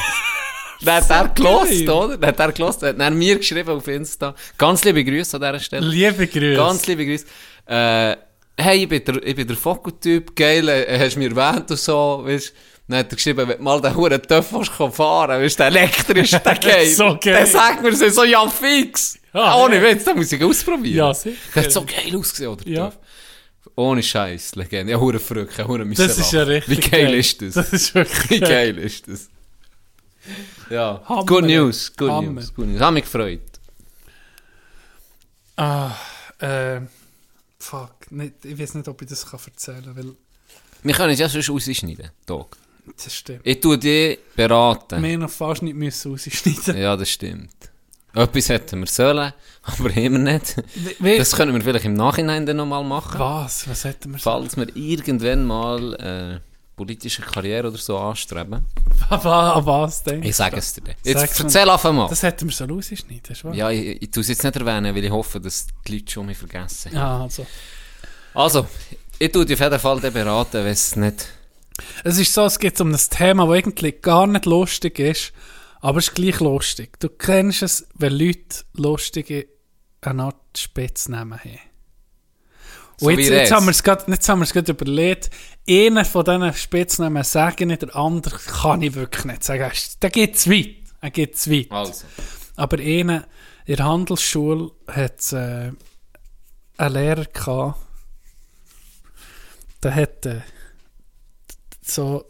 Speaker 1: Dann hat er gelost,
Speaker 2: geil.
Speaker 1: oder? Dann hat er gelost, hat dann mir geschrieben auf Insta. Ganz liebe Grüße an dieser Stelle.
Speaker 2: Liebe Grüße.
Speaker 1: Ganz liebe Grüße. Äh, hey, ich bin der, ich bin der Fokotyp, geil, äh, hast du mir erwähnt und so, weißt Dann hat er geschrieben, wenn du mal den huren Töff willst kommen fahren weißt der elektrisch, der geil.
Speaker 2: So geil.
Speaker 1: Dann sagt mir so, so, ja fix.
Speaker 2: Ja,
Speaker 1: Ohne
Speaker 2: ja.
Speaker 1: Witz, den muss ich ausprobieren.
Speaker 2: Ja, sicher.
Speaker 1: Der hat so geil ausgesehen, oder?
Speaker 2: Ja.
Speaker 1: Töff? Ohne Scheiß, Legende. Ja, hure verrückt, ja, hure müssen
Speaker 2: Das ist ja
Speaker 1: lachen.
Speaker 2: richtig.
Speaker 1: Wie geil ist das?
Speaker 2: Das ist wirklich
Speaker 1: Wie geil ist das? Ja.
Speaker 2: Hammer.
Speaker 1: Good News, good
Speaker 2: Hammer.
Speaker 1: News, good News. Hat mich gefreut.
Speaker 2: Ah, äh, fuck. Nicht, ich weiß nicht, ob ich das kann erzählen kann, weil
Speaker 1: Wir können es ja sonst rausschneiden, Doc.
Speaker 2: das stimmt.
Speaker 1: Ich tue dich beraten.
Speaker 2: Mehr noch fast nicht müssen rausschneiden.
Speaker 1: Ja, das stimmt. Etwas hätten wir sollen, aber immer nicht.
Speaker 2: We-
Speaker 1: Das können wir vielleicht im Nachhinein dann nochmal machen.
Speaker 2: Was? Was hätten wir
Speaker 1: Falls wir irgendwann mal äh, politische Karriere oder so anstreben.
Speaker 2: An was denn?
Speaker 1: Ich sage es dir. dann.
Speaker 2: Sag's
Speaker 1: Jetzt
Speaker 2: mir.
Speaker 1: erzähl einfach mal.
Speaker 2: Das hätten wir so rausgeschnitten, ist wahr?
Speaker 1: Ja, ich, ich tue es jetzt nicht erwähnen, weil ich hoffe, dass die Leute schon mich vergessen.
Speaker 2: Ja, also.
Speaker 1: Also, ich tue dich auf jeden Fall dann beraten, wenn es nicht...
Speaker 2: Es ist so, es geht um ein Thema, das eigentlich gar nicht lustig ist, aber es ist gleich lustig. Du kennst es, wenn Leute lustige eine Art Spitznamen haben.
Speaker 1: So
Speaker 2: Und
Speaker 1: wie
Speaker 2: jetzt,
Speaker 1: ihr
Speaker 2: jetzt
Speaker 1: es.
Speaker 2: haben wir es gerade, jetzt haben wir es gerade überlegt, einer von diesen Spitznamen sage ich nicht, der andere kann ich wirklich nicht sagen. Er ist- Der geht zu weit. Er geht zu weit.
Speaker 1: Also.
Speaker 2: Aber einer in der Handelsschule hat äh, einen Lehrer gehabt, der hat äh, so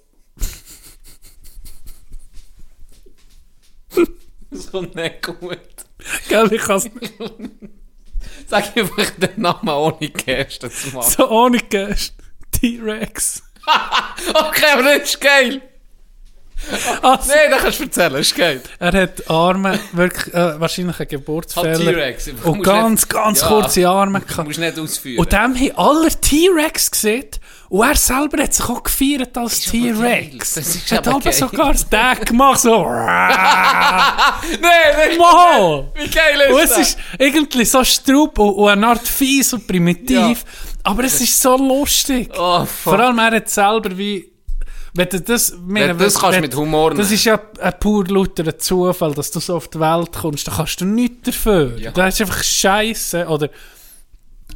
Speaker 1: Das kommt nicht gut.
Speaker 2: Gell, ich kann's nicht.
Speaker 1: Sag einfach den Namen ohne Gäste zu machen.
Speaker 2: so ohne Gäste. T-Rex.
Speaker 1: Okay, aber das ist geil.
Speaker 2: Also,
Speaker 1: Nein, das kannst du erzählen, das ist geil.
Speaker 2: er hat Arme, wirklich, äh, wahrscheinlich einen Geburtsfehler.
Speaker 1: Halt T-Rex, aber du
Speaker 2: Und
Speaker 1: musst
Speaker 2: ganz,
Speaker 1: nicht-
Speaker 2: ganz
Speaker 1: Ja.
Speaker 2: kurze Arme
Speaker 1: Du
Speaker 2: gehabt.
Speaker 1: musst nicht ausführen.
Speaker 2: Und dem haben alle T-Rex gesehen. Und er selber hat sich auch gefeiert als
Speaker 1: aber geil.
Speaker 2: T-Rex.
Speaker 1: Das ist
Speaker 2: Er hat
Speaker 1: aber
Speaker 2: aber
Speaker 1: geil.
Speaker 2: sogar das Tag gemacht, so.
Speaker 1: Nein, nein,
Speaker 2: Mal!
Speaker 1: Wie geil
Speaker 2: Und
Speaker 1: ist
Speaker 2: es
Speaker 1: das?
Speaker 2: ist irgendwie so strupp und, und eine Art fies und primitiv, aber es ist so lustig.
Speaker 1: Oh, fuck.
Speaker 2: Vor allem er hat selber wie... Wenn du das, meine,
Speaker 1: das kannst du mit Humor
Speaker 2: Das
Speaker 1: nehmen.
Speaker 2: ist ja ein pur lauterer Zufall, dass du so auf die Welt kommst. Da kannst du nichts dafür.
Speaker 1: Ja.
Speaker 2: Das ist einfach Scheiße oder...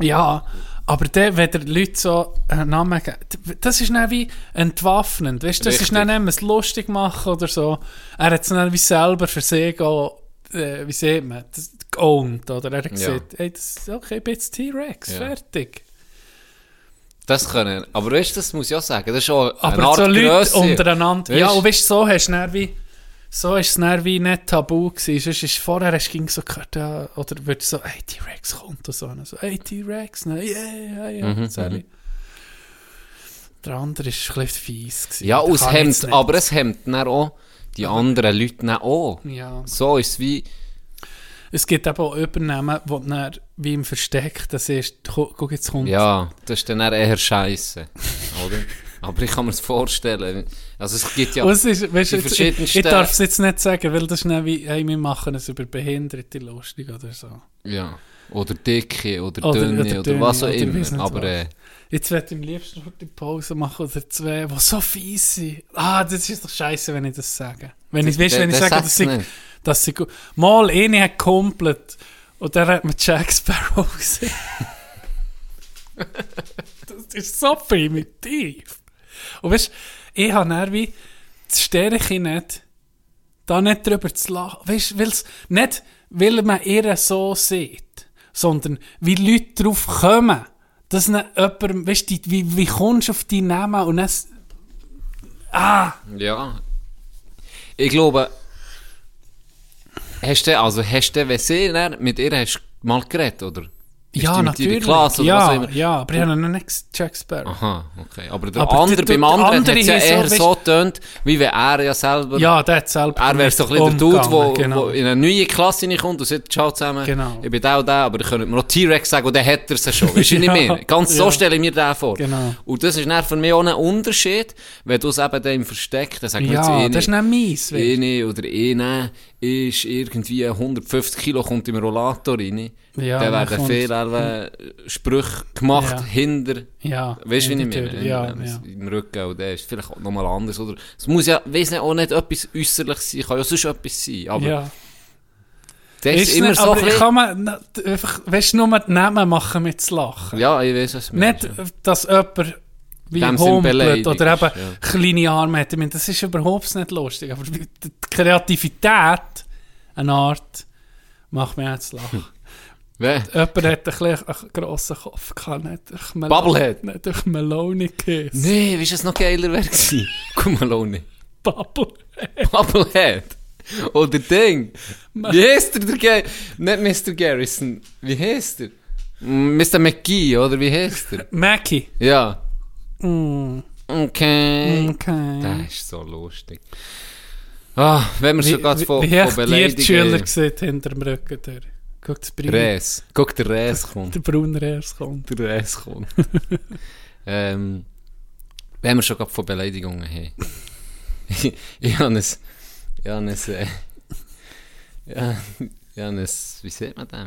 Speaker 2: Ja, aber dann, wenn der Leute so einen Namen geben, das ist dann nou wie entwaffnend, weißt du, das
Speaker 1: Richtig.
Speaker 2: ist dann nicht mehr ein lustig machen oder so. Er hat es dann nou wie selber für sich auch, äh, wie sieht man, das geowned, oder? Er hat gesagt, hey, das ist okay, ich bin jetzt T-Rex,
Speaker 1: Ja.
Speaker 2: fertig.
Speaker 1: Das können. Aber weißt du, das muss ich auch sagen. Das ist auch eine
Speaker 2: Aber
Speaker 1: Art
Speaker 2: so Leute
Speaker 1: Grösse.
Speaker 2: untereinander,
Speaker 1: Weißt
Speaker 2: ja,
Speaker 1: du?
Speaker 2: und weißt du, so hast du dann wie, so ist es dann wie nicht tabu gewesen, sonst ist vorher hast du ging so gehört, ja, oder wird so, hey, T-Rex kommt und so, und so, hey, T-Rex, ne, yeah, yeah, yeah,
Speaker 1: Mhm,
Speaker 2: sorry. Der andere ist ein bisschen fies gewesen.
Speaker 1: Ja,
Speaker 2: Den
Speaker 1: und es
Speaker 2: kann ich jetzt
Speaker 1: hemmt,
Speaker 2: nicht.
Speaker 1: aber es hemmt dann auch die anderen Leute dann auch.
Speaker 2: Ja.
Speaker 1: So ist es wie...
Speaker 2: Es gibt eben auch Übernehmen, wo du dann wie im Versteck, das ist, gu- guck, jetzt kommt.
Speaker 1: Ja, das ist dann eher scheiße, oder? Aber ich kann mir das vorstellen. Also es gibt ja...
Speaker 2: Und es ist,
Speaker 1: die
Speaker 2: weißt, du, jetzt, ich,
Speaker 1: verschiedensten-
Speaker 2: ich darf es jetzt nicht sagen, weil das ist dann wie, hey, wir machen es über Behinderte lustig oder so.
Speaker 1: Ja. Oder dicke, oder,
Speaker 2: Oder-
Speaker 1: dünne,
Speaker 2: oder
Speaker 1: oder,
Speaker 2: dünne,
Speaker 1: was auch
Speaker 2: oder weiss
Speaker 1: immer.
Speaker 2: nicht
Speaker 1: Aber
Speaker 2: was.
Speaker 1: äh,
Speaker 2: Jetzt werde ich am liebsten noch die Pause machen oder zwei, die so fies sind. Ah, das ist doch scheiße, wenn ich das sage. Wenn ich, weißt,
Speaker 1: der-
Speaker 2: wenn ich
Speaker 1: der
Speaker 2: sage,
Speaker 1: sagt's
Speaker 2: dass ich,
Speaker 1: nicht.
Speaker 2: dass ich, gu- mal eine hat komplett und dann hat man Jack Sparrow gesehen. das ist so primitiv. Und weißt, ich habe dann wie die Stärke nicht, da nicht drüber zu lachen. Weißt, weil's, nicht, weil man ihr so sieht, sondern wie Leute drauf kommen, dass dann jemand, weißt, die, wie, wie kommst du auf die Namen und dann, s- ah,
Speaker 1: ja. Ich glaube... Hast du, also hast du, wenn sie dann mit ihr hast mal geredet, oder? Ist
Speaker 2: ja,
Speaker 1: die mit dir in
Speaker 2: natürlich.
Speaker 1: der Klasse oder was auch
Speaker 2: ja,
Speaker 1: immer?
Speaker 2: ja, aber ich habe noch nicht ges- Jack Sparrow.
Speaker 1: Aha, okay. Aber der
Speaker 2: Aber
Speaker 1: andere,
Speaker 2: der-
Speaker 1: beim
Speaker 2: der
Speaker 1: anderen hat
Speaker 2: andere
Speaker 1: es ja
Speaker 2: hat so,
Speaker 1: eher
Speaker 2: weißt-
Speaker 1: so getönt, wie wenn er ja selber...
Speaker 2: Ja, der hat selber.
Speaker 1: Er wäre
Speaker 2: damit
Speaker 1: so ein bisschen der Dude,
Speaker 2: umgegangen,
Speaker 1: wo,
Speaker 2: genau.
Speaker 1: wo in eine neue Klasse reinkommt und sagt, «Ciao zusammen,
Speaker 2: Genau.
Speaker 1: ich bin der und der, aber ich könnte mir auch T-Rex sagen und dann hat er es ja schon.» Weißt du, was ich
Speaker 2: Ja,
Speaker 1: meine? Ganz so
Speaker 2: ja.
Speaker 1: stelle ich mir den vor.
Speaker 2: Genau.
Speaker 1: Und das ist dann für mich auch ein Unterschied, wenn du es eben dann im Versteck, dann sagen wir jetzt
Speaker 2: Ja,
Speaker 1: eh
Speaker 2: das ist
Speaker 1: nicht.
Speaker 2: nicht mies. weisst du.
Speaker 1: Eine oder eine ist irgendwie 150 Kilo, kommt im Rollator rein.
Speaker 2: Ja,
Speaker 1: dann
Speaker 2: dann
Speaker 1: werden
Speaker 2: kommt-
Speaker 1: viel äh, Sprüche gemacht,
Speaker 2: Ja.
Speaker 1: hinter,
Speaker 2: Ja.
Speaker 1: weißt du, wie ich
Speaker 2: natürlich.
Speaker 1: meine?
Speaker 2: Ja,
Speaker 1: Im-
Speaker 2: ja.
Speaker 1: Im Rücken, und der ist vielleicht auch nochmal anders. Oder es muss Dus ja, nou weiss nicht, auch nicht etwas äußerlich sein, kann ja sonst etwas sein. Aber
Speaker 2: ja. nou-
Speaker 1: das
Speaker 2: Ist
Speaker 1: ist immer
Speaker 2: nicht,
Speaker 1: so
Speaker 2: aber
Speaker 1: ein bisschen,
Speaker 2: kann man, na- einfach, weißt du, nur die Namen machen mit zu lachen.
Speaker 1: Ja, ich weiß es
Speaker 2: Nicht, dass jemand wie
Speaker 1: Dem sind
Speaker 2: humpelt
Speaker 1: beleidigt
Speaker 2: oder eben
Speaker 1: ist, ja.
Speaker 2: kleine Arme hat. Ich meine, das ist überhaupt nicht lustig. Aber die die Kreativität, eine Art, macht mich auch zu lachen.
Speaker 1: Wer?
Speaker 2: Jemand hat ein bisschen einen grossen Kopf gehabt, nicht durch Melo-
Speaker 1: Bubblehead.
Speaker 2: Nicht durch Meloni gegessen.
Speaker 1: Nee, weißt du, was noch geiler wäre gewesen? Guck mal, Loni.
Speaker 2: Bubblehead.
Speaker 1: Bubblehead. Oder Oh, Ding. Wie heißt der, der Ge Nicht Mr. Garrison. Wie heißt der? Mm, Mr. McGee, oder wie heißt der?
Speaker 2: Mackie.
Speaker 1: Ja.
Speaker 2: Mm,
Speaker 1: Okay.
Speaker 2: okay.
Speaker 1: Das ist so lustig. Ah, wenn wir
Speaker 2: Wie,
Speaker 1: schon gerade
Speaker 2: wie,
Speaker 1: von,
Speaker 2: wie
Speaker 1: von
Speaker 2: hat die Schüler
Speaker 1: Beleidigungen...
Speaker 2: gesehen hinter dem Rücken? Der? Guck, der Brun, der
Speaker 1: Res. Guck, der Res kommt.
Speaker 2: Brunner erst kommt.
Speaker 1: Ehm, Der Res kommt. ähm, Wenn wir schon gerade von Beleidigungen haben. ich, ich habe ein, ich habe ein, äh, ja, ich habe ein, wie sieht man das?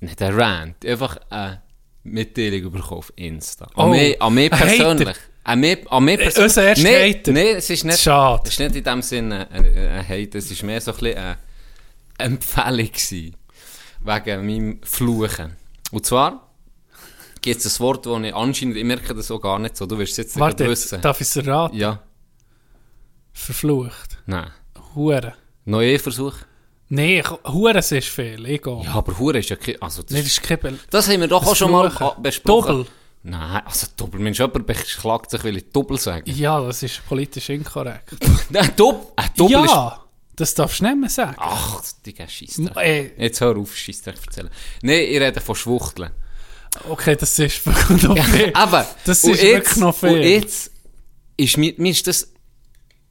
Speaker 1: Nicht ein Rant, einfach eine Mitteilung bekommen auf eh, Insta. An,
Speaker 2: Oh,
Speaker 1: mich, an mich
Speaker 2: ein Hater.
Speaker 1: persönlich. An mich, an mich
Speaker 2: Äh, unser erster Hater.
Speaker 1: Nein, nee, es ist nicht,
Speaker 2: Schade.
Speaker 1: es ist nicht in dem äh, Sinne ein, ein Hate, es ist mehr so ein bisschen äh, eine Empfehlung gewesen. Wegen meinem Fluchen. Und zwar gibt es ein Wort, das ich anscheinend, ich merke das auch gar nicht so, du wirst es jetzt nicht
Speaker 2: Warte,
Speaker 1: wissen.
Speaker 2: darf ich es erraten?
Speaker 1: Ja,
Speaker 2: Verflucht.
Speaker 1: nein.
Speaker 2: Hure.
Speaker 1: Neuer Versuch?
Speaker 2: Nee, ich- Hure ist viel. Ich gehe.
Speaker 1: Ja, dus- aber Hure ist ja kein... Also
Speaker 2: Nee,
Speaker 1: das,
Speaker 2: das ist kein Bel-
Speaker 1: das haben wir doch auch schon mal
Speaker 2: Fluchen.
Speaker 1: a- besprochen.
Speaker 2: Doppel.
Speaker 1: Nein, also Doppel. Mensch, jemand beklagt sich, weil ich Doppel sage.
Speaker 2: Ja, das ist politisch inkorrekt.
Speaker 1: Nein, Doppel. Äh, Doppel ist...
Speaker 2: ja, das darfst du nicht mehr sagen.
Speaker 1: Ach, Digga, Scheissdreck.
Speaker 2: Ey.
Speaker 1: Jetzt hör auf, Scheissdreck erzählen. Nein, ich rede von Schwuchteln.
Speaker 2: Okay, das ist wirklich noch viel.
Speaker 1: Aber,
Speaker 2: das
Speaker 1: und
Speaker 2: ist
Speaker 1: jetzt,
Speaker 2: wirklich noch
Speaker 1: Und
Speaker 2: viel.
Speaker 1: jetzt ist mir, mir ist das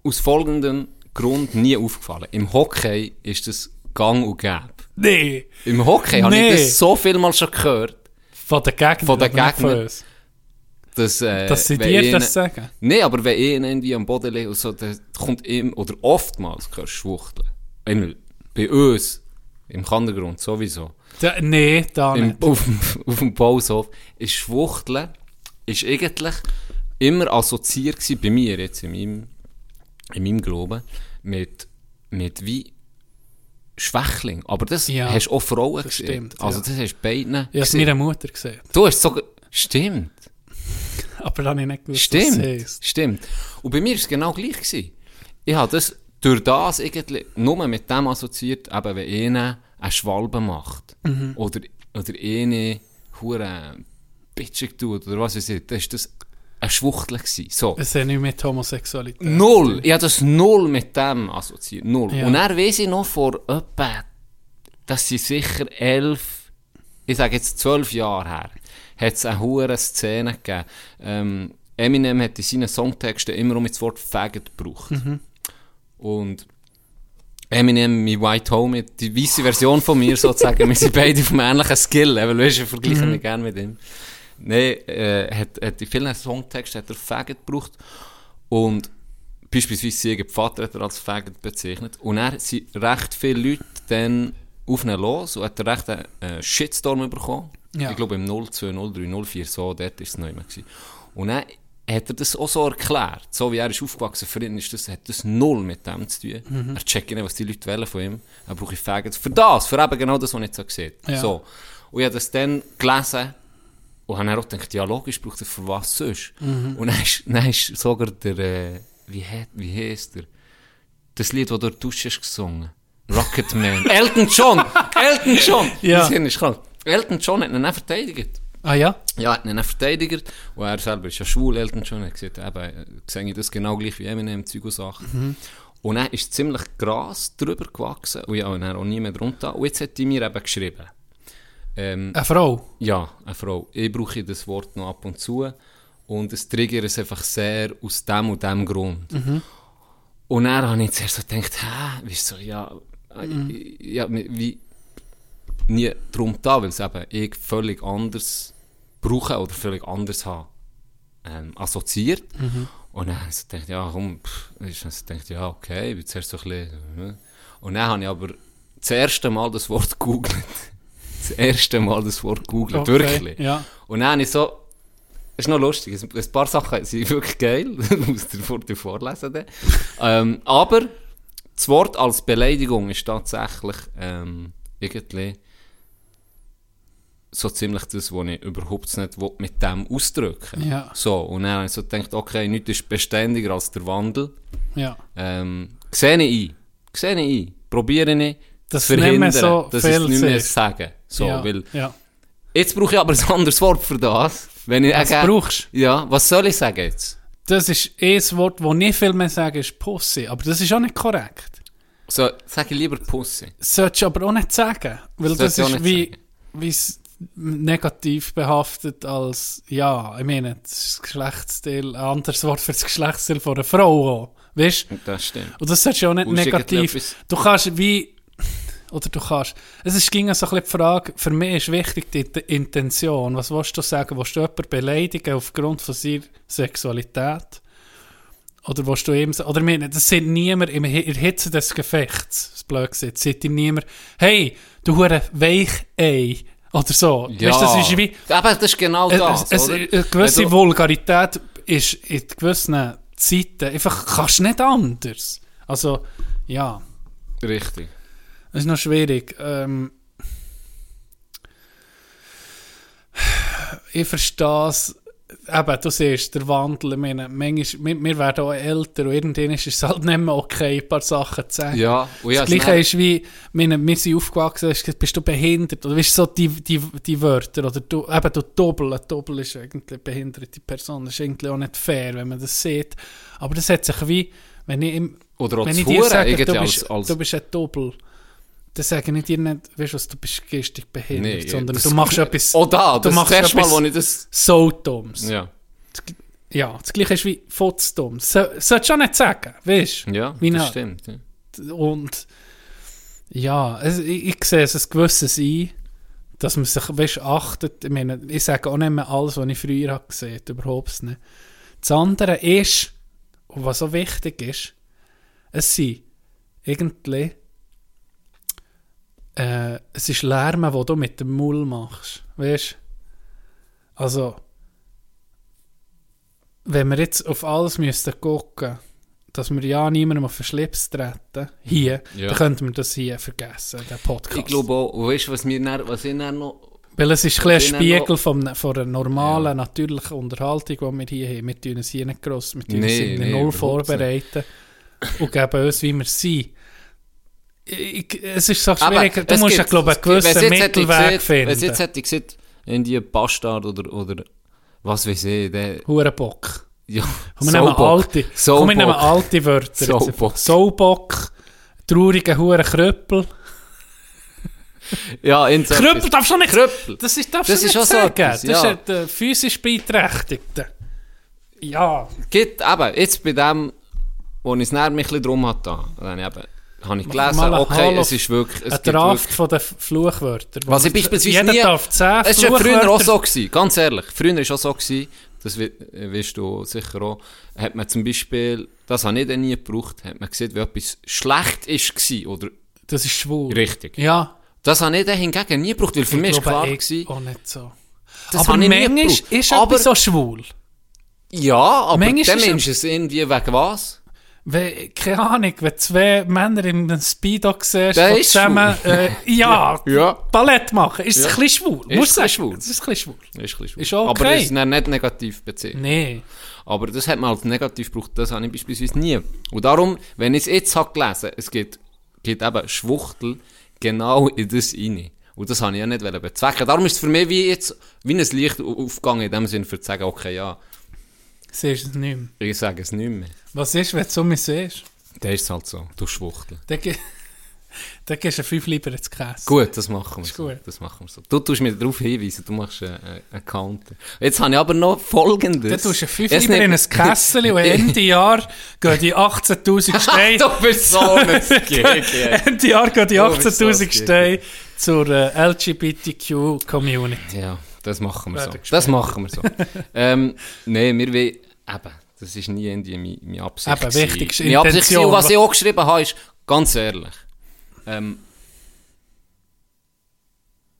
Speaker 1: aus folgendem Grund nie aufgefallen. Im Hockey ist das gang und gäbe.
Speaker 2: Nee,
Speaker 1: Im Hockey habe
Speaker 2: Nee.
Speaker 1: ich das so viel mal schon gehört.
Speaker 2: von den Gegnern.
Speaker 1: Von den
Speaker 2: aber nicht von
Speaker 1: Gegnern.
Speaker 2: uns.
Speaker 1: Dass, äh,
Speaker 2: Dass sie
Speaker 1: wenn
Speaker 2: dir
Speaker 1: ich-
Speaker 2: das sagen.
Speaker 1: Nein, aber wenn ich ihn irgendwie am Boden liege, und so, dann kommt ihm, oder oftmals hörst du schwuchteln. Einmal bei uns, im Kandergrund sowieso.
Speaker 2: Da, nee, da
Speaker 1: Im,
Speaker 2: nicht.
Speaker 1: auf, dem- auf dem Paushof. Ist schwuchteln, ist eigentlich immer assoziiert gewesen, bei mir jetzt, in meinem, in meinem Glauben, mit, mit wie Schwächling. Aber das
Speaker 2: Ja,
Speaker 1: hast du auch Frauen
Speaker 2: das
Speaker 1: gesehen.
Speaker 2: stimmt,
Speaker 1: also
Speaker 2: ja.
Speaker 1: das hast du beiden
Speaker 2: Ich habe es
Speaker 1: gesehen.
Speaker 2: meiner Mutter gesehen.
Speaker 1: Du hast sogar... Stimmt.
Speaker 2: Aber da habe ich nicht gewusst, was es
Speaker 1: Stimmt,
Speaker 2: heisst.
Speaker 1: stimmt. Und bei mir war es genau gleich. Gewesen. Ich habe das durch das irgendwie nur mit dem assoziiert, eben wenn einer eine Schwalbe macht oder, oder eine hure bitchig tut oder was weiß ich, dann ist das ein Schwuchtel gewesen. So.
Speaker 2: Es hat nicht mit Homosexualität.
Speaker 1: Null. Ich habe das null mit dem assoziiert. Null.
Speaker 2: Ja.
Speaker 1: Und er weiß ich noch vor etwa, dass sie sicher elf, ich sage jetzt zwölf Jahre her, hat es eine hohe Szene gegeben. Ähm, Eminem hat in seinen Songtexten immer um das Wort Faggot gebraucht. Und Eminem, mein White Homie, die weiße Version von mir sozusagen. Wir sind beide auf einem ähnlichen Skill, weil weißt, ich vergleiche mich gerne mit ihm. Nein, äh, hat, hat in vielen Songtexten hat er Faggot gebraucht und beispielsweise Siegen Vater hat er als Faggot bezeichnet und er sind recht viele Leute dann auf ihn los und hat er recht einen äh, Shitstorm bekommen.
Speaker 2: Ja.
Speaker 1: Ich glaube im 02, 03, 04, so, dort ist es noch immer gewesen. Und dann hat er das auch so erklärt, so wie er ist aufgewachsen, für ihn ist das, hat das null mit dem zu tun. Er checkt nicht, was die Leute wollen von ihm. Er braucht Faggot für das, für eben genau das, was ich jetzt so sehe.
Speaker 2: Ja.
Speaker 1: So. Und ich habe das dann gelesen und habe dann auch gedacht, ja, logisch braucht er für was sonst. Und dann ist, dann ist sogar der, äh, wie, he- wie heisst der, das Lied, das du in der Dusche hast gesungen Rocket Man. Elton John! Elton John!
Speaker 2: Ja.
Speaker 1: Das Hirn ist krank. Elton John hat ihn dann verteidigt.
Speaker 2: Ah ja?
Speaker 1: Ja, hat ihn dann verteidigt. Und er selber ist ja schwul, Elton John. Er hat gesagt, eben, äh, sehe ich das genau gleich wie Eminem, Zeug und Sachen. Und dann ist ziemlich Gras drüber gewachsen. Und ja, und dann auch nie mehr drunter. Und jetzt hat die mir eben geschrieben. Ähm,
Speaker 2: Eine Frau.
Speaker 1: ja, eine Frau. Ich brauche das Wort noch ab und zu. Und es triggert es einfach sehr aus dem und dem Grund. Und dann habe ich zuerst so gedacht, hä, wieso, ja, äh, ja, wie, nie drum da, weil es eben ich völlig anders brauche oder völlig anders habe ähm, assoziiert. Und dann habe ich so gedacht, ja, komm, pff, ich habe so gedacht, ja, okay, ich bin zuerst so ein bisschen, äh. Und dann habe ich aber das erste Mal das Wort gegoogelt. Das erste Mal das Wort gegoogelt,
Speaker 2: Okay,
Speaker 1: wirklich.
Speaker 2: ja.
Speaker 1: Und dann habe ich so, es ist noch lustig, es- ein paar Sachen sind wirklich geil, muss dir vor dir vorlesen. dann. ähm, aber das Wort als Beleidigung ist tatsächlich ähm, irgendwie so ziemlich das, was ich überhaupt nicht will, mit dem ausdrücken
Speaker 2: Ja.
Speaker 1: So, und dann habe ich so gedacht, okay, nichts ist beständiger als der Wandel.
Speaker 2: Ja.
Speaker 1: Ähm, sehe ich ein, sehe ich ein, probiere ich,
Speaker 2: Dass
Speaker 1: zu
Speaker 2: es nicht mehr
Speaker 1: verhindern,
Speaker 2: so
Speaker 1: dass ich es
Speaker 2: viel
Speaker 1: nicht mehr
Speaker 2: ist.
Speaker 1: sage. So,
Speaker 2: ja.
Speaker 1: weil
Speaker 2: ja.
Speaker 1: Jetzt brauche ich aber ein anderes Wort für das. Wenn ich
Speaker 2: Was
Speaker 1: sage-
Speaker 2: brauchst
Speaker 1: Ja, was soll ich sagen jetzt?
Speaker 2: Das ist eh ein Wort, das nicht viel mehr sagen ist Pussy. Aber das ist auch nicht korrekt.
Speaker 1: So, sage ich lieber Pussy.
Speaker 2: Solltest du aber auch nicht sagen. Weil
Speaker 1: Sollte
Speaker 2: das
Speaker 1: ich auch
Speaker 2: ist
Speaker 1: nicht
Speaker 2: wie,
Speaker 1: sagen.
Speaker 2: wie s- negativ behaftet als, ja, ich meine, das ist Geschlechtsteil, ein anderes Wort für das Geschlechtsteil von einer Frau auch. Weißt du?
Speaker 1: Das stimmt.
Speaker 2: Und das solltest du auch nicht
Speaker 1: Und es ist
Speaker 2: negativ.
Speaker 1: irgendetwas-
Speaker 2: Du kannst wie, Oder du kannst. Es ist ging so ein bisschen die Frage, für mich ist wichtig die Int- Intention. Was willst du sagen? Willst du jemanden beleidigen aufgrund von seiner Sexualität? Oder willst du ihm sa- Oder mir, das sieht niemand im Hi- in der Hitze des Gefechts, das blöd gesagt, sieht ihm niemand, hey, du hure Weichei. Oder so. Weißt, das ist wie,
Speaker 1: Aber das ist genau das,
Speaker 2: es, es,
Speaker 1: oder?
Speaker 2: eine gewisse
Speaker 1: Wenn du-
Speaker 2: Vulgarität ist in gewissen Zeiten einfach, kannst nicht anders. Also, ja,
Speaker 1: Richtig.
Speaker 2: es ist noch schwierig. Ähm, ich verstehe es. Eben, du siehst, der Wandel, ich meine, manchmal, wir, wir werden auch älter und irgendwann ist es halt nicht mehr okay, ein paar Sachen zu sagen.
Speaker 1: Ja, und Oh ja,
Speaker 2: Das Gleiche ist wie, meine, wir sind aufgewachsen, hast gesagt, bist du behindert? Oder weißt du, so die, die, die Wörter, oder du, eben, du doppel, ein doppel ist irgendwie eine behinderte Person, das ist irgendwie auch nicht fair, wenn man das sieht. Aber das hat sich wie, wenn ich, im,
Speaker 1: Oder auch
Speaker 2: wenn
Speaker 1: das
Speaker 2: ich dir
Speaker 1: Huren
Speaker 2: sage, du
Speaker 1: irgendwie
Speaker 2: bist,
Speaker 1: als- als-
Speaker 2: du bist ein Doppel, dann sage ich dir nicht, weißt du was, du bist geistig behindert,
Speaker 1: Nee,
Speaker 2: sondern
Speaker 1: das-
Speaker 2: du machst etwas,
Speaker 1: Oh, da,
Speaker 2: du
Speaker 1: das
Speaker 2: machst
Speaker 1: erste Mal,
Speaker 2: etwas-
Speaker 1: wo ich das...
Speaker 2: so dummes. Ja.
Speaker 1: Ja.
Speaker 2: das Gleiche ist wie Fotz dummes. So, solltest du auch nicht sagen, weißt du?
Speaker 1: Ja,
Speaker 2: Wie nou?
Speaker 1: das
Speaker 2: eine-
Speaker 1: stimmt. Ja.
Speaker 2: Und ja, es, ich, ich sehe es ein gewisses ein, dass man sich weißt, achtet. Ich, meine, ich sage auch nicht mehr alles, was ich früher habe gesehen überhaupt nicht. Das andere ist, und was auch wichtig ist, es sind irgendwie äh, es ist Lärme, wo du mit dem Mull machst. Weißt Also, wenn wir jetzt auf alles müssten gucken, dass wir ja niemandem auf den Schlips treten, hier,
Speaker 1: Ja.
Speaker 2: dann könnten wir das hier vergessen, den Podcast.
Speaker 1: Ich glaube auch, und weißt du, was, mir dann- was ich dann noch...
Speaker 2: Weil es ist ein, bisschen ein
Speaker 1: bin dann
Speaker 2: Spiegel vom, von einer normalen, natürlichen Unterhaltung, die wir hier haben. Wir tun es hier nicht gross, wir tun
Speaker 1: Nee,
Speaker 2: uns
Speaker 1: nee,
Speaker 2: nee, null
Speaker 1: überhaupt
Speaker 2: vorbereiten und geben uns, wie wir sind. Ich, es ist so
Speaker 1: Aber
Speaker 2: schwierig, du
Speaker 1: es
Speaker 2: musst ja,
Speaker 1: gibt-
Speaker 2: glaube ich, einen
Speaker 1: es gibt- wenn's
Speaker 2: gewissen
Speaker 1: jetzt hätte ich
Speaker 2: Mittelweg
Speaker 1: gesagt- wenn's jetzt
Speaker 2: finden.
Speaker 1: hätte ich gesagt, irgendwie Bastard oder, oder was weiß ich, der...
Speaker 2: Hurenbock.
Speaker 1: Ja,
Speaker 2: Und wir nehmen
Speaker 1: Saubock.
Speaker 2: alte,
Speaker 1: Saubock.
Speaker 2: komm, wir nehmen alte Wörter.
Speaker 1: Saubock.
Speaker 2: Soulbock, trauriger Hurenkröppel.
Speaker 1: Ja, in so
Speaker 2: Krüppel
Speaker 1: etwas.
Speaker 2: darfst du nicht
Speaker 1: Krüppel.
Speaker 2: Das ist, darfst
Speaker 1: Das
Speaker 2: du
Speaker 1: ist
Speaker 2: nicht
Speaker 1: auch so
Speaker 2: sagen.
Speaker 1: etwas,
Speaker 2: Das
Speaker 1: ja.
Speaker 2: ist ein physisch Beeinträchtigter. eh, Ja.
Speaker 1: Gibt, eben, jetzt bei dem, wo ich es näher mich ein bisschen drum hatte, dann habe ich, eben- habe ich gelesen,
Speaker 2: mal ein
Speaker 1: okay,
Speaker 2: Hallo-
Speaker 1: es ist wirklich, es
Speaker 2: Ein
Speaker 1: gibt
Speaker 2: Draft von den Fluchwörtern.
Speaker 1: Was ich beispielsweise
Speaker 2: Jeder
Speaker 1: nie-
Speaker 2: darf 10
Speaker 1: Es war ja früher auch
Speaker 2: Fluchwörter.
Speaker 1: so, gewesen, ganz ehrlich. Früher war auch so, gewesen, das wi- äh, weißt du sicher auch, hat man zum Beispiel, das habe ich dann nie gebraucht, hat man gesehen, wie etwas schlecht war oder
Speaker 2: Das ist schwul.
Speaker 1: richtig.
Speaker 2: Ja.
Speaker 1: Das habe ich dann hingegen nie gebraucht, weil für mich
Speaker 2: ich
Speaker 1: war klar,
Speaker 2: glaube, ich
Speaker 1: gewesen,
Speaker 2: auch nicht so.
Speaker 1: Das
Speaker 2: aber
Speaker 1: habe ich nie
Speaker 2: manchmal
Speaker 1: gebraucht.
Speaker 2: ist
Speaker 1: Aber-
Speaker 2: aber so schwul.
Speaker 1: ja, aber
Speaker 2: Manchmal
Speaker 1: dann
Speaker 2: ist es-
Speaker 1: ist es irgendwie wegen was?
Speaker 2: Wenn, keine Ahnung, wenn zwei Männer in einem Speedo siehst,
Speaker 1: Der
Speaker 2: die
Speaker 1: ist
Speaker 2: zusammen äh, ja,
Speaker 1: Ja.
Speaker 2: Ballett machen, ist es
Speaker 1: Ja.
Speaker 2: ein bisschen schwul.
Speaker 1: Ist
Speaker 2: Muss
Speaker 1: ein
Speaker 2: sagen.
Speaker 1: bisschen schwul.
Speaker 2: Es ist ein bisschen schwul.
Speaker 1: Ist, ein bisschen schwul.
Speaker 2: Ist auch
Speaker 1: Aber
Speaker 2: okay. Mhm.
Speaker 1: es ist dann nicht negativ bezeichnet.
Speaker 2: Nee.
Speaker 1: Aber das hat man als negativ gebraucht, das habe ich beispielsweise nie. Und darum, wenn ich es jetzt habe gelesen, es geht, geht eben Schwuchtel genau in das rein. Und das habe ich ja nicht wollen bezwecken. Darum ist es für mich wie jetzt, wie ein Licht au- aufgegangen, in dem Sinne, für zu sagen, okay, ja,
Speaker 2: Siehst du es nicht mehr.
Speaker 1: ich sage es nicht mehr.
Speaker 2: Was ist, wenn du so mich siehst?
Speaker 1: Dann ist es halt so, du Schwuchtel.
Speaker 2: Dann ge- dann gehst du fünf lieber ins Käse.
Speaker 1: Gut, das machen wir so.
Speaker 2: gut.
Speaker 1: Das machen wir so. Du tust mir darauf hinweisen, du machst einen, äh, einen Counter. Jetzt habe ich aber noch folgendes.
Speaker 2: Dann tust du fünf
Speaker 1: Jetzt
Speaker 2: lieber in ein
Speaker 1: nicht-
Speaker 2: Kessel und Ende Jahr gehen die
Speaker 1: Ah,
Speaker 2: 18'000 Steine...
Speaker 1: Du bist so ein Gig.
Speaker 2: Ende Jahr gehen die
Speaker 1: Oh, ist das
Speaker 2: 18'000
Speaker 1: gut.
Speaker 2: Steine zur äh, LGBTQ-Community.
Speaker 1: Ja, das machen wir
Speaker 2: Wer
Speaker 1: so.
Speaker 2: hat gespielt?
Speaker 1: Das machen wir so. ähm, Nein, wir wollen... Eben, das ist nie irgendwie meine, meine Absicht.
Speaker 2: Eben,
Speaker 1: gewesen.
Speaker 2: wichtig ist
Speaker 1: Meine Absicht
Speaker 2: Intention.
Speaker 1: gewesen, und was ich auch geschrieben habe, ist, ganz ehrlich, ähm,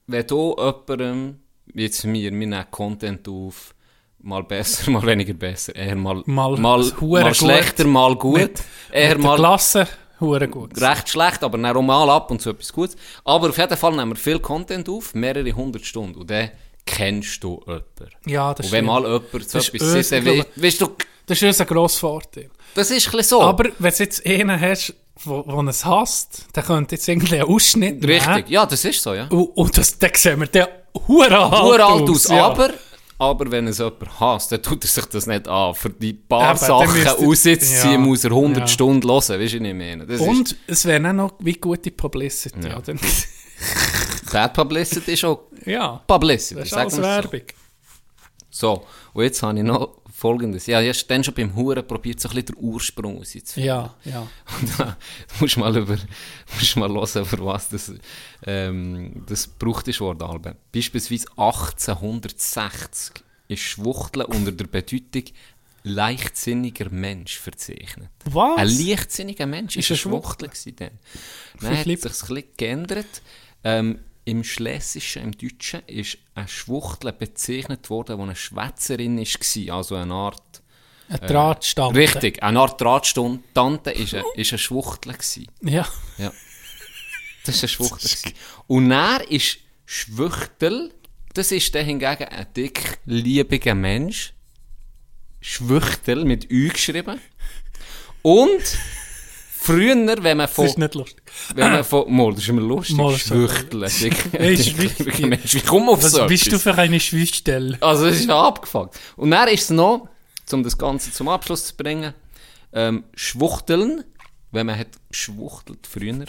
Speaker 1: wenn du jemandem, wie jetzt mir, wir nehmen Content auf, mal besser, mal weniger besser, eher mal,
Speaker 2: Mal
Speaker 1: mal,
Speaker 2: hure
Speaker 1: mal
Speaker 2: gut.
Speaker 1: schlechter, mal gut,
Speaker 2: Mit-
Speaker 1: eher
Speaker 2: Mit der
Speaker 1: mal
Speaker 2: Klasse, hure gut.
Speaker 1: recht schlecht, aber dann auch mal ab und zu etwas Gutes. Aber auf jeden Fall nehmen wir viel Content auf, mehrere hundert Stunden. Und dann kennst du jemanden.
Speaker 2: Ja, das
Speaker 1: und wenn
Speaker 2: stimmt.
Speaker 1: mal jemand so
Speaker 2: Das ist
Speaker 1: etwas sieht, dann
Speaker 2: uns,
Speaker 1: wei- weisst du,
Speaker 2: Das ist unser grosser Vorteil.
Speaker 1: das ist ein bisschen so.
Speaker 2: Aber wenn du jetzt einen hast, wo, wo es hasst, dann könnte jetzt irgendwie einen Ausschnitt nehmen.
Speaker 1: Richtig, ja, das ist so, ja.
Speaker 2: Und, und das, dann sehen wir den hure alt
Speaker 1: Uralt aus,
Speaker 2: ja.
Speaker 1: aber... Aber wenn es jemand hasst, dann tut er sich das nicht an, für die paar
Speaker 2: Eben, dann
Speaker 1: Sachen
Speaker 2: müsste-
Speaker 1: rauszuziehen,
Speaker 2: ja,
Speaker 1: muss er 100
Speaker 2: ja.
Speaker 1: Stunden hören, weißt du, was ich meine? Das
Speaker 2: Und es wäre auch noch wie gute Publicity. Ja,
Speaker 1: Ja.
Speaker 2: oder?
Speaker 1: ist, Bad Publicity ist auch
Speaker 2: ja.
Speaker 1: Publicity,
Speaker 2: das ist
Speaker 1: sagen
Speaker 2: alles
Speaker 1: wir es so.
Speaker 2: Werbung.
Speaker 1: So, und jetzt habe ich noch folgendes. Ja, ich habe dann schon beim Huren probiert, so ein bisschen den Ursprung rauszufinden.
Speaker 2: Ja, ja.
Speaker 1: Und da musst du mal, über, musst du mal hören, für was das, ähm, das gebraucht ist worden, Albert. Beispielsweise 1860 ist Schwuchteln unter der Bedeutung leichtsinniger Mensch verzeichnet.
Speaker 2: Was?
Speaker 1: Ein leichtsinniger Mensch ist
Speaker 2: ein
Speaker 1: ein Schwuchtel gewesen dann. Dann hat
Speaker 2: Verflipt.
Speaker 1: sich ein bisschen geändert. Ähm, Im Schlesischen, im Deutschen, ist ein Schwuchtel bezeichnet worden, der eine Schwätzerin war, also eine Art...
Speaker 2: Ein Drahtstand.
Speaker 1: Äh, Richtig, eine Art Drahtstunde. Tante ist ein, ist ein Schwuchtel. Gewesen.
Speaker 2: Ja.
Speaker 1: Ja. Das ist ein Schwuchtel. gewesen. Und er ist Schwüchtel, das ist dann hingegen ein dick, liebiger Mensch. Schwüchtel mit Ü geschrieben. Und früher, wenn man von.
Speaker 2: Das ist nicht lustig.
Speaker 1: Wenn man von mal, das ist immer lustig.
Speaker 2: Mal, das ist
Speaker 1: Schwüchtel. ein dick-
Speaker 2: Ey,
Speaker 1: dick,
Speaker 2: Schwüchtel.
Speaker 1: liebiger Mensch. Wie komm auf
Speaker 2: Was
Speaker 1: so
Speaker 2: Also, bist du
Speaker 1: etwas?
Speaker 2: für eine Schwüchtel?
Speaker 1: Also, es ist abgefuckt. Und dann ist es noch, um das Ganze zum Abschluss zu bringen, ähm, schwuchteln, wenn man hat geschwuchtelt früher,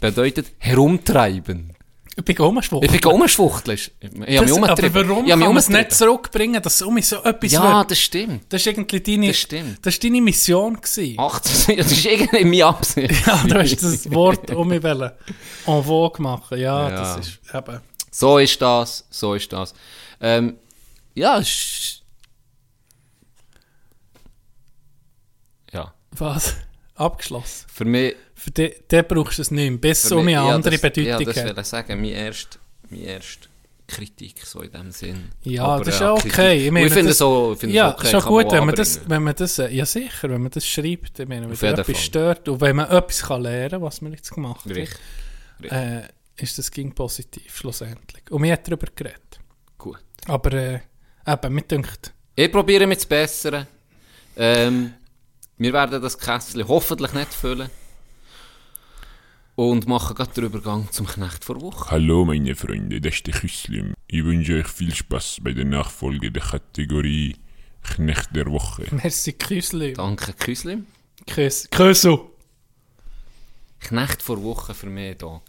Speaker 1: bedeutet herumtreiben.
Speaker 2: Ich bin umgeschwungen.
Speaker 1: Ich bin umschwuchteln. Ich habe mich
Speaker 2: Das- Aber
Speaker 1: umgetrieben.
Speaker 2: warum
Speaker 1: Ich habe mich
Speaker 2: kann man es
Speaker 1: umgetrieben.
Speaker 2: nicht zurückbringen, dass um so etwas
Speaker 1: Ja,
Speaker 2: wird?
Speaker 1: das stimmt.
Speaker 2: Das ist irgendwie deine,
Speaker 1: das stimmt. Ah.
Speaker 2: Das ist deine Mission gewesen.
Speaker 1: 18, das ist irgendwie meine Absicht.
Speaker 2: Ja, du hast das Wort umwählen. En vogue machen. Ja,
Speaker 1: Ja.
Speaker 2: das ist eben.
Speaker 1: So ist das, so ist das. Ähm, ja, sch- ja,
Speaker 2: Was? Abgeschlossen.
Speaker 1: für mich...
Speaker 2: Für den, den brauchst du es nicht mehr, bis es
Speaker 1: Für
Speaker 2: um
Speaker 1: mich-
Speaker 2: eine andere
Speaker 1: das, Ja,
Speaker 2: Bedeutung
Speaker 1: das
Speaker 2: hat.
Speaker 1: will ich sagen. Meine erste, meine erste Kritik, so in dem Sinn.
Speaker 2: Ja,
Speaker 1: Aber,
Speaker 2: das ist
Speaker 1: ja,
Speaker 2: auch
Speaker 1: Kritik.
Speaker 2: okay. Ich
Speaker 1: Und
Speaker 2: meine,
Speaker 1: ich finde
Speaker 2: das-
Speaker 1: es auch ich finde es
Speaker 2: ja,
Speaker 1: okay.
Speaker 2: ist auch
Speaker 1: kann man
Speaker 2: gut, wenn man, das,
Speaker 1: anbringen.
Speaker 2: wenn man das, äh, ja sicher, wenn man das schreibt, ich meine, wenn
Speaker 1: Auf
Speaker 2: dir
Speaker 1: jeden
Speaker 2: etwas
Speaker 1: Fall.
Speaker 2: stört und wenn man etwas kann lernen kann, was man jetzt gemacht
Speaker 1: Richtig.
Speaker 2: hat, äh, ist das ging positiv, schlussendlich. Und wir haben darüber geredet.
Speaker 1: Gut.
Speaker 2: Aber äh, eben, mir denkt,
Speaker 1: Ich probiere mich zu bessern. Ähm, wir werden das Kästchen hoffentlich nicht füllen. Und machen gerade den Übergang zum Knecht vor Woche.
Speaker 5: Hallo meine Freunde, das ist der Küslim. Ich wünsche euch viel Spaß bei der Nachfolge der Kategorie Knecht der Woche.
Speaker 2: merci Küsli.
Speaker 1: Danke, Küsli.
Speaker 2: Küss, Küssel.
Speaker 1: Knecht vor Woche für mich, Tag.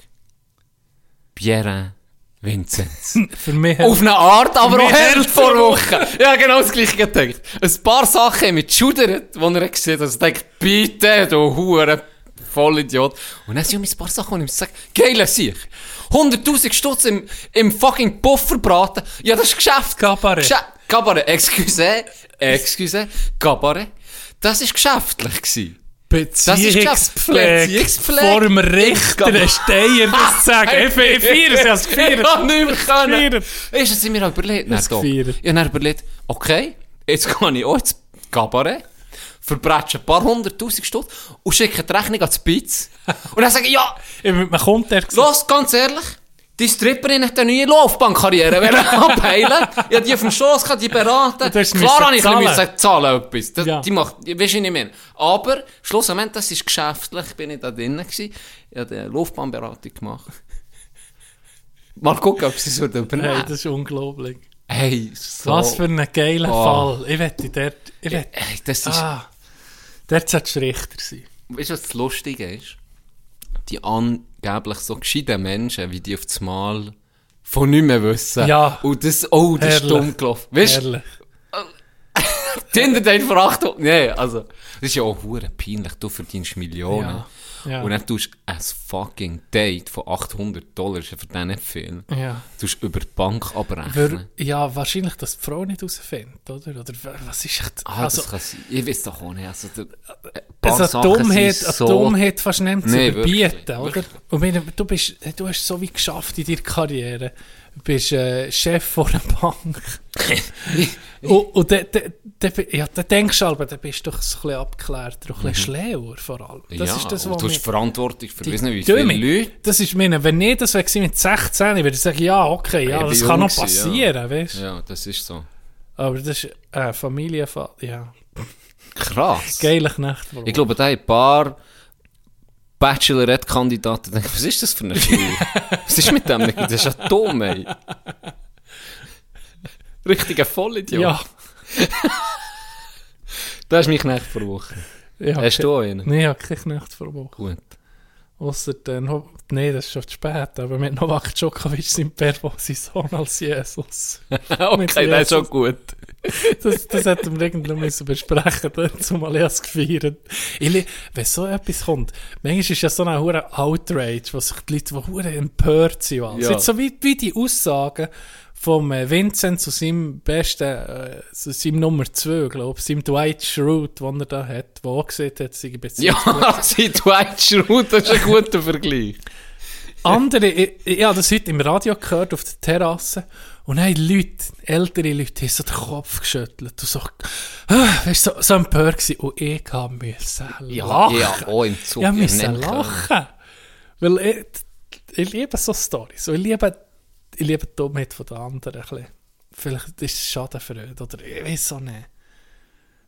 Speaker 1: Pierre Vinzenz.
Speaker 2: Für mich
Speaker 1: Auf eine Art, aber auch
Speaker 2: Mehr
Speaker 1: Held
Speaker 2: Held
Speaker 1: vor
Speaker 2: vor
Speaker 1: Woche. Ja, genau das gleiche gedacht. Ein paar Sachen haben mich geschudert, die er gesehen hat. Also ich dachte, bitte, du Hure, Vollidiot. Und dann sind mir ein paar Sachen, die ich ihm sage, geiler Sieg. 100.000 Stutz im, im fucking Puffer braten. Ja, das ist Geschäft.
Speaker 2: Kabarett.
Speaker 1: Geschä Kabarett, excuse, excuse, Kabarett. Das ist geschäftlich gewesen.
Speaker 2: Beziehungspflege.
Speaker 1: Beziehungspflege.
Speaker 2: Vor dem Richter
Speaker 1: Ich-
Speaker 2: einen Steier das zu sagen. Ich fe- ich feiere es, ich habe es gefeiert.
Speaker 1: Ich kann nicht mehr können.
Speaker 2: gefeiert.
Speaker 1: Ist es mir überlegt, dann
Speaker 2: hab's
Speaker 1: doch. Ich
Speaker 2: gefeiert.
Speaker 1: habe dann überlegt, okay, jetzt kann ich auch ins Kabarett, verbreche ein paar hunderttausend Stunden und schicke die Rechnung an die Spitz. Und dann sage ich, ja,
Speaker 2: Ich bin mit meinem Kunden gesagt,
Speaker 1: los, ganz ehrlich, die Stripperin hat eine neue Laufbahnkarriere wollen abheilen. Ich habe die auf dem Schoss gehabt, die beraten.
Speaker 2: Und du hast
Speaker 1: Klar habe ich
Speaker 2: müssen
Speaker 1: ein
Speaker 2: zahlen.
Speaker 1: bisschen zahlen etwas. Das,
Speaker 2: Ja.
Speaker 1: Die macht, weisst du nicht mehr. Aber, schlussendlich, das ist geschäftlich, bin ich da drinnen gewesen. Ich habe eine Laufbahnberatung gemacht. Mal gucken, ob sie es würde übernehmen.
Speaker 2: hey, das ist unglaublich.
Speaker 1: Hey, so.
Speaker 2: Was für ein geiler
Speaker 1: Oh.
Speaker 2: Fall. Ich wette, dort, ich wette,
Speaker 1: Hey, das ist.
Speaker 2: ah, dort solltest du Richter sein.
Speaker 1: Weißt du, was das Lustige ist? Die angeblich so gescheiten Menschen, wie die auf das Mal von nichts mehr wissen.
Speaker 2: Ja.
Speaker 1: Und das, oh, das ist
Speaker 2: Herrlich.
Speaker 1: dumm gelaufen. Weißt du,
Speaker 2: Ehrlich.
Speaker 1: Tinder den veracht. Nee, also. Das ist ja auch hure peinlich. Du verdienst Millionen.
Speaker 2: Ja, ja.
Speaker 1: Und dann tust du ein fucking Date von 800 Dollar, ist ja für den nicht viel.
Speaker 2: Ja.
Speaker 1: Tust über die Bank abrechnen.
Speaker 2: Wür- ja, wahrscheinlich, dass die Frau nicht herausfindet, oder? Oder w- was ist echt...
Speaker 1: Ah,
Speaker 2: also,
Speaker 1: das kann sein. Ich weiß doch auch nicht. Also, der, ein paar
Speaker 2: also
Speaker 1: Sachen sind
Speaker 2: Dummheit,
Speaker 1: so-
Speaker 2: Dummheit fast nicht mehr zu
Speaker 1: Nee, wirklich,
Speaker 2: überbieten, oder?
Speaker 1: wirklich.
Speaker 2: Und meine, du, bist, du hast so wie geschafft in deiner Karriere. Du bist äh, Chef von einer Bank. und und dann de, ja, dann denkst du aber, dann bist du doch ein bisschen abgeklärter und ein bisschen schlauer vor allem. Das
Speaker 1: Mhm. ja,
Speaker 2: ist das,
Speaker 1: und
Speaker 2: was
Speaker 1: du hast
Speaker 2: mich-
Speaker 1: Verantwortung für, weiss nicht, wie viele
Speaker 2: Dumme.
Speaker 1: Leute.
Speaker 2: Das ist meine, wenn ich das wäre mit 16, würde ich sagen, ja, okay, ja,
Speaker 1: Ich
Speaker 2: das
Speaker 1: bin
Speaker 2: kann
Speaker 1: jung
Speaker 2: noch
Speaker 1: gewesen, ja.
Speaker 2: passieren, weißt du?
Speaker 1: Ja, das ist so.
Speaker 2: Aber das ist äh, Familienfall, ja.
Speaker 1: Krass.
Speaker 2: Geile Nacht, warum?
Speaker 1: Ich glaube, da haben ein paar Bachelorette-Kandidaten gedacht, was ist das für eine Frau? was ist mit dem nicht? Das ist ja dumm, ey. Richtiger Vollidiot.
Speaker 2: ja,
Speaker 1: Das ist mein Knecht vor Woche.
Speaker 2: ja.
Speaker 1: Hast du auch einen?
Speaker 2: Nein, ich habe keine Nacht vor Woche.
Speaker 1: Gut.
Speaker 2: Ausser dann, Ho- nee, das ist schon zu spät, aber mit Novak Djokovic sind Pervo sein Sohn als Jesus.
Speaker 1: okay, das ist schon
Speaker 2: Jesus.
Speaker 1: gut.
Speaker 2: Das, das hätten wir irgendwann müssen besprechen müssen, zumal ich es gefeiert Ich li- Wenn so etwas kommt, manchmal ist ja so eine hure Outrage, wo sich die Leute die hure empört sind. Ja.
Speaker 1: Ja.
Speaker 2: Jetzt so wie, wie die Aussagen vom äh, Vincent zu seinem besten, äh, zu seinem Nummer 2, glaube ich, seinem Dwight Schrute, den er da hat, der auch gesehen hat, seine Beziehung.
Speaker 1: Ja, sie Dwight Schrute, das ist ein guter Vergleich.
Speaker 2: Andere, ich, ich habe das heute im Radio gehört, auf der Terrasse. Und dann haben Leute, ältere Leute, haben so den Kopf geschüttelt. Und so, ah, weißt du, so, so empört gewesen. Und ich kann müssen lachen.
Speaker 1: ja, auch im Zug.
Speaker 2: Ich
Speaker 1: ich
Speaker 2: musste
Speaker 1: nicht können.
Speaker 2: lachen. Weil ich, ich liebe so Storys. Und Ich liebe, ich liebe die Dummheit von den anderen. Ein bisschen. Vielleicht ist es Schadenfreude oder ich weiß auch nicht.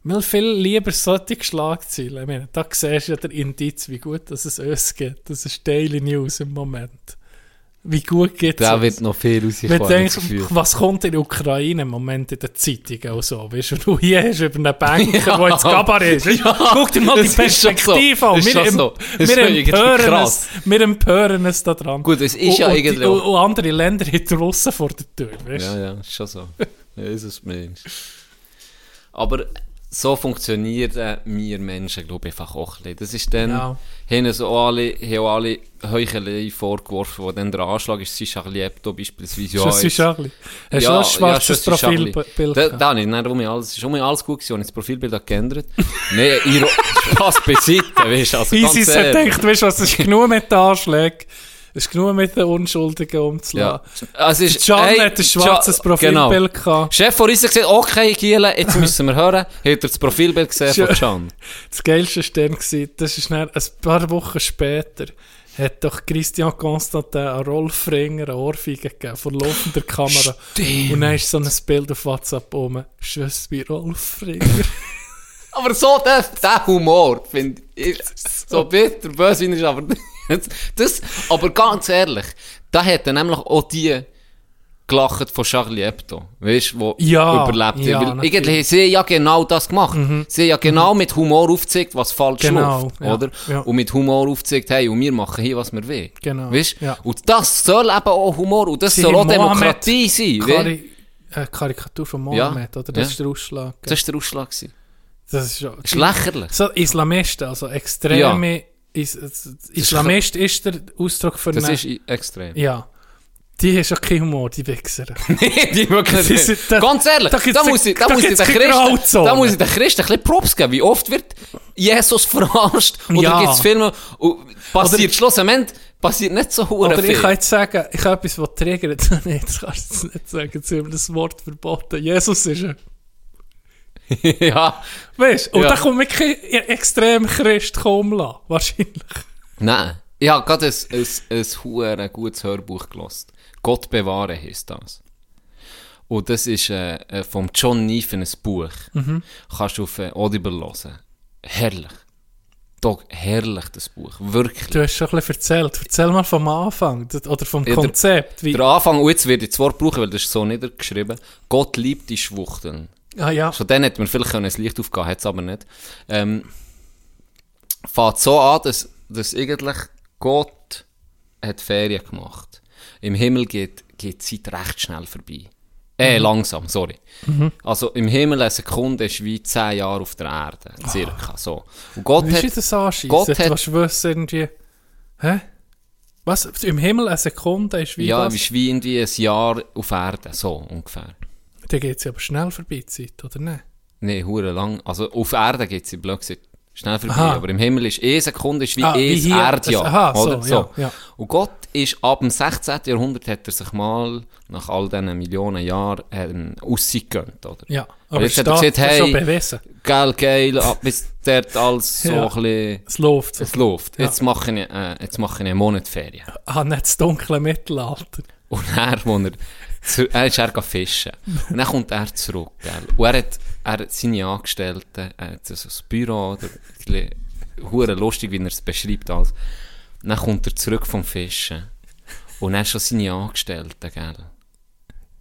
Speaker 2: Weil viel lieber solche Schlagzeilen. Ich meine, da siehst du ja den Indiz, wie gut dass es uns gibt. Das ist Daily News im Moment. Wie gut geht es
Speaker 1: Da wird noch viel rauskommen.
Speaker 2: wenn du
Speaker 1: habe ich
Speaker 2: denkst,
Speaker 1: das Gefühl.
Speaker 2: was kommt in der Ukraine im Moment in den Zeitungen und so, weißt du, und du hier hast über einen Banker, der jetzt Kabarett ist.
Speaker 1: Ja.
Speaker 2: Guck dir mal die
Speaker 1: Das ist schon so.
Speaker 2: Perspektive an.
Speaker 1: Das ist
Speaker 2: Wir,
Speaker 1: schon
Speaker 2: em
Speaker 1: so. Das ist
Speaker 2: wir,
Speaker 1: schon irgendwie
Speaker 2: empören
Speaker 1: krass. dus
Speaker 2: es, wir empören es da dran.
Speaker 1: Gut, es ist
Speaker 2: und,
Speaker 1: ja
Speaker 2: und,
Speaker 1: irgendwie
Speaker 2: die- Und,
Speaker 1: auch-
Speaker 2: und andere Länder haben die Russen vor der Tür, weißt du.
Speaker 1: Ja, ja, ist schon so. Jesus Mensch. Aber so funktionieren wir Menschen, glaube ich, einfach auch ein bisschen. Das ist dann,
Speaker 2: Ja.
Speaker 1: haben uns auch alle, haben auch alle Heuchelei vorgeworfen, wo dann der Anschlag ist, Sisha Liebto beispielsweise.
Speaker 2: Ja, das
Speaker 1: jetzt-
Speaker 2: ist ja ein bisschen- Hast du auch ein schwarzes
Speaker 1: schon, es ist schon ein bisschen-
Speaker 2: Profilbild?
Speaker 1: Da,
Speaker 2: gehabt?
Speaker 1: da nicht, nein, darum ist alles, ist um mich alles gut gewesen, und das Profilbild hat geändert. nein, ihr Spaß beiseite, weißt du, also ganz
Speaker 2: Isis hat
Speaker 1: ehrlich.
Speaker 2: gedacht, weißt du was, es ist genug mit den Anschlägen, es ist genug mit den Unschuldigen
Speaker 1: Ja.
Speaker 2: umzulassen.
Speaker 1: Also es ist,
Speaker 2: Can
Speaker 1: hey,
Speaker 2: hat ein
Speaker 1: Can-
Speaker 2: schwarzes
Speaker 1: genau.
Speaker 2: Profilbild gehabt.
Speaker 1: Chef von uns hat gesagt, okay, Giele, jetzt müssen wir hören. Hat er das Profilbild gesehen von
Speaker 2: Schön.
Speaker 1: Can?
Speaker 2: Das Geilste war dann, gewesen, das ist dann ein paar Wochen später, hat doch Christian Constantin an Rolf Ringer eine Ohrfeige gegeben, vor laufender Kamera. Und dann ist so ein Bild auf WhatsApp oben. Schuss wie Rolf Ringer.
Speaker 1: Aber so der, der Humor, finde ich, so bitter, böse wie er ist, aber das, aber ganz ehrlich, da hätten nämlich auch die gelacht von Charlie Hebdo, weißt du, die
Speaker 2: Ja,
Speaker 1: überlebt
Speaker 2: ja,
Speaker 1: haben. Weil
Speaker 2: natürlich. Mhm.
Speaker 1: Irgendwie, sie haben ja genau das gemacht. Sie haben ja genau mit Humor aufgezeigt, was falsch
Speaker 2: Genau,
Speaker 1: läuft,
Speaker 2: ja,
Speaker 1: oder?
Speaker 2: ja.
Speaker 1: Und mit Humor aufgezeigt, hey, und wir machen hier, was wir wollen.
Speaker 2: Genau,
Speaker 1: Weißt?
Speaker 2: ja.
Speaker 1: Und das soll eben auch Humor und das
Speaker 2: Sie
Speaker 1: soll auch
Speaker 2: haben Mohammed
Speaker 1: Demokratie sein. weißt?
Speaker 2: Kari äh, Karikatur von
Speaker 1: Ja,
Speaker 2: Mohammed, oder? Das
Speaker 1: ja.
Speaker 2: ist der Ausschlag.
Speaker 1: Das war der Ausschlag. gewesen.
Speaker 2: Das ist ja.
Speaker 1: Das ist lächerlich.
Speaker 2: So Islamisten, also extreme. Is, is, Islamist ist der Ausdruck für
Speaker 1: Das
Speaker 2: eine-
Speaker 1: ist i- extrem.
Speaker 2: Ja. Die hast ja keinen Humor, die Wichser.
Speaker 1: die wirklich
Speaker 2: Das ist-
Speaker 1: nicht.
Speaker 2: das-
Speaker 1: Ganz ehrlich, da,
Speaker 2: da gibt's-
Speaker 1: muss ich, da,
Speaker 2: da
Speaker 1: muss ich den
Speaker 2: gibt's keine
Speaker 1: Christen,
Speaker 2: Grauzone.
Speaker 1: da muss ich den Christen ein bisschen Props geben. Wie oft wird Jesus verarscht? Oder
Speaker 2: Ja.
Speaker 1: gibt es Filme, und passiert
Speaker 2: Oder-
Speaker 1: schlussendlich passiert nicht so hure
Speaker 2: Oder
Speaker 1: viel.
Speaker 2: ich kann jetzt sagen, ich habe etwas, was triggert. Nein, das kannst du jetzt nicht sagen. Jetzt haben wir das Wort verboten. Jesus ist er.
Speaker 1: ja.
Speaker 2: Weißt du? Und
Speaker 1: Ja.
Speaker 2: da kommt wirklich ein extrem Christ kommen lassen. Wahrscheinlich.
Speaker 1: Nein. Ich habe gerade ein, ein, ein hure gutes Hörbuch gelesen. Gott bewahre heisst das. Und das ist äh, äh, vom John Neefen ein Buch. Kannst du auf äh, Audible hören. Herrlich. Doch, herrlich, das Buch. Wirklich.
Speaker 2: Du hast schon ein bisschen erzählt. Erzähl mal vom Anfang das- oder vom
Speaker 1: Ja, der-
Speaker 2: Konzept. Wie,
Speaker 1: Der Anfang, und jetzt werde ich das Wort brauchen, weil das ist so niedergeschrieben. Gott liebt die Schwuchteln.
Speaker 2: ah ja,
Speaker 1: Schon dann hätte man vielleicht können, das Licht aufgehen hat es aber nicht. Ähm, fängt so an, dass, dass eigentlich Gott hat Ferien gemacht. Im Himmel geht, geht die Zeit recht schnell vorbei. Äh,
Speaker 2: Mhm.
Speaker 1: langsam, sorry. Also im Himmel eine Sekunde ist wie 10 Jahre auf der Erde, circa so. Und Gott
Speaker 2: wie
Speaker 1: hat,
Speaker 2: ist das anschiessen?
Speaker 1: Gott
Speaker 2: Du
Speaker 1: hat-
Speaker 2: willst wissen, irgendwie... Hä? Was? Im Himmel eine Sekunde ist wie
Speaker 1: ja,
Speaker 2: das?
Speaker 1: ist wie irgendwie ein Jahr auf Erde, so ungefähr.
Speaker 2: Dann geht es aber schnell vorbei, die Zeit, oder nicht?
Speaker 1: Nee, hure lang. Also auf Erde geht sie blöd gesagt, schnell vorbei,
Speaker 2: Aha.
Speaker 1: aber im Himmel ist eh Sekunde ist wie
Speaker 2: Ah,
Speaker 1: eh
Speaker 2: wie
Speaker 1: das
Speaker 2: hier.
Speaker 1: Erdjahr.
Speaker 2: Das- aha, so,
Speaker 1: oder?
Speaker 2: ja, ja.
Speaker 1: Und Gott ist ab dem 16. Jahrhundert hat er sich mal nach all diesen Millionen Jahren ähm, Aussicht gegönnt, oder?
Speaker 2: Ja.
Speaker 1: Aber jetzt hat
Speaker 2: es
Speaker 1: er
Speaker 2: steht-
Speaker 1: gesagt,
Speaker 2: ist schon
Speaker 1: hey,
Speaker 2: bewiesen.
Speaker 1: geil, geil, ab bis dort alles so
Speaker 2: Ja.
Speaker 1: ein bisschen,
Speaker 2: Es läuft so.
Speaker 1: es läuft.
Speaker 2: Ja.
Speaker 1: Jetzt mache ich, äh, jetzt mache ich einen Monat Ferien.
Speaker 2: Ah, nicht das dunkle Mittelalter.
Speaker 1: Und er, wo er, zu, er ist er gegangen fischen. Und dann kommt er zurück, gell. Und er hat, er hat seine Angestellten, er hat so ein Büro, oder, ein bisschen- hure lustig, wie er es beschreibt alles. Und dann kommt er zurück vom Fischen. Und er schon seine Angestellten, gell.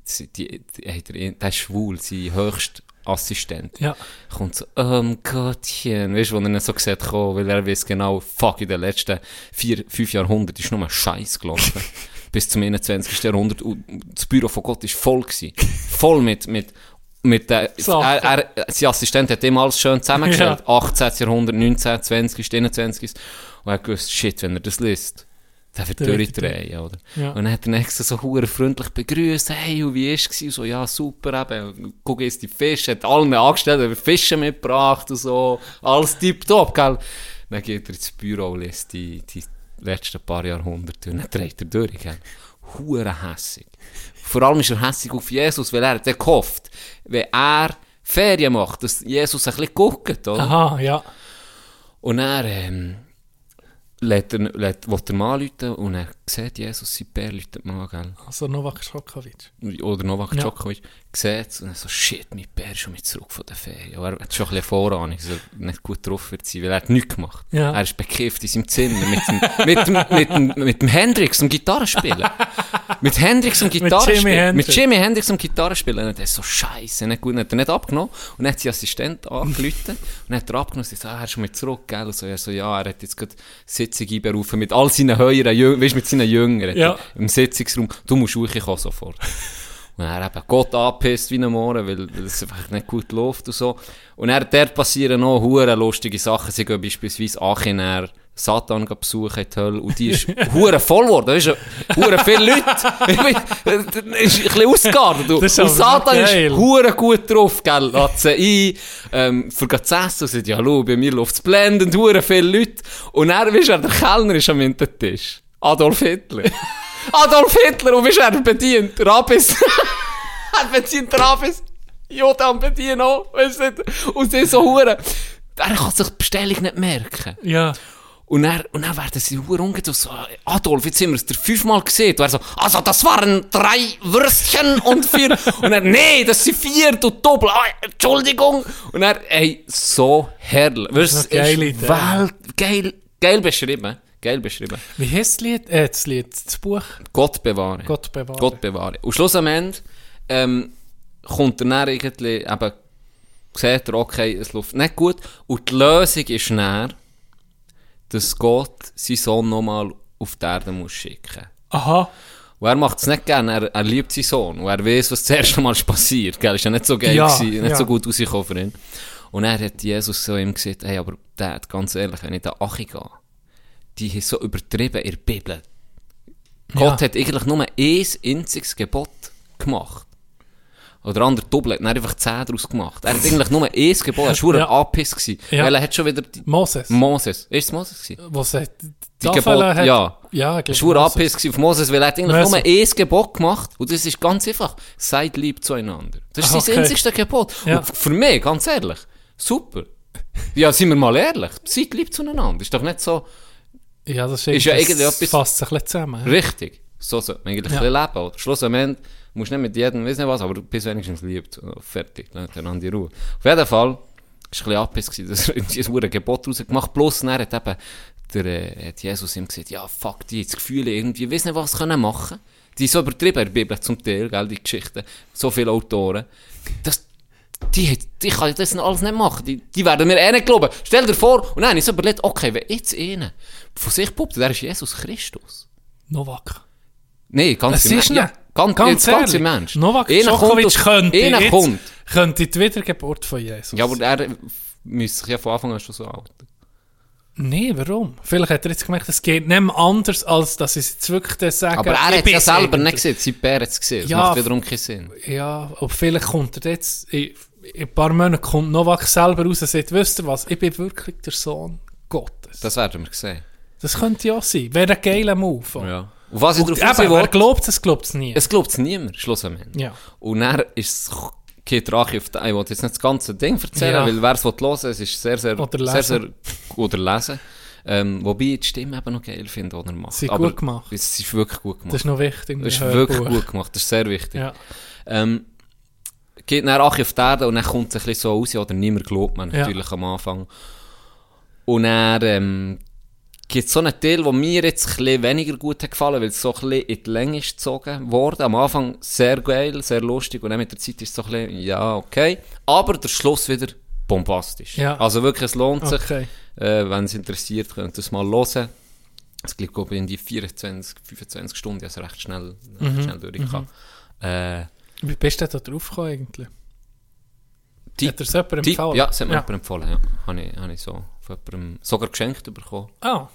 Speaker 1: Sie- Die, die, hat er- der ist schwul, sein höchst Assistent.
Speaker 2: Ja.
Speaker 1: Kommt so, ähm, Gottchen. Weißt du, wo er ihn so sieht kommen, weil er weiß genau, fuck, in den letzten vier, fünf Jahrhunderten ist nur ein Scheiß gelaufen. Bis zum 21. Jahrhundert. Und das Büro von Gott war voll. Gewesen. Voll mit, mit, mit der,
Speaker 2: Sachen.
Speaker 1: er, er, sein Assistent hat ihm alles schön zusammengestellt.
Speaker 2: Ja.
Speaker 1: 18. Jahrhundert, 19., 20., 21. Und er hat gewusst, shit, wenn er das liest, dann wird
Speaker 2: Dann
Speaker 1: er
Speaker 2: wird er
Speaker 1: durchdrehen, oder?
Speaker 2: Ja.
Speaker 1: Und dann hat der Nächste so hure freundlich begrüßt, hey, und wie ist es? So, ja, super, eben, guck jetzt die Fische, hat allen angestellt, hat Fische mitgebracht und so, alles tipptopp, gell? Dann geht er ins Büro und liest die, die letzten paar Jahrhunderte und dann dreht er durch, gell? Hure hässig. Vor allem ist er hässig auf Jesus, weil er hat dann gehofft, wenn er Ferien macht, dass Jesus ein bisschen guckt, oder?
Speaker 2: Aha, ja.
Speaker 1: Und dann ähm, lädt er, lädt, will er mal anrufen und er sieht Jesus, sein Bär läutet mal an, gell?
Speaker 2: Also Novak Schokovic.
Speaker 1: oder Novak
Speaker 2: Ja.
Speaker 1: Djokovic, sieht es und dann so, shit, mein Bär ist schon mit zurück von der Ferien. Aber er hat schon ein bisschen Vorahnung, dass er nicht gut drauf wird sein, weil er hat nichts gemacht.
Speaker 2: Ja.
Speaker 1: Er ist bekifft in seinem Zimmer mit dem, mit dem, mit dem, mit dem Hendrix am Gitarrespielen. mit Hendrix am Gitarrespielen.
Speaker 2: Jimi Hendrix.
Speaker 1: Mit Jimi Hendrix am Gitarrespielen. Und er ist so, scheisse, nicht gut, hat er nicht abgenommen. Und dann hat sein Assistent angerufen und hat er abgenommen und sie so, ah, er ist schon mit zurück, gell? Und so, er so, ja, er hat jetzt gerade Sitzung einberufen mit all seinen höheren Jüngern, weißt, mit seinen Jüngern
Speaker 2: Ja.
Speaker 1: im Sitzungsraum, du musst hochkommen sofort. Und er eben Gott angepisst wie ein Morgen, weil, weil es einfach nicht gut läuft und so. Und er, dort passieren noch hure lustige Sachen. Sie gehen beispielsweise Achinar Satan gehen besuchen in die Hölle und die ist hure voll geworden. Weißt du, hure viele Leute. Ich mein, das ist ein bisschen ausgeartet. Und
Speaker 2: Das ist
Speaker 1: und
Speaker 2: aber
Speaker 1: Satan
Speaker 2: geil.
Speaker 1: ist hure gut drauf, gell. Lässt sie ein, ähm, für zu essen und sagt, ja, schau, bei mir läuft es blendend, hure viele Leute. Und er, weißt du, wer der Kellner ist am hinteren Tisch. Adolf Hitler. Adolf Hitler, und weißt du, wer bedient? Rabis. Er bezieht Travis. Ja, dann bediene auch. Weißt du nicht? Und sie so Huren. Er kann sich die Bestellung nicht merken.
Speaker 2: Ja.
Speaker 1: Und dann, und dann werden sie Huren umgezogen. So, Adolf, jetzt haben wir es dir fünfmal gesehen. Und er so, also, das waren drei Würstchen und vier. und er, nee, das sind vier, du Doppel. Ah, Entschuldigung. Und er, ey, so herrlich. Weißt du,
Speaker 2: Das ist eine geile
Speaker 1: ist
Speaker 2: Idee.
Speaker 1: Welt, geil, geil beschrieben. Geil beschrieben.
Speaker 2: Wie heisst das Lied? Äh, das Lied, das Buch.
Speaker 1: Gott bewahre.
Speaker 2: Gott bewahre.
Speaker 1: Gott bewahre. Und schluss am Ende ähm, kommt er dann irgendwie, eben, sieht er, okay, es läuft nicht gut. Und die Lösung ist dann, dass Gott seinen Sohn nochmal auf die Erde muss schicken
Speaker 2: Aha.
Speaker 1: und er macht es nicht gerne, er, er liebt seinen Sohn. Und er weiß, was das erste Mal ist passiert. Gell? Ist ja nicht so geil,
Speaker 2: Ja,
Speaker 1: gewesen, nicht
Speaker 2: ja.
Speaker 1: so gut rausgekommen für ihn. Und er hat Jesus so ihm gesagt, hey, aber Dad, ganz ehrlich, wenn ich da Achi gehe, die haben so übertrieben in der Bibel. Gott hat eigentlich nur ein einziges Gebot gemacht. Oder andere Doppel hat dann einfach zehn daraus gemacht. Er hat eigentlich nur ein Gebot, er war schon
Speaker 2: Ja.
Speaker 1: ein Abpiss. gewesen.
Speaker 2: Ja.
Speaker 1: Weil er hat schon wieder... Die
Speaker 2: Moses.
Speaker 1: Moses. Ist es Moses gewesen?
Speaker 2: was hat
Speaker 1: Die Gebot, ja.
Speaker 2: Ja, ich
Speaker 1: Er
Speaker 2: glaube,
Speaker 1: war
Speaker 2: Moses.
Speaker 1: abhiss auf Moses, weil er hat eigentlich
Speaker 2: Moses.
Speaker 1: nur ein Gebot gemacht Und das ist ganz einfach. Seid lieb zueinander. Das ist
Speaker 2: Ah,
Speaker 1: sein
Speaker 2: okay.
Speaker 1: einzigste Gebot.
Speaker 2: Ja.
Speaker 1: Und f- für mich, ganz ehrlich, super. Ja, sind wir mal ehrlich. Seid lieb zueinander. Ist doch nicht so
Speaker 2: Ja, das ist,
Speaker 1: Ist ja
Speaker 2: ja
Speaker 1: irgendwie
Speaker 2: das
Speaker 1: etwas-
Speaker 2: fasst sich ein bisschen zusammen.
Speaker 1: richtig. So sollte man eigentlich
Speaker 2: Ja.
Speaker 1: ein bisschen leben. Oder? Schluss am Ende musst du nicht mit jedem, weiß nicht was, aber du bist wenigstens lieb. zu- Fertig. Lass einander die Ruhe. Auf jeden Fall war es ein bisschen abhiss, gewesen, dass er irgendwie ein verdammtes Gebot rausgemacht Bloß dann hat eben der, äh, hat Jesus ihm gesagt, ja, fuck, die haben das Gefühl, irgendwie, weiß nicht was können machen. Die ist so übertrieben in der Bibel zum Teil, gell, die Geschichten. So viele Autoren. Das, die, hat, die kann das alles nicht machen. Die, die werden mir eh nicht glauben. Stell dir vor, und dann habe ich so überlegt, okay, wenn jetzt einer von sich behauptet, der ist Jesus Christus.
Speaker 2: Novak.
Speaker 1: Nee, ganz
Speaker 2: Es
Speaker 1: im Ernst.
Speaker 2: ist nicht.
Speaker 1: Ja, ganz, ganz, ganz im Ernst.
Speaker 2: Novak
Speaker 1: Einer kommt
Speaker 2: Djokovic
Speaker 1: aus-
Speaker 2: könnte
Speaker 1: einer
Speaker 2: jetzt,
Speaker 1: kommt.
Speaker 2: könnte die Wiedergeburt von Jesus.
Speaker 1: Ja, aber er müsste sich ja von Anfang an schon so alt.
Speaker 2: nee, warum? Vielleicht hat er jetzt gemerkt, es geht nicht mehr anders, als dass ich es jetzt wirklich dann sage.
Speaker 1: Aber er
Speaker 2: ich
Speaker 1: hat
Speaker 2: bin
Speaker 1: ja selber
Speaker 2: eigentlich-
Speaker 1: nicht gesehen, sein Bär hat es gesehen. Das
Speaker 2: Ja,
Speaker 1: macht wiederum keinen Sinn.
Speaker 2: Ja, aber vielleicht kommt er jetzt, in, in ein paar Monaten kommt Novak selber raus und sagt, wisst ihr was, ich bin wirklich der Sohn Gottes. Das,
Speaker 1: Das werden wir sehen.
Speaker 2: könnte ja auch sein. Wäre ein geiler Move.
Speaker 1: Ja. Und was ich darauf
Speaker 2: Und eben,
Speaker 1: hinaus
Speaker 2: wer
Speaker 1: will,
Speaker 2: glaubt es, glaubt es nie.
Speaker 1: es glaubt es niemand, schlussendlich.
Speaker 2: Ja.
Speaker 1: Und dann ist es geht Rache auf den, ich will jetzt nicht das ganze Ding erzählen,
Speaker 2: Ja.
Speaker 1: weil wer es hören will, es ist sehr, sehr,
Speaker 2: Oder
Speaker 1: sehr,
Speaker 2: lesen.
Speaker 1: sehr, oder lesen. Ähm, wobei ich die Stimme eben noch geil finde, die er macht.
Speaker 2: Sie ist
Speaker 1: Aber
Speaker 2: gut gemacht.
Speaker 1: Es ist wirklich gut gemacht.
Speaker 2: Das ist noch wichtig.
Speaker 1: Das ist
Speaker 2: im
Speaker 1: wirklich
Speaker 2: Hörbuch.
Speaker 1: gut gemacht, das ist sehr wichtig.
Speaker 2: Ja.
Speaker 1: Ähm, geht dann Achi auf die Erde und dann kommt es ein bisschen so aus, ja, oder niemand glaubt man
Speaker 2: Ja.
Speaker 1: natürlich am Anfang. Und dann ähm, gibt so einen Teil, der mir jetzt ein bisschen weniger gut hat gefallen, weil es so ein bisschen in die Länge ist gezogen wurde. Am Anfang sehr geil, sehr lustig und dann mit der Zeit ist es so ein bisschen, ja, okay. Aber der Schluss wieder bombastisch.
Speaker 2: Ja.
Speaker 1: Also wirklich, es lohnt sich.
Speaker 2: Okay.
Speaker 1: Äh, Wenn es interessiert, könnt ihr es mal hören. Es gibt, glaube ich, in die 24, 25 Stunden, also recht schnell, recht schnell durch. Mhm. Äh,
Speaker 2: Wie bist du da drauf gekommen eigentlich?
Speaker 1: Tipp.
Speaker 2: Hat er es jemandem
Speaker 1: Tipp,
Speaker 2: empfohlen?
Speaker 1: ja, das hat mir
Speaker 2: Ja.
Speaker 1: jemand empfohlen, ja. Habe ich, habe ich so von jemandem sogar geschenkt bekommen.
Speaker 2: Ah,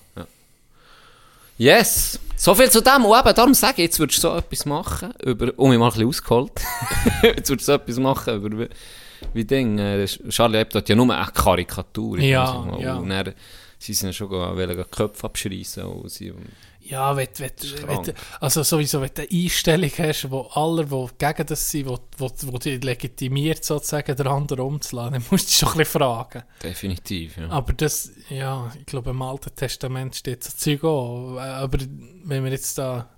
Speaker 1: Yes! So viel zu dem. Und eben, darum sage ich, jetzt würdest du so etwas machen, über, um mich mal ein bisschen ausgeholt. jetzt würdest du so etwas machen, über, wie- wie Ding, äh, Charlie Hebdo hat ja nur eine Karikatur. ich
Speaker 2: Ja,
Speaker 1: weiß nicht mal.
Speaker 2: ja.
Speaker 1: Und dann, sie sind schon gegangen, wollen die Köpfe abschreissen und sie,
Speaker 2: ja, wenn, wenn,
Speaker 1: krank.
Speaker 2: wenn, also sowieso, wenn du eine Einstellung hast, wo alle, die gegen das sind, wo, wo, wo die legitimiert sozusagen, den anderen umzulassen, dann musst du schon ein bisschen fragen.
Speaker 1: definitiv, ja.
Speaker 2: Aber das, ja, ich glaube, im Alten Testament steht so Zeug auch. Äh, Aber wenn wir jetzt da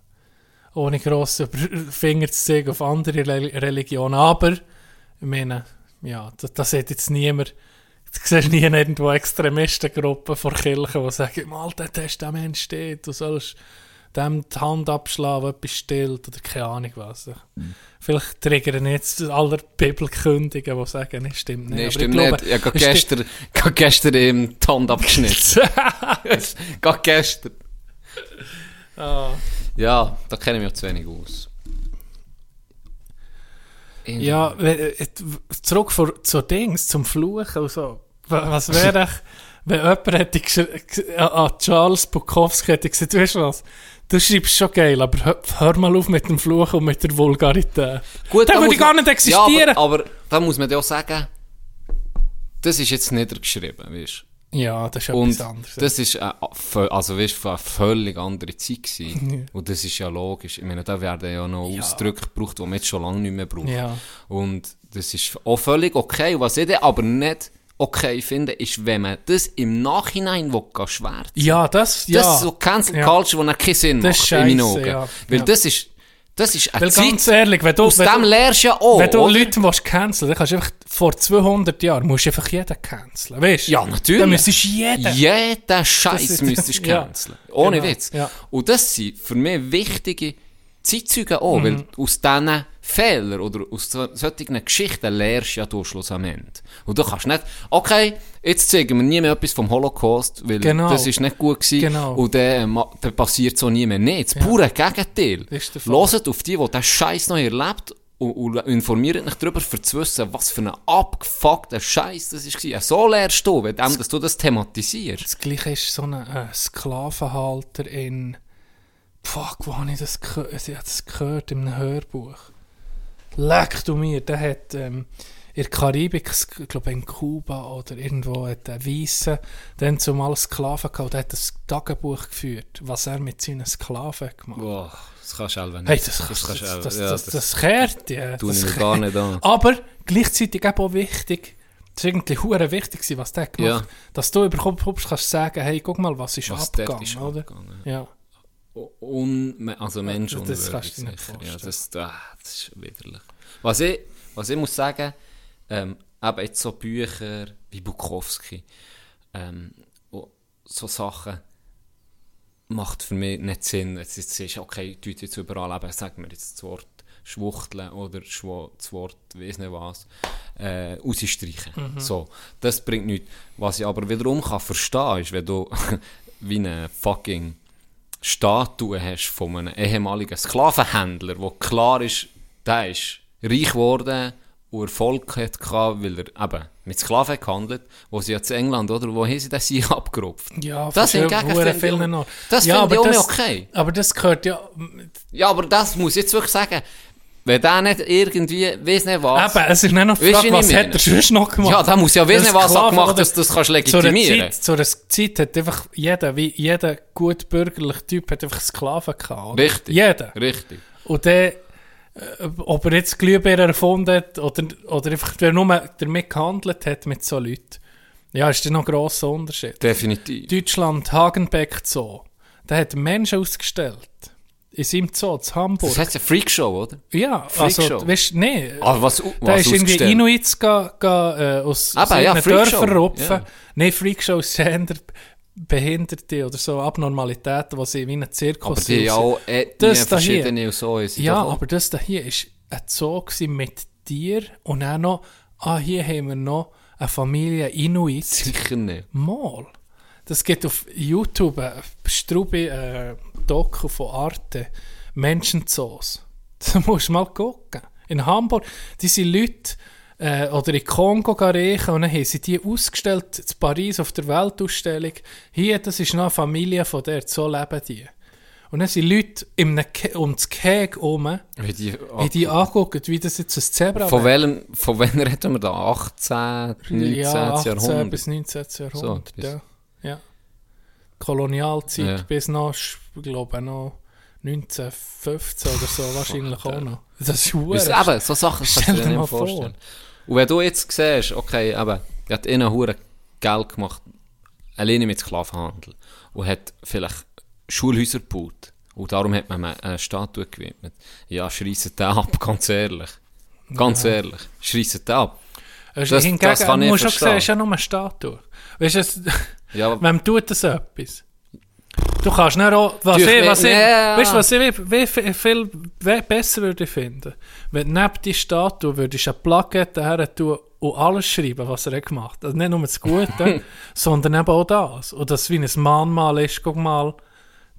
Speaker 2: ohne grosse Finger zu zeigen auf andere Reli- Religionen, aber ich meine, ja, das, das hat jetzt niemand. Du siehst nie irgendwo Extremistengruppen vor Kirchen, die sagen, im Alten Testament steht, du sollst dem die Hand abschlagen, wenn etwas stillt oder keine Ahnung was.
Speaker 1: Mhm.
Speaker 2: Vielleicht triggern jetzt alle Bibelkündigen, die sagen, nee, stimmt nicht.
Speaker 1: Nein,
Speaker 2: Aber
Speaker 1: stimmt
Speaker 2: ich
Speaker 1: nicht. Ich habe
Speaker 2: es steht-
Speaker 1: gestern, gerade gestern im die Hand abgeschnitten. gerade gestern.
Speaker 2: Ah.
Speaker 1: Ja, da kenne ich mich auch zu wenig aus. Ich-
Speaker 2: Ja, we- äh, zurück vor, zu Dings, zum Fluchen und so. Wa- Was wäre ich, wenn jemand hätte gesch- g- an- an ah, Charles Bukowski hätte gesagt, weißt du was, du schreibst schon geil, aber hör, hör mal auf mit dem Fluchen und mit der Vulgarität.
Speaker 1: Gut,
Speaker 2: Dann
Speaker 1: da
Speaker 2: würde
Speaker 1: muss
Speaker 2: ich gar
Speaker 1: man-
Speaker 2: nicht existieren.
Speaker 1: Ja, aber, aber da muss man ja auch sagen, das ist jetzt niedergeschrieben, weißt du.
Speaker 2: ja, das ist
Speaker 1: Und
Speaker 2: etwas anderes.
Speaker 1: das ist eine, vö- also weißt, du, eine völlig andere Zeit gewesen. Und das ist ja logisch. Ich meine, da werden ja noch Ausdrücke gebraucht, die man jetzt schon lange nicht mehr braucht.
Speaker 2: Ja.
Speaker 1: Und das ist auch völlig okay. Und was ich dann aber nicht okay finde, ist, wenn man das im Nachhinein will, gehen schwärzen
Speaker 2: ja, das, ja.
Speaker 1: Das ist so Cancel
Speaker 2: Ja.
Speaker 1: Culture, die dann keinen Sinn
Speaker 2: Das
Speaker 1: macht,
Speaker 2: ist
Speaker 1: in meinen
Speaker 2: scheisse,
Speaker 1: Augen.
Speaker 2: ja.
Speaker 1: Weil
Speaker 2: Ja.
Speaker 1: das ist, das ist eine
Speaker 2: Weil
Speaker 1: Zeit,
Speaker 2: ganz ehrlich, wenn du,
Speaker 1: aus dem
Speaker 2: wenn,
Speaker 1: lernst du ja auch,
Speaker 2: wenn du
Speaker 1: Oh, oder?
Speaker 2: Leute willst canceln, dann kannst du einfach, vor 200 Jahren musst du einfach jeden canceln, weißt du?
Speaker 1: Ja, natürlich.
Speaker 2: Dann müsstest du jeden.
Speaker 1: Jeden Scheiß
Speaker 2: ist-
Speaker 1: müsstest du
Speaker 2: ja.
Speaker 1: canceln. Ohne
Speaker 2: Genau,
Speaker 1: Witz.
Speaker 2: ja.
Speaker 1: Und das sind für mich wichtige Zeitzeugen auch, weil
Speaker 2: Mhm.
Speaker 1: aus diesen Fehlern oder aus so- solchen Geschichten lernst ja du Schluss am Ende. Und du kannst nicht, okay, jetzt zeigen wir nie mehr etwas vom Holocaust, weil
Speaker 2: Genau.
Speaker 1: das ist nicht gut gewesen.
Speaker 2: Genau.
Speaker 1: Und dann, äh, ma- dann passiert so nie mehr. Nein, das pure Gegenteil.
Speaker 2: Das ist der Fall.
Speaker 1: Hört auf die, die diesen Scheiß noch erlebt und, und informiert mich darüber, für zu wissen, was für ein abgefuckter Scheiß das war. So lernst du, wenn dem, dass du das thematisierst.
Speaker 2: Das gleiche ist so ein äh, Sklavenhalter in. Fuck, wo habe ich das gehört? Ich habe das gehört in einem Hörbuch. Leck du mir, der hat ähm, in der Karibik, ich glaube in Kuba oder irgendwo, hat der Weisse dann zumal Sklaven gehabt. Der hat ein Tagebuch geführt, was er mit seinen Sklaven gemacht hat.
Speaker 1: Boah, das kannst du selber nicht.
Speaker 2: Hey, das, das, das, das, das, das, kehrt, ja.
Speaker 1: tue
Speaker 2: das
Speaker 1: ich mir
Speaker 2: kehrt.
Speaker 1: gar nicht an.
Speaker 2: Aber gleichzeitig eben auch wichtig, es ist irgendwie hure wichtig, gewesen, was der gemacht hat.
Speaker 1: Ja.
Speaker 2: Dass du überhaupt überhaupt kannst sagen, hey, guck mal, was ist
Speaker 1: Was dort
Speaker 2: abgegangen,
Speaker 1: ist
Speaker 2: oder?
Speaker 1: abgegangen,
Speaker 2: Ja.
Speaker 1: Un also Mensch
Speaker 2: das- das kannst du dir nicht
Speaker 1: sicher. Ja,
Speaker 2: vorstellen.
Speaker 1: das, ah, das ist widerlich. Was ich, was ich muss sagen, ähm, eben jetzt so Bücher wie Bukowski, ähm, und so Sachen macht für mich nicht Sinn. Jetzt ist es okay, die Leute jetzt überall aber sagen wir jetzt das Wort Schwuchteln oder Schwo, das Wort, weiß nicht was, äh, rausstreichen. So, das bringt nichts. Was ich aber wiederum kann verstehen ist, wenn du wie eine fucking Statue hast von einem ehemaligen Sklavenhändler, wo klar ist, der ist reich geworden und Erfolg hat gehabt, weil er eben mit Sklaven gehandelt hat, wo sie ja zu England, oder, wo haben sie den Sieg abgerupft?
Speaker 2: Ja,
Speaker 1: das
Speaker 2: von
Speaker 1: hingegen
Speaker 2: hure
Speaker 1: finde ich
Speaker 2: vielen
Speaker 1: auch-
Speaker 2: Orten.
Speaker 1: das
Speaker 2: ja,
Speaker 1: finde ich
Speaker 2: aber
Speaker 1: auch
Speaker 2: das-
Speaker 1: nicht okay.
Speaker 2: Aber das gehört ja...
Speaker 1: Ja, aber das muss ich jetzt wirklich sagen, wenn der nicht irgendwie, weiß nicht was...
Speaker 2: Eben, es ist nicht noch die
Speaker 1: Weisst
Speaker 2: Frage,
Speaker 1: du, wie ich
Speaker 2: was hat
Speaker 1: meine?
Speaker 2: er sonst noch gemacht?
Speaker 1: Ja, da muss ja wissen,
Speaker 2: Das
Speaker 1: was er
Speaker 2: Sklaven-
Speaker 1: gemacht
Speaker 2: oder-
Speaker 1: dass du das kannst
Speaker 2: Zu einer
Speaker 1: legitimieren.
Speaker 2: Zeit, zu einer Zeit hat einfach jeder, wie jeder gut bürgerliche Typ, hat einfach Sklaven gehabt. oder?
Speaker 1: Richtig.
Speaker 2: Jeder.
Speaker 1: Richtig.
Speaker 2: Und dann, äh, ob er jetzt Glühbirne erfunden hat oder, oder einfach der nur damit gehandelt hat mit so Leuten, ja, ist da noch ein grosser Unterschied.
Speaker 1: Definitiv.
Speaker 2: Deutschland, Hagenbeck Zoo, der hat Menschen ausgestellt. In seinem Zoo, in Hamburg.
Speaker 1: Das heißt ja Freakshow, oder?
Speaker 2: ja,
Speaker 1: Freakshow.
Speaker 2: also, weißt du, nee.
Speaker 1: Ah, was, was
Speaker 2: Da ist irgendwie
Speaker 1: ausgestellt?
Speaker 2: Inuits ga, ga, äh, aus, aus
Speaker 1: Eben, ja,
Speaker 2: ihren
Speaker 1: Freakshow,
Speaker 2: Dörfern rupfen.
Speaker 1: ja.
Speaker 2: Nein, Freakshow ist eher Behinderte oder so Abnormalitäten, die sie in einem
Speaker 1: Aber
Speaker 2: Zirkus
Speaker 1: die haben
Speaker 2: raus-
Speaker 1: auch Ethnien,
Speaker 2: Das da hier.
Speaker 1: verschiedene und so. und sind
Speaker 2: Ja,
Speaker 1: doch-
Speaker 2: aber das da hier ist ein Zoo gewesen mit Tier und dann noch, ah, hier haben wir noch eine Familie Inuit.
Speaker 1: Sicher nicht.
Speaker 2: Mal. Das gibt auf YouTube ein Strube äh, Doku von Arte. Menschenzoos. Das musst du mal gucken. In Hamburg, diese Leute äh, oder in Kongo gehen reichen und dann haben sie die ausgestellt in Paris auf der Weltausstellung. Hier, das ist noch eine Familie von der, so leben die. Und dann sind Leute im Ke um das Keg herum,
Speaker 1: Wie die-
Speaker 2: haben die angeguckt, wie das jetzt ein Zebra
Speaker 1: Von
Speaker 2: wäre.
Speaker 1: welchem, von wann reden wir da? 18, 19.
Speaker 2: ja, 18
Speaker 1: Jahrhundert?
Speaker 2: bis 19. Jahrhundert,
Speaker 1: bis-
Speaker 2: ja. ja. Kolonialzeit
Speaker 1: Ja.
Speaker 2: bis noch, ich glaube noch 1915 oder so wahrscheinlich auch noch. Das
Speaker 1: Weißt
Speaker 2: ist hure.
Speaker 1: du, eben, so Sachen kannst du
Speaker 2: Stell
Speaker 1: dir
Speaker 2: dir mal
Speaker 1: nicht
Speaker 2: vor.
Speaker 1: vorstellen. Und wenn du jetzt siehst, okay, eben, er hat innen hure Geld gemacht, alleine mit Sklavenhandel. Und hat vielleicht Schulhäuser gebaut. Und darum hat man ihm eine Statue gewidmet. Ja, schreissen den ab, ganz ehrlich. Ganz ehrlich, schreissen den ab.
Speaker 2: Das,
Speaker 1: das
Speaker 2: hingegen,
Speaker 1: kann ich
Speaker 2: musst du auch
Speaker 1: verstehen.
Speaker 2: sehen, ist ja nur eine Statue. Weißt du, es-
Speaker 1: Ja, aber-
Speaker 2: wem tut das etwas? Du kannst nicht auch, was
Speaker 1: Natürlich
Speaker 2: ich, was ich,
Speaker 1: nicht, ja.
Speaker 2: weißt du, was ich wie, wie viel, viel wie besser würde ich finden, wenn du neben die Statue würdest eine Plakette her tun und alles schreiben, was er hat gemacht hat. Also nicht nur das Gute, sondern eben auch das. Und das wie ein Mahnmal ist, guck mal,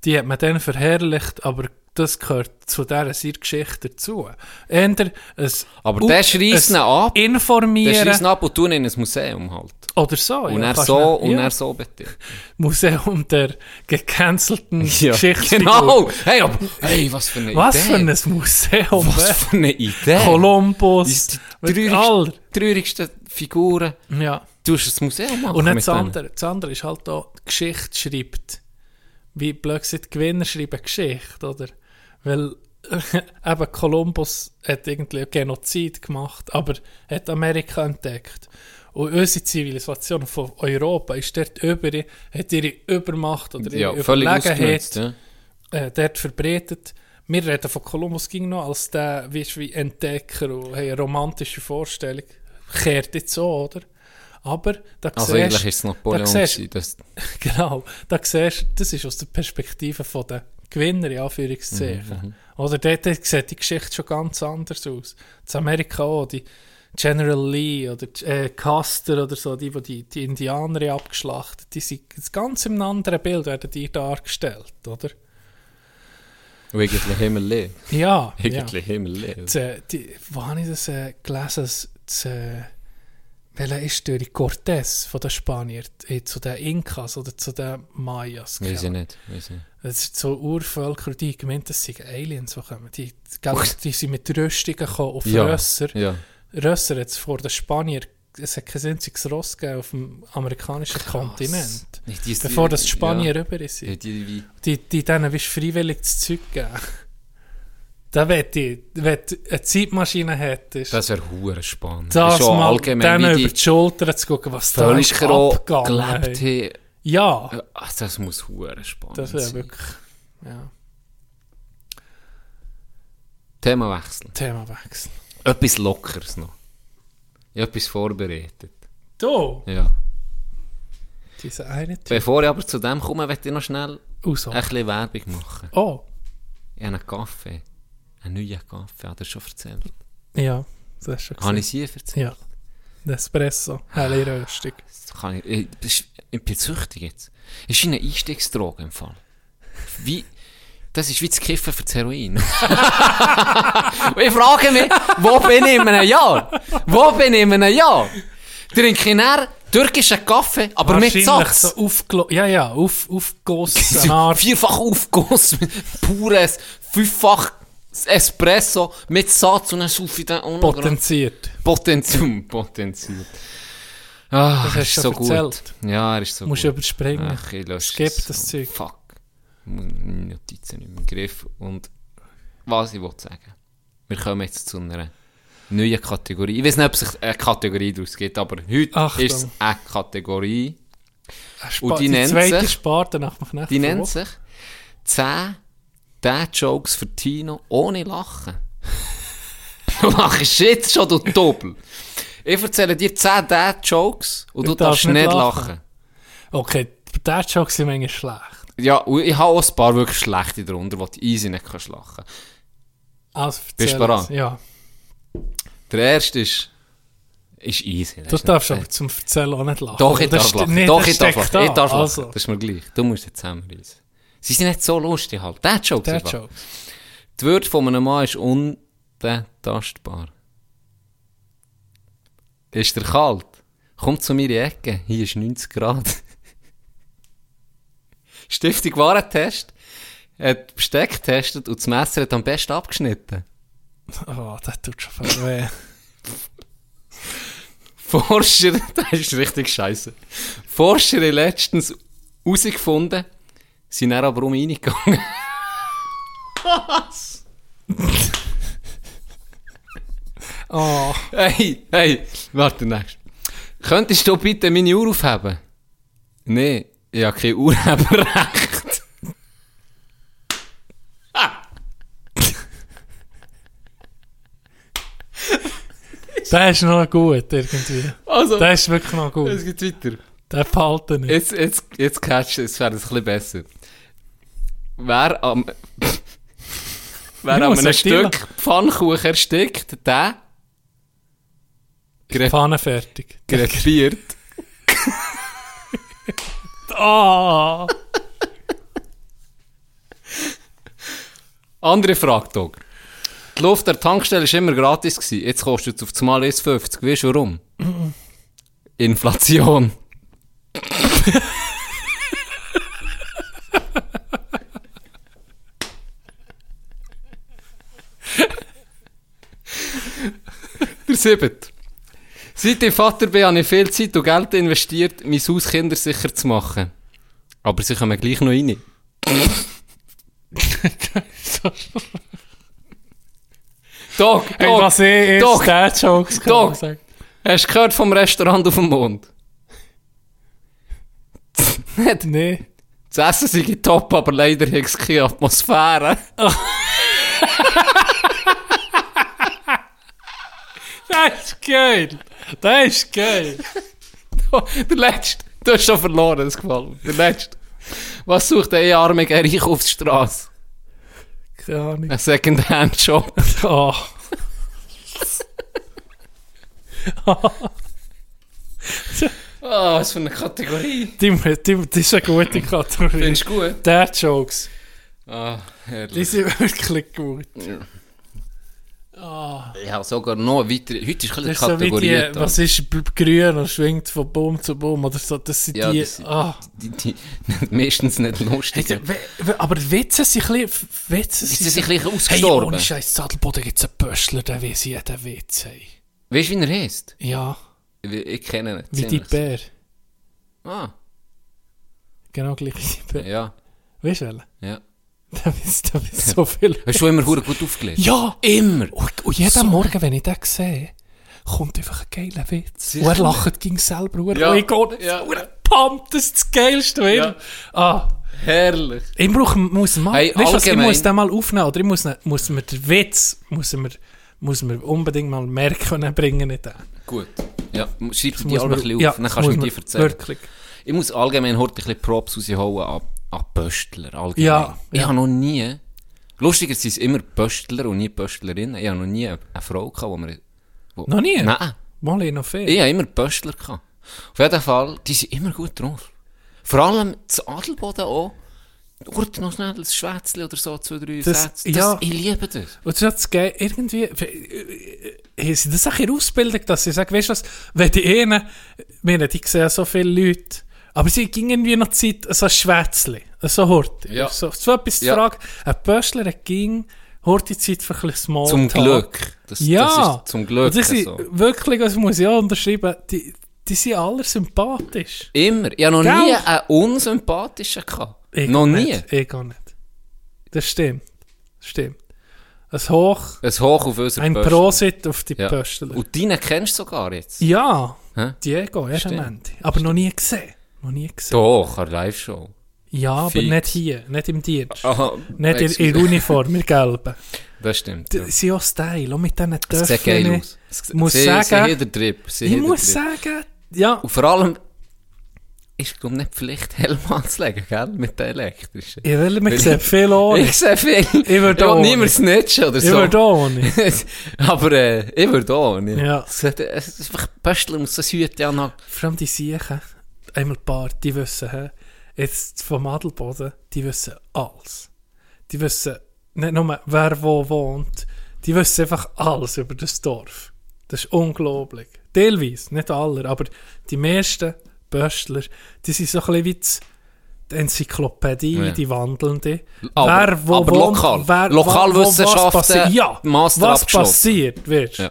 Speaker 2: die hat man dann verherrlicht, aber das gehört zu dieser seiner Geschichte dazu. Änder ein
Speaker 1: Aber
Speaker 2: U-
Speaker 1: der schreisst
Speaker 2: ein
Speaker 1: ihn ab. Dann schreisst
Speaker 2: Informieren
Speaker 1: ihn ab und tun ihn in ein Museum halt.
Speaker 2: oder so.
Speaker 1: Und
Speaker 2: ja,
Speaker 1: er
Speaker 2: kannst
Speaker 1: so,
Speaker 2: du-
Speaker 1: und
Speaker 2: ja.
Speaker 1: er so bitte.
Speaker 2: Museum der gecancelten
Speaker 1: Ja,
Speaker 2: Geschichte.
Speaker 1: Genau! Hey, aber, hey, was für eine
Speaker 2: Was
Speaker 1: Idee!
Speaker 2: für ein Museum.
Speaker 1: Was
Speaker 2: weh?
Speaker 1: für eine Idee!
Speaker 2: Kolumbus.
Speaker 1: Die
Speaker 2: mit
Speaker 1: traurigsten,
Speaker 2: all-
Speaker 1: traurigsten Figuren.
Speaker 2: Ja.
Speaker 1: Du hast das Museum machen
Speaker 2: Und dann
Speaker 1: mit
Speaker 2: das
Speaker 1: denen.
Speaker 2: andere, das andere ist halt auch, die Geschichte schreibt. Wie blöd gesagt, die Gewinner schreiben Geschichte, oder? Weil eben Kolumbus hat irgendwie Genozid gemacht, aber hat Amerika entdeckt. Und unsere Zivilisation von Europa ist dort über, hat ihre Übermacht oder ihre
Speaker 1: Ja, völlig
Speaker 2: Überlegenheit
Speaker 1: ausgenutzt. Ja.
Speaker 2: äh, dort verbreitet. Wir reden von Columbus ging noch als der, wie wie Entdecker und haben eine romantische Vorstellung. Kehrt jetzt so, oder? Aber da
Speaker 1: Also
Speaker 2: siehst-
Speaker 1: eigentlich ist es Napoleon.
Speaker 2: da siehst-
Speaker 1: gewesen, Das,
Speaker 2: Genau, da siehst du, das ist aus der Perspektive von der Gewinner, in Anführungszeichen.
Speaker 1: Mhm,
Speaker 2: Oder dort dort sieht die Geschichte schon ganz anders aus. In Amerika auch, die General Lee oder äh, Custer oder so, die, die die, die Indianer haben abgeschlachtet die sind jetzt ganz im anderen Bild, werden die dargestellt, oder?
Speaker 1: und eigentlich Himmel
Speaker 2: Ja, ja.
Speaker 1: Eigentlich Himmel
Speaker 2: Das, äh, die, wo habe ich das äh, gelesen? Das, das, äh, welcher ist der Cortés von den Spaniern äh, zu den Inkas oder zu den Mayas?
Speaker 1: Weiß ich
Speaker 2: gegangen?
Speaker 1: nicht. Weiss ich nicht.
Speaker 2: Das sind so Urvölker, die gemeint, das sind Aliens, die kommen. Die, die, die sind mit Rüstungen gekommen auf
Speaker 1: Ja,
Speaker 2: Rösser.
Speaker 1: ja.
Speaker 2: Rösser jetzt vor den Spaniern, es hat kein einziges Ross gegeben auf dem amerikanischen Kontinent.
Speaker 1: Nicht die-
Speaker 2: Bevor das die Spanier
Speaker 1: ja.
Speaker 2: rüber sind
Speaker 1: Ja, die, wie,
Speaker 2: die, die denen willst du freiwillig das Zeug geben. Da wette ich, wenn du eine Zeitmaschine hättest,
Speaker 1: das wäre hure spannend.
Speaker 2: das
Speaker 1: schon
Speaker 2: mal
Speaker 1: allgemein,
Speaker 2: denen
Speaker 1: wie
Speaker 2: über die Schulter zu gucken, was da ist
Speaker 1: Völker auch
Speaker 2: abgegangen.
Speaker 1: gelebt
Speaker 2: hey.
Speaker 1: haben.
Speaker 2: Ja,
Speaker 1: Ja, ach, Das muss hure spannend
Speaker 2: das wäre
Speaker 1: sein.
Speaker 2: wirklich, ja,
Speaker 1: Themawechsel.
Speaker 2: Themawechsel.
Speaker 1: Etwas Lockeres noch. Ich habe etwas vorbereitet.
Speaker 2: Du,
Speaker 1: Ja.
Speaker 2: dieser eine Typ
Speaker 1: Bevor ich aber zu dem komme, möchte ich noch schnell
Speaker 2: aus.
Speaker 1: ein bisschen Werbung machen.
Speaker 2: Oh,
Speaker 1: Ich habe einen Kaffee. Einen neuen Kaffee. Hat er schon erzählt?
Speaker 2: ja, das hast du schon
Speaker 1: Habe
Speaker 2: gesehen.
Speaker 1: ich es hier erzählt?
Speaker 2: Ja, Nespresso, helle Röstung.
Speaker 1: Das kann ich, ich, das ist, ich bin süchtig jetzt. Das ist eine Einstiegsdroge im Fall. Wie, das ist wie das Kiffen für das Heroin. Und ich frage mich, wo bin ich in einem Jahr? Wo bin ich in einem Jahr? Trinke ich dann türkischen Kaffee, aber mit
Speaker 2: Wahrscheinlich
Speaker 1: Satz.
Speaker 2: so aufgelo ja, ja, auf, aufgegossen. Art.
Speaker 1: Vierfach aufgegossen, mit pures, fünffach Espresso mit Satz und dann saufe ich den auch noch grad.
Speaker 2: Potenziert.
Speaker 1: Potenzium, potenziert. Ah,
Speaker 2: Das
Speaker 1: er
Speaker 2: hast
Speaker 1: ist
Speaker 2: du
Speaker 1: so
Speaker 2: schon erzählt.
Speaker 1: gut. Ja, er ist so
Speaker 2: Musst du
Speaker 1: gut.
Speaker 2: überspringen.
Speaker 1: Ach, ich lösche
Speaker 2: Skip
Speaker 1: es.
Speaker 2: das Zeug.
Speaker 1: Fuck. Ich muss meine Notizen nicht mehr im Griff. Und was ich wollte sagen. Wir kommen jetzt zu einer neuen Kategorie. Ich weiß nicht, ob es sich eine Kategorie daraus gibt, aber heute
Speaker 2: Achtung.
Speaker 1: ist es eine Kategorie.
Speaker 2: Spa-
Speaker 1: Und die nennt
Speaker 2: zweite
Speaker 1: sich-
Speaker 2: Sparte nach mich nicht
Speaker 1: Die nennt sich 10 Dad Jokes für Tino ohne Lachen. Du lachst jetzt schon, du Doppel. Ich erzähle dir 10 Dad Jokes und du
Speaker 2: Ich darf
Speaker 1: darfst
Speaker 2: nicht
Speaker 1: nicht
Speaker 2: lachen.
Speaker 1: lachen.
Speaker 2: Okay, der Joke sind manchmal schlecht.
Speaker 1: Ja, und ich habe auch ein paar wirklich schlechte darunter, die du easy nicht kannst lachen
Speaker 2: Also,
Speaker 1: Bist du
Speaker 2: erzähl
Speaker 1: bereit?
Speaker 2: es. Ja.
Speaker 1: Der erste ist, ist easy.
Speaker 2: Du
Speaker 1: Das ist
Speaker 2: darfst
Speaker 1: nicht-
Speaker 2: aber zum Erzählen auch nicht lachen.
Speaker 1: Doch, ich
Speaker 2: Oh, Das
Speaker 1: darf
Speaker 2: ste-
Speaker 1: lachen.
Speaker 2: nee,
Speaker 1: Doch,
Speaker 2: das
Speaker 1: ich darf
Speaker 2: steckt
Speaker 1: lachen. Ich
Speaker 2: da.
Speaker 1: darf lachen.
Speaker 2: Also,
Speaker 1: Das ist mir gleich. Du musst jetzt zusammenreißen. Sie sind nicht so lustig halt. Der Joke
Speaker 2: der
Speaker 1: ist wahr.
Speaker 2: Joke.
Speaker 1: Die Würde von einem Mann ist unbetastbar. Ist er kalt? Komm zu mir in die Ecke. Hier ist 90 Grad. Stiftung Warentest hat Besteck getestet und das Messer hat am besten abgeschnitten.
Speaker 2: Oh, das tut schon voll weh.
Speaker 1: Forscher, das ist richtig scheiße. Forscher haben letztens herausgefunden, sind dann aber um ihn gegangen.
Speaker 2: Oh,
Speaker 1: Hey, hey, warte, nächstes. Könntest du bitte meine Uhr aufheben? Nee, ich habe kein Urheberrecht.
Speaker 2: der ist noch gut irgendwie.
Speaker 1: Also,
Speaker 2: Der ist wirklich noch
Speaker 1: es
Speaker 2: gut.
Speaker 1: geht weiter.
Speaker 2: Der behalten nicht.
Speaker 1: Jetzt, jetzt, jetzt catch, jetzt wäre es ein bisschen besser. Wer am, wer am
Speaker 2: muss
Speaker 1: einem
Speaker 2: es stillen.
Speaker 1: Stück Pfannkuchen erstickt, der
Speaker 2: Die
Speaker 1: gre-
Speaker 2: Pfanne fertig.
Speaker 1: krepiert.
Speaker 2: Oh,
Speaker 1: Andere Frage, Doc. Die Luft der Tankstelle war immer gratis. Gewesen. Jetzt kostet es auf einmal 1,50. Weißt du warum? Inflation. der siebte. Seit ich Vater bin, habe ich viel Zeit und Geld investiert, mein Haus kindersicher zu machen. Aber sie kommen gleich noch rein. Doc, Doc,
Speaker 2: hey, was ich jetzt
Speaker 1: Doc.
Speaker 2: der Jokes
Speaker 1: Doc.
Speaker 2: gesagt habe.
Speaker 1: Hast du gehört vom Restaurant auf dem Mond? Nicht.
Speaker 2: Nee.
Speaker 1: Das Essen sei top, aber leider hat es keine Atmosphäre.
Speaker 2: Das ist geil. Das ist geil.
Speaker 1: Der Letzte. Du hast schon verloren, das gefällt mir. Der Letzte. Was sucht ein armer Reich auf der Straße?
Speaker 2: Keine Ahnung.
Speaker 1: Ein Secondhand-Shop.
Speaker 2: Oh.
Speaker 1: Ah, was für eine Kategorie.
Speaker 2: Die, die, die ist eine gute Kategorie.
Speaker 1: Findest du gut?
Speaker 2: Der Jokes.
Speaker 1: Ah, herrlich.
Speaker 2: Die sind wirklich gut.
Speaker 1: Ich habe sogar noch eine weitere... Heute ist ein
Speaker 2: Das
Speaker 1: bisschen
Speaker 2: ist so wie
Speaker 1: Kategorie.
Speaker 2: die, was ist b- grün und schwingt von Baum zu Baum oder so. Das sind
Speaker 1: Ja,
Speaker 2: die.
Speaker 1: das sind-
Speaker 2: ah.
Speaker 1: die, die, meistens nicht lustig.
Speaker 2: Also, we- we- aber Witze sind ein bisschen. Witze
Speaker 1: Witze sind ein bisschen
Speaker 2: Hey,
Speaker 1: ausgestorben.
Speaker 2: ohne Scheiß, Sadelboden gibt es einen Böschler, der weiss jeden Witz. Hey.
Speaker 1: Weißt du, wie er heißt?
Speaker 2: Ja,
Speaker 1: Ich, ich kenne ihn.
Speaker 2: wie die
Speaker 1: ziemlich.
Speaker 2: Bär.
Speaker 1: Ah,
Speaker 2: Genau gleich wie die Bär.
Speaker 1: ja,
Speaker 2: Weißt du, welchen?
Speaker 1: ja.
Speaker 2: der weiss, der weiss so viel.
Speaker 1: Hast du immer hure gut aufgelegt?
Speaker 2: Ja!
Speaker 1: Immer!
Speaker 2: Und, und jeden Morgen, wenn ich den sehe, kommt einfach ein geiler Witz.
Speaker 1: Sicher.
Speaker 2: Und er lacht gegen selber. Und
Speaker 1: Ja,
Speaker 2: ja. ich gehe nicht.
Speaker 1: ja.
Speaker 2: Und er pumpt, das ist das Geilste. weil-
Speaker 1: Ja.
Speaker 2: Ah.
Speaker 1: Herrlich!
Speaker 2: Ich brauch, muss mal,
Speaker 1: Hey,
Speaker 2: weißt du was, ich
Speaker 1: allgemein-
Speaker 2: muss den mal aufnehmen, oder ich muss, ne- muss mir den Witz, muss mir, muss mir unbedingt mal merken bringen in den.
Speaker 1: Gut. Ja, mu- schreib dir
Speaker 2: Muss
Speaker 1: die alle
Speaker 2: mir-
Speaker 1: ein bisschen auf,
Speaker 2: ja,
Speaker 1: dann kannst du
Speaker 2: muss
Speaker 1: mir
Speaker 2: mir
Speaker 1: die erzählen.
Speaker 2: Wirklich.
Speaker 1: Ich muss allgemein heute ein bisschen Props rausholen an, an Pöstler. Allgemein.
Speaker 2: Ja,
Speaker 1: Ich
Speaker 2: ja.
Speaker 1: habe noch nie, lustiger sind es immer Pöstler und nie Pöstlerinnen, ich habe noch nie eine Frau gehabt, die mir... wo-
Speaker 2: Noch nie?
Speaker 1: Nein.
Speaker 2: Mal ich noch viel.
Speaker 1: Ich habe immer Pöstler gehabt. Auf jeden Fall, die sind immer gut drauf. Vor allem das Adelboden auch. Hört noch schnell ein Schwätzchen oder so, zwei, drei
Speaker 2: Das-
Speaker 1: Sätze. Das,
Speaker 2: ja.
Speaker 1: Ich liebe das.
Speaker 2: Und das ist jetzt geil, irgendwie, äh, äh, haben sie das auch in der Ausbildung, dass sie sagen, weißt du was, wenn die einen, meine, die sehen so viele Leute, aber sie gingen irgendwie noch die Zeit, so ein Schwätzchen, so Horti.
Speaker 1: Ja.
Speaker 2: So, so etwas zu
Speaker 1: Ja.
Speaker 2: fragen, ein Pöschler der ging Horti Zeit für ein bisschen
Speaker 1: Zum
Speaker 2: Smalltalk.
Speaker 1: Glück. Das, das ist zum Glück also.
Speaker 2: Oh, Und das sind
Speaker 1: so.
Speaker 2: wirklich, das muss ich auch unterschreiben, die, die sind alle sympathisch.
Speaker 1: Immer. Ich habe noch
Speaker 2: Gell?
Speaker 1: nie einen unsympathischen gehabt.
Speaker 2: Ich
Speaker 1: noch
Speaker 2: gar
Speaker 1: nie.
Speaker 2: Nicht, ich gar nicht. Das stimmt. Das stimmt. Ein Hoch,
Speaker 1: Ein Hoch auf unseren
Speaker 2: ein
Speaker 1: Pöstler.
Speaker 2: Prosit auf die
Speaker 1: Ja.
Speaker 2: Pöstler.
Speaker 1: Und deinen kennst du sogar jetzt.
Speaker 2: Ja,
Speaker 1: Hä?
Speaker 2: Diego, er ist am
Speaker 1: Stimmt.
Speaker 2: Ende. Aber noch nie gesehen. Noch nie gesehen.
Speaker 1: Doch, eine Live-Show.
Speaker 2: Ja, aber
Speaker 1: Fix.
Speaker 2: nicht hier, nicht im Dienst.
Speaker 1: Aha,
Speaker 2: Nicht in, in
Speaker 1: excuse.
Speaker 2: der Uniform, in gelben.
Speaker 1: Das stimmt.
Speaker 2: Die
Speaker 1: Ja.
Speaker 2: sind auch Style, auch mit diesen
Speaker 1: Es sieht geil
Speaker 2: Töpfen.
Speaker 1: aus. Es-
Speaker 2: muss
Speaker 1: sie, Sie
Speaker 2: sagen-
Speaker 1: haben den Trip. Sie
Speaker 2: Ich
Speaker 1: haben den
Speaker 2: muss
Speaker 1: Trip.
Speaker 2: sagen, ja,
Speaker 1: Und vor allem, ist, glaube ich, nicht Pflicht, Helm anzulegen, gell? Mit den elektrischen.
Speaker 2: Ich will
Speaker 1: Weil
Speaker 2: mich sehen,
Speaker 1: ich-
Speaker 2: viel ohne.
Speaker 1: Ich sehe viel. Ich
Speaker 2: würde auch
Speaker 1: will
Speaker 2: nicht.
Speaker 1: niemand snitchen oder so.
Speaker 2: Immer da ohne.
Speaker 1: Aber äh, ich würde auch nicht.
Speaker 2: Ja.
Speaker 1: Es hat- es ist einfach Pöstler muss das Hüte anhaben.
Speaker 2: Vor allem die Siechen, einmal ein paar, die wissen, hä? jetzt vom Adelboden, die wissen alles. Die wissen nicht nur, wer wo wohnt, die wissen einfach alles über das Dorf. Das ist unglaublich. Teilweise, nicht alle, aber die meisten Böstler, die sind so ein bisschen wie die- die Enzyklopädie,
Speaker 1: Ja.
Speaker 2: die wandelnde.
Speaker 1: Aber- aber lokal. Lokalwissenschaften,
Speaker 2: was passiert. Ja,
Speaker 1: Master
Speaker 2: was
Speaker 1: abgeschlossen.
Speaker 2: passiert, weißt du.
Speaker 1: Ja.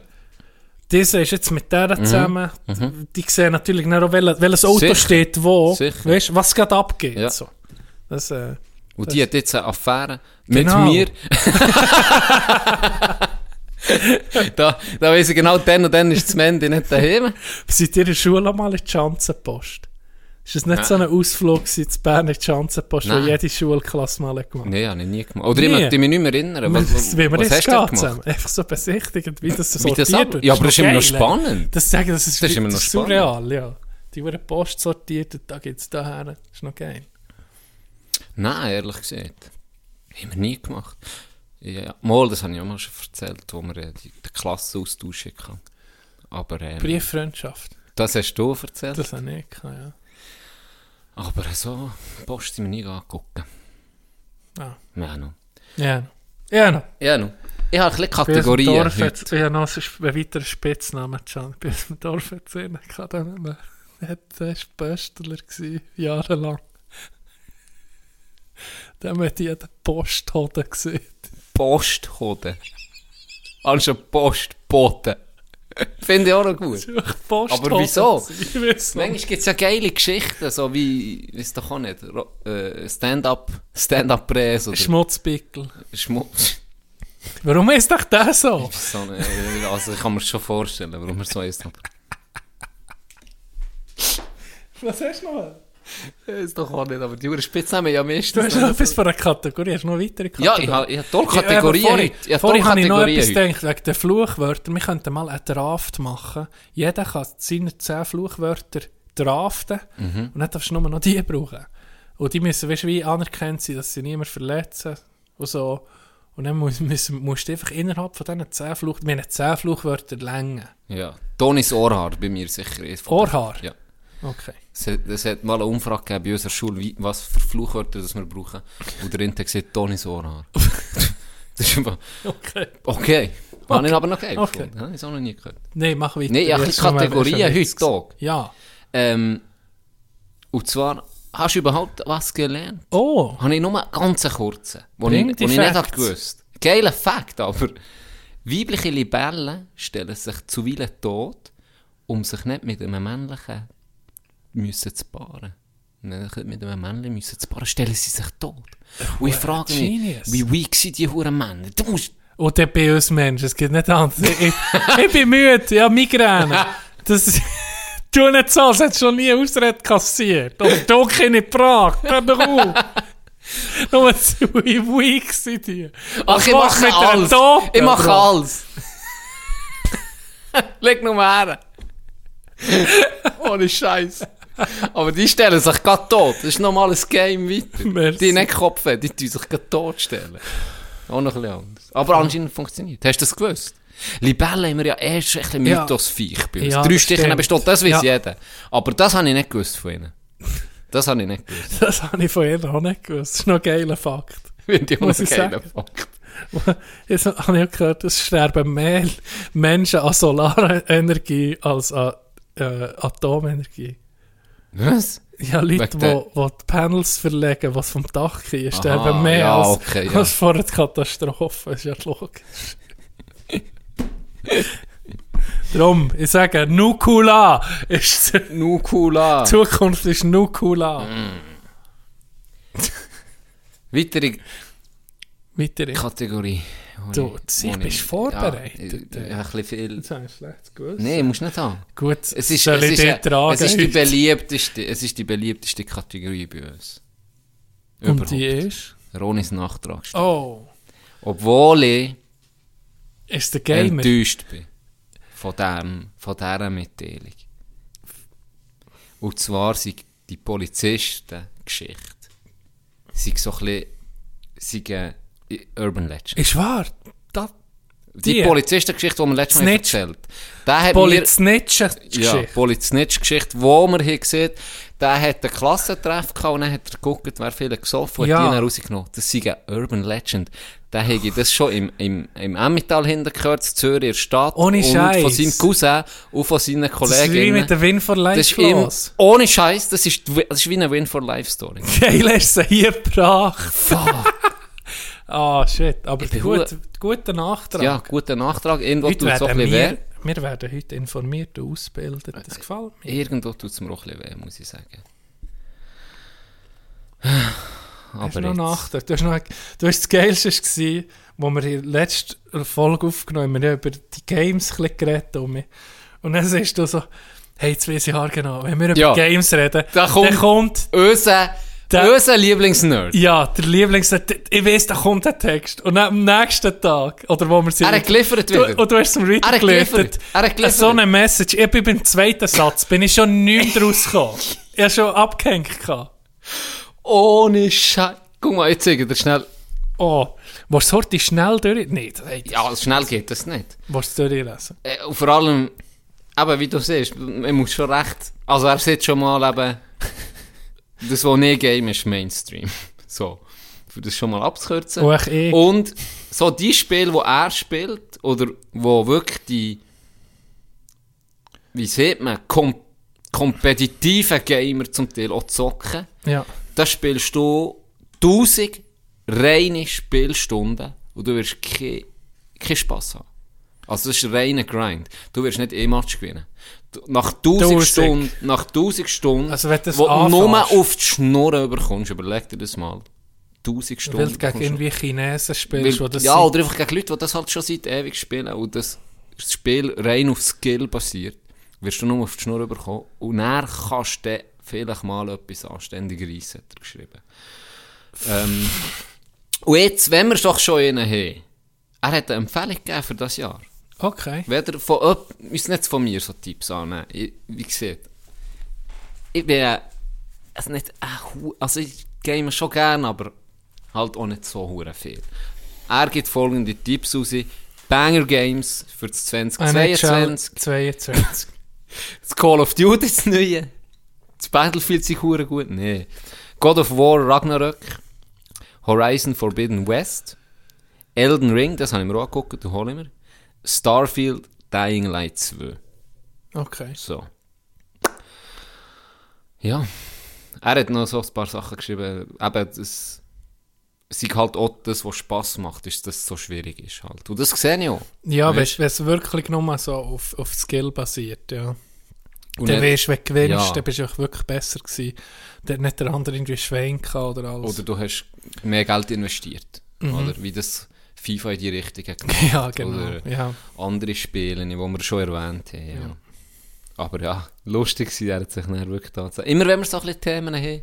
Speaker 2: Diese ist jetzt mit der zusammen. Die sehen natürlich nicht auch, wel- welches Auto
Speaker 1: Mhm. Sicher.
Speaker 2: steht wo.
Speaker 1: Sicher.
Speaker 2: Weißt, was gerade abgeht.
Speaker 1: Ja.
Speaker 2: So. Das, äh,
Speaker 1: Und die hat jetzt eine Affäre mit
Speaker 2: Genau.
Speaker 1: mir. da, da weiss ich genau, dann und dann ist das Mandy nicht daheim.
Speaker 2: seid ihr in der Schule mal in die Schanzenpost? Ist das nicht so ein Ausflug gewesen, zu Bern in die Schanzenpost, wo
Speaker 1: Nein.
Speaker 2: jede Schulklasse mal hat gemacht hat?
Speaker 1: Nein, habe ich nie gemacht. Oder
Speaker 2: Nie.
Speaker 1: ich möchte mich nicht mehr erinnern. Was, was,
Speaker 2: Wie wir
Speaker 1: was
Speaker 2: das
Speaker 1: hast du
Speaker 2: gehen
Speaker 1: gemacht?
Speaker 2: zusammen. Einfach so besichtigt, wie das so
Speaker 1: Wie das
Speaker 2: sortiert
Speaker 1: ab-
Speaker 2: wird.
Speaker 1: ja, aber das ist immer noch
Speaker 2: geil, ey.
Speaker 1: spannend.
Speaker 2: Das, sagen, das, ist,
Speaker 1: Das ist immer noch
Speaker 2: das
Speaker 1: spannend.
Speaker 2: surreal, ja. Die wurde Post sortiert, und da geht es daher. Ist noch geil.
Speaker 1: Nein, ehrlich gesagt. Haben wir nie gemacht. Ja, mal, das habe ich auch mal schon erzählt, wo wir äh, die, die Klasse austauschen kann. Aber ähm,
Speaker 2: Brieffreundschaft.
Speaker 1: das hast du erzählt.
Speaker 2: Das habe ich nicht, gehabt,
Speaker 1: Aber so Post sind wir nie angucken.
Speaker 2: Ah.
Speaker 1: Ja, noch.
Speaker 2: ja. Ja, ja noch.
Speaker 1: Ja, noch. Ich habe ein bisschen
Speaker 2: Bei uns im
Speaker 1: Kategorien.
Speaker 2: Dorf
Speaker 1: heute.
Speaker 2: hat's- Ich habe noch einen weiteren Spitznamen, Can. Bei uns im Dorf hat es einen gehabt, der nicht mehr- der war äh, Pöstler, gewesen, jahrelang. Dann hat jeder Posthoden gesehen.
Speaker 1: Posthoden. Anstatt Postboten. Finde ich auch noch gut.
Speaker 2: Posthoden.
Speaker 1: Aber wieso?
Speaker 2: gewesen, Ich weiß nicht.
Speaker 1: Manchmal gibt es ja geile Geschichten, so wie, weiß doch auch nicht, Ro- äh, Stand-up, Stand-up-Press oder
Speaker 2: Schmutzpickel.
Speaker 1: Schmutz.
Speaker 2: Warum ist doch der so?
Speaker 1: So eine, äh, also ich kann mir schon vorstellen, warum er so ist. Aber
Speaker 2: Was hast du noch?
Speaker 1: ist doch auch nicht, aber die Spitznamen ja
Speaker 2: Du
Speaker 1: meistens.
Speaker 2: hast noch etwas von einer Kategorie. Hast du noch weitere
Speaker 1: Ja,
Speaker 2: Kategorien?
Speaker 1: ich habe ich hab tolle Kategorien
Speaker 2: vorhin,
Speaker 1: heute. Ich habe tolle
Speaker 2: vorhin habe ich noch
Speaker 1: Kategorien
Speaker 2: etwas
Speaker 1: heute.
Speaker 2: gedacht, wegen den Fluchwörtern. Wir könnten mal einen Draft machen. Jeder kann seine 10 Fluchwörter draften
Speaker 1: Mhm.
Speaker 2: und dann darfst du nur noch die brauchen. Und die müssen weißt, du, wie anerkannt sein, dass sie niemand verletzen und so. Und dann musst, musst, musst du einfach innerhalb von diesen 10 Fluchwörtern, wir haben 10 Fluchwörter länger.
Speaker 1: Ja, Tonis Ohrhaar bei mir sicher. ist-
Speaker 2: Ohrhaar?
Speaker 1: Ja.
Speaker 2: Okay.
Speaker 1: Es hat, es hat mal eine Umfrage gegeben bei unserer Schule, wie, was für Fluchwörter das wir brauchen. Und der Inter sieht Tonis Ohrhaar. das ist einfach,
Speaker 2: Okay.
Speaker 1: okay. Habe ich aber noch geil
Speaker 2: Okay.
Speaker 1: okay. gefunden. Habe ich auch noch nie gehört.
Speaker 2: Nein, mach weiter.
Speaker 1: Nein, ich habe ein
Speaker 2: Jetzt
Speaker 1: bisschen
Speaker 2: noch mal- ist
Speaker 1: Kategorien
Speaker 2: ein Witz.
Speaker 1: heute.
Speaker 2: Ja.
Speaker 1: Ähm, und zwar, hast du überhaupt was gelernt?
Speaker 2: Oh,
Speaker 1: Habe ich nur einen ganz kurzen, den ich,
Speaker 2: Bring die
Speaker 1: wo ich nicht
Speaker 2: Facts.
Speaker 1: habe gewusst Geiler Fakt aber. Weibliche Libellen stellen sich zuweilen tot, um sich nicht mit einem männlichen müssen zu paaren. Nicht mit einem männlichen müssen zu paaren, stellen sie sich tot. Und ich frage mich,
Speaker 2: genius.
Speaker 1: wie weak sind die Huren Männer? Du musst...
Speaker 2: Und der bei uns Mensch, es geht nicht anders. Ich, ich bin müde, ich habe Migräne. Das, du nicht so, es hat schon nie Ausrede kassiert. Oder du keine Prag, hör doch auf. Nur zu weak sind die.
Speaker 1: Ach, ich mache alles! Ich mache alles! Leg nur her! Ohne Scheiß. Aber die stellen sich gerade tot. Das ist nochmal ein Game weiter.
Speaker 2: Merci.
Speaker 1: Die nicht Kopf haben, die tun sich gerade totstellen. Auch noch ein bisschen anders. Aber anscheinend funktioniert. Hast du das gewusst? Libellen haben wir ja erst ein bisschen
Speaker 2: Ja.
Speaker 1: Mythos-feich bei uns.
Speaker 2: Ja,
Speaker 1: Drei
Speaker 2: das
Speaker 1: Stiche
Speaker 2: stimmt.
Speaker 1: besteht, das weiß
Speaker 2: Ja.
Speaker 1: jeder. Aber das habe ich nicht gewusst von ihnen. Das habe ich nicht gewusst.
Speaker 2: Das habe ich von ihr auch nicht gewusst. Das ist noch ein geiler Fakt.
Speaker 1: Finde ich auch
Speaker 2: Muss
Speaker 1: einen
Speaker 2: ich
Speaker 1: geilen
Speaker 2: sagen.
Speaker 1: Fakt.
Speaker 2: Jetzt habe ich auch gehört, es sterben mehr Menschen an Solarenergie als an äh, Atomenergie.
Speaker 1: Was?
Speaker 2: Ja, Leute,
Speaker 1: Wegen der-
Speaker 2: die, die die Panels verlegen, was vom Dach kriegen,
Speaker 1: Aha,
Speaker 2: sterben mehr
Speaker 1: ja,
Speaker 2: als,
Speaker 1: okay, ja.
Speaker 2: als vor der Katastrophe. ist ja logisch. Drum, ich sage, Nukula ist die
Speaker 1: Nukula.
Speaker 2: Zukunft ist
Speaker 1: Mm.
Speaker 2: Nukula.
Speaker 1: Weitere
Speaker 2: Weiter in.
Speaker 1: Kategorie.
Speaker 2: Du, sicher bist du vorbereitet.
Speaker 1: Ja, ich- ich- ich hab ein bisschen viel.
Speaker 2: Das habe ich schlecht gewusst.
Speaker 1: Nein, musst nicht haben.
Speaker 2: Gut,
Speaker 1: Es ist,
Speaker 2: soll
Speaker 1: es,
Speaker 2: ich
Speaker 1: ist,
Speaker 2: dir
Speaker 1: äh,
Speaker 2: tragen?
Speaker 1: es, ist die
Speaker 2: heute?
Speaker 1: beliebteste, es ist die beliebteste Kategorie bei uns.
Speaker 2: Und die ist?
Speaker 1: Ronis Nachtrag.
Speaker 2: Oh,
Speaker 1: Obwohl ich
Speaker 2: ist der Gamer.
Speaker 1: enttäuscht bin von, dem, von dieser Mitteilung. Und zwar sind die Polizistengeschichte sei so ein bisschen sei eine Urban Legend.
Speaker 2: Ist wahr. Da,
Speaker 1: Die,
Speaker 2: die-
Speaker 1: Polizistengeschichte, die wir letztes Mal
Speaker 2: Snitch.
Speaker 1: erzählt haben, hat mir- Ja,
Speaker 2: Poliznitschen-Geschichte.
Speaker 1: Poliznitsch-Geschichte, wo man hier sieht, der hat einen Klassentreff gehabt und dann hat er geguckt, wer viele gesoffen hat,
Speaker 2: Ja.
Speaker 1: die ihn rausgenommen. Das sei eine Urban Legend. Der hätte das schon im, im, im Emmental hinten gehört, in Zürich, in der Stadt.
Speaker 2: Ohne
Speaker 1: und
Speaker 2: Scheiß.
Speaker 1: von seinem Cousin und von seinen
Speaker 2: das ist wie
Speaker 1: Kollegen.
Speaker 2: mit der Win for
Speaker 1: Das
Speaker 2: Life
Speaker 1: ist ihm,
Speaker 2: Clause.
Speaker 1: ohne Scheiß, das ist, die- das ist wie eine Win-for-Life-Story.
Speaker 2: Geil, hast du sie hier gebracht. Ah, shit. Aber
Speaker 1: bin
Speaker 2: gut, guter Nachtrag.
Speaker 1: Ja, guter Nachtrag. Irgendwo
Speaker 2: heute
Speaker 1: tut es auch ein bisschen
Speaker 2: werden
Speaker 1: weh. Äh,
Speaker 2: wir, wir werden heute informiert und ausgebildet. Das gefällt mir.
Speaker 1: Irgendwo tut es mir auch ein bisschen weh, muss ich sagen. Aber
Speaker 2: Hast du, noch
Speaker 1: jetzt-
Speaker 2: Nachtrag? du hast noch Du hast das Geilste gewesen, wo wir in der letzten Folge aufgenommen haben. Wir haben über die Games ein bisschen geredet. um mich. Und dann sagst du so, hey, jetzt weiss ich genau, wenn wir über
Speaker 1: Ja.
Speaker 2: Games reden,
Speaker 1: Da kommt-
Speaker 2: dann kommt
Speaker 1: Unser,
Speaker 2: Der-
Speaker 1: unser Lieblingsnerd.
Speaker 2: Ja, der Lieblings... Ich weiss, da kommt der Text. Und dann am nächsten Tag, oder wo wir sind...
Speaker 1: Er hat geliefert
Speaker 2: du,
Speaker 1: wieder.
Speaker 2: Und du hast zum
Speaker 1: Er
Speaker 2: Reader
Speaker 1: hat geliefert.
Speaker 2: geleitet.
Speaker 1: Er hat geliefert.
Speaker 2: So eine Message. Ich bin beim zweiten Satz, bin ich schon nicht rausgekommen. Ich habe schon abgehängt. gehabt.
Speaker 1: Ohne Scheiß. Guck mal, ich zeige dir schnell.
Speaker 2: Oh, willst du heute schnell durch... Nein, das hey,
Speaker 1: Ja, schnell geht das nicht.
Speaker 2: willst du durchlesen?
Speaker 1: Äh, Und vor allem, eben wie du siehst, man muss schon recht. Also er sieht schon mal eben, das, was nicht Game ist, Mainstream. So. Für das schon mal abzukürzen.
Speaker 2: Oh, ich eh.
Speaker 1: Und so die Spiele, die er spielt, oder wo wirklich die, wie sieht man, kom kompetitiven Gamer zum Teil auch zocken.
Speaker 2: Ja.
Speaker 1: Da spielst du 1000 reine Spielstunden und du wirst keinen kein Spass haben. Also das ist reiner Grind. Du wirst nicht eh Match gewinnen. Du- Nach 1000
Speaker 2: 1000.
Speaker 1: Stunden, nach 1000 Stunden,
Speaker 2: Also wenn du das
Speaker 1: wo du nur
Speaker 2: anfängst.
Speaker 1: auf die Schnurren bekommst, überleg dir das mal. 1000 Stunden.
Speaker 2: Weil du gegen
Speaker 1: bekommst du-
Speaker 2: irgendwie Chinesen spielst, wo
Speaker 1: weil,
Speaker 2: das
Speaker 1: ja,
Speaker 2: sind-
Speaker 1: oder einfach gegen Leute, die das halt schon seit ewig spielen und das Spiel rein auf Skill basiert, wirst du nur auf die Schnur bekommen und dann kannst du dann vielleicht mal etwas anständig reissen, hat er geschrieben. ähm, und jetzt, wenn wir es doch schon einen haben, er hat eine Empfehlung gegeben für das Jahr.
Speaker 2: Okay.
Speaker 1: Weder von oh, öp, müssen nicht von mir so Tipps annehmen. Ich, wie gesagt, ich bin äh, also nicht äh, hu- also ich game schon gern, aber halt auch nicht so hure viel. Er gibt folgende Tipps raus. Banger Games für das 2022.
Speaker 2: 22.
Speaker 1: Das Call of Duty, das neue. Das Battlefield sich hure gut. Nee. God of War, Ragnarök. Horizon Forbidden West. Elden Ring, das habe ich mir auch angeguckt, den hole ich mir. Starfield, Dying Light 2.
Speaker 2: Okay.
Speaker 1: So. Ja. Er hat noch so ein paar Sachen geschrieben. Eben, das sei halt auch das, was Spass macht, ist, dass es so schwierig ist halt. Und das sehe ich auch.
Speaker 2: Ja, wenn
Speaker 1: Weißt-
Speaker 2: wenn es wirklich nur so auf, auf Skill basiert, ja.
Speaker 1: Und
Speaker 2: Dann
Speaker 1: nicht-
Speaker 2: weißt du, wenn du gewinnst,
Speaker 1: Ja.
Speaker 2: dann bist du auch wirklich besser gewesen. Dann hat nicht der andere irgendwie Schwein gehabt oder alles.
Speaker 1: Oder du hast mehr Geld investiert. Oder wie das FIFA in die Richtung hat gemacht.
Speaker 2: ja, genau.
Speaker 1: Oder
Speaker 2: ja.
Speaker 1: andere Spiele, die wir schon erwähnt haben. Ja. Aber ja, lustig war er hat sich dann wirklich tatsächlich. Immer wenn wir so ein bisschen Themen haben.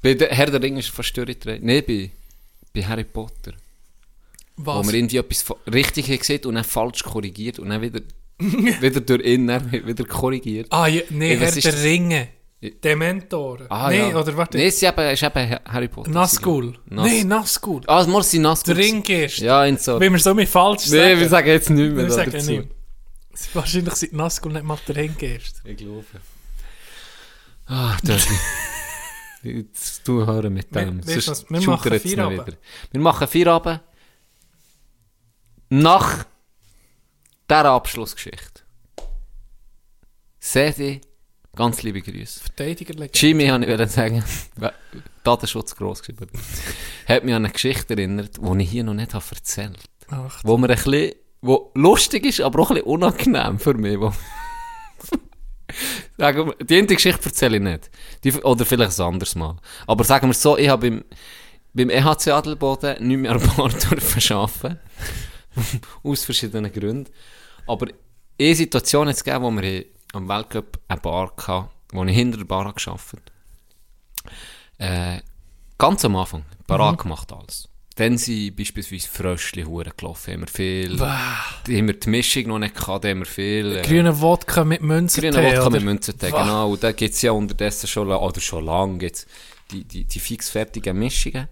Speaker 1: Bei der Herr der Ringe ist er fast durchgedreht. Nein, bei, bei Harry Potter.
Speaker 2: Was?
Speaker 1: Wo man irgendwie etwas fa- richtig hat gesehen und dann falsch korrigiert und dann wieder, wieder durch ihn dann wieder korrigiert.
Speaker 2: ah, ja, nee,
Speaker 1: Ey,
Speaker 2: Herr
Speaker 1: was
Speaker 2: der
Speaker 1: ist das?
Speaker 2: Ringe. Dementoren. nee,
Speaker 1: Ah, ja.
Speaker 2: oder warte.
Speaker 1: Nein,
Speaker 2: Nee,
Speaker 1: es ist eben, es ist eben Ha- Harry Potter.
Speaker 2: Nazgul.
Speaker 1: Nas
Speaker 2: nee, Nazgul.
Speaker 1: Ah, es muss sein Nazgul.
Speaker 2: der Ringgest.
Speaker 1: Ja, in so.
Speaker 2: Wenn wir so mit falsch
Speaker 1: Nee,
Speaker 2: sagen.
Speaker 1: wir sagen jetzt nicht mehr
Speaker 2: wir sagen
Speaker 1: dazu.
Speaker 2: nicht. Sie- Wahrscheinlich sind Nazgul nicht mal der Ringgest.
Speaker 1: Ich glaube. Ah, das Jetzt du hören mit
Speaker 2: Wir-
Speaker 1: dem.
Speaker 2: weißt du
Speaker 1: Sonst
Speaker 2: was, wir
Speaker 1: shootert's
Speaker 2: machen vier
Speaker 1: noch
Speaker 2: Abend.
Speaker 1: wieder. Wir machen vier Abend. Nach dieser Abschlussgeschichte. Sedi, ganz liebe Grüße.
Speaker 2: Verteidiger
Speaker 1: Jimmy, habe ich wollte sagen, we- Datenschutz gross geschrieben, hat mich an eine Geschichte erinnert, die ich hier noch nicht habe erzählt
Speaker 2: Ach,
Speaker 1: wo mir ein bisschen, wo lustig ist, aber auch ein bisschen unangenehm für mich. Wo sagen wir, die eine Geschichte erzähle ich nicht. Die, oder vielleicht ein anderes Mal. Aber sagen wir es so, ich habe beim, beim EHC Adelboden nicht mehr an Bord dürfen arbeiten. Aus verschiedenen Gründen. Aber eine Situation hat es gegeben, wo wir haben am Weltcup eine Bar hatten, wo ich hinter der Bar gearbeitet habe. Äh, ganz am Anfang, parat gemacht alles. Dann sind beispielsweise Fröschli hure gelaufen, haben wir viel. Die haben wir die Mischung noch nicht gehabt, die haben wir viel. äh,
Speaker 2: Grüne Wodka mit Münzen.
Speaker 1: Grüne Wodka mit Münzentee, genau. Und da gibt es ja unterdessen schon, la- oder schon lange gibt's die, die, die fix fertigen Mischungen. Und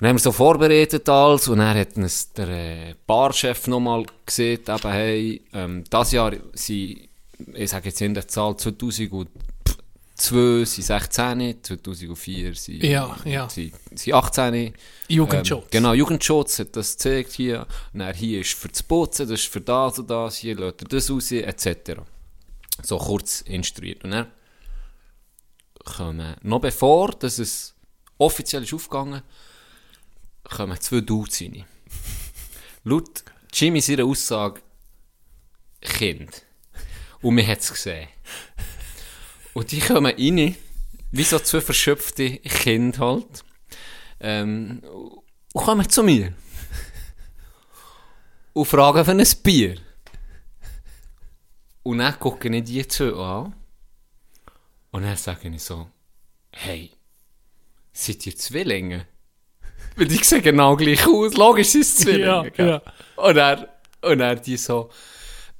Speaker 1: dann haben wir so vorbereitet alles und dann hat uns der äh, Barchef nochmal gesehen, eben, hey, ähm, das Jahr sind, ich sage jetzt in der Zahl 2002 sind 16, 2004 sind,
Speaker 2: Ja, ja.
Speaker 1: sind, sind 18.
Speaker 2: Jugendschutz.
Speaker 1: Ähm, genau, Jugendschutz hat das gezeigt hier. Und dann hier ist für das Putzen, das ist für das und das, hier lädt er das raus, etc. So kurz instruiert. Und dann kommen, noch bevor dass es offiziell ist aufgegangen kommen zwei Dudes rein. Laut Jimmy seiner Aussage Kind. Und man hat es gesehen. Und die kommen rein, wie so zwei verschöpfte Kinder halt. Ähm, und kommen zu mir. Und fragen für ein Bier. Und dann gucke ich die zwei an. Und dann sage ich so, hey, seid ihr Zwillinge? Weil die sehen genau gleich aus. Logisch sind es Zwillinge.
Speaker 2: Ja,
Speaker 1: gell?
Speaker 2: ja.
Speaker 1: Und er, und er die so,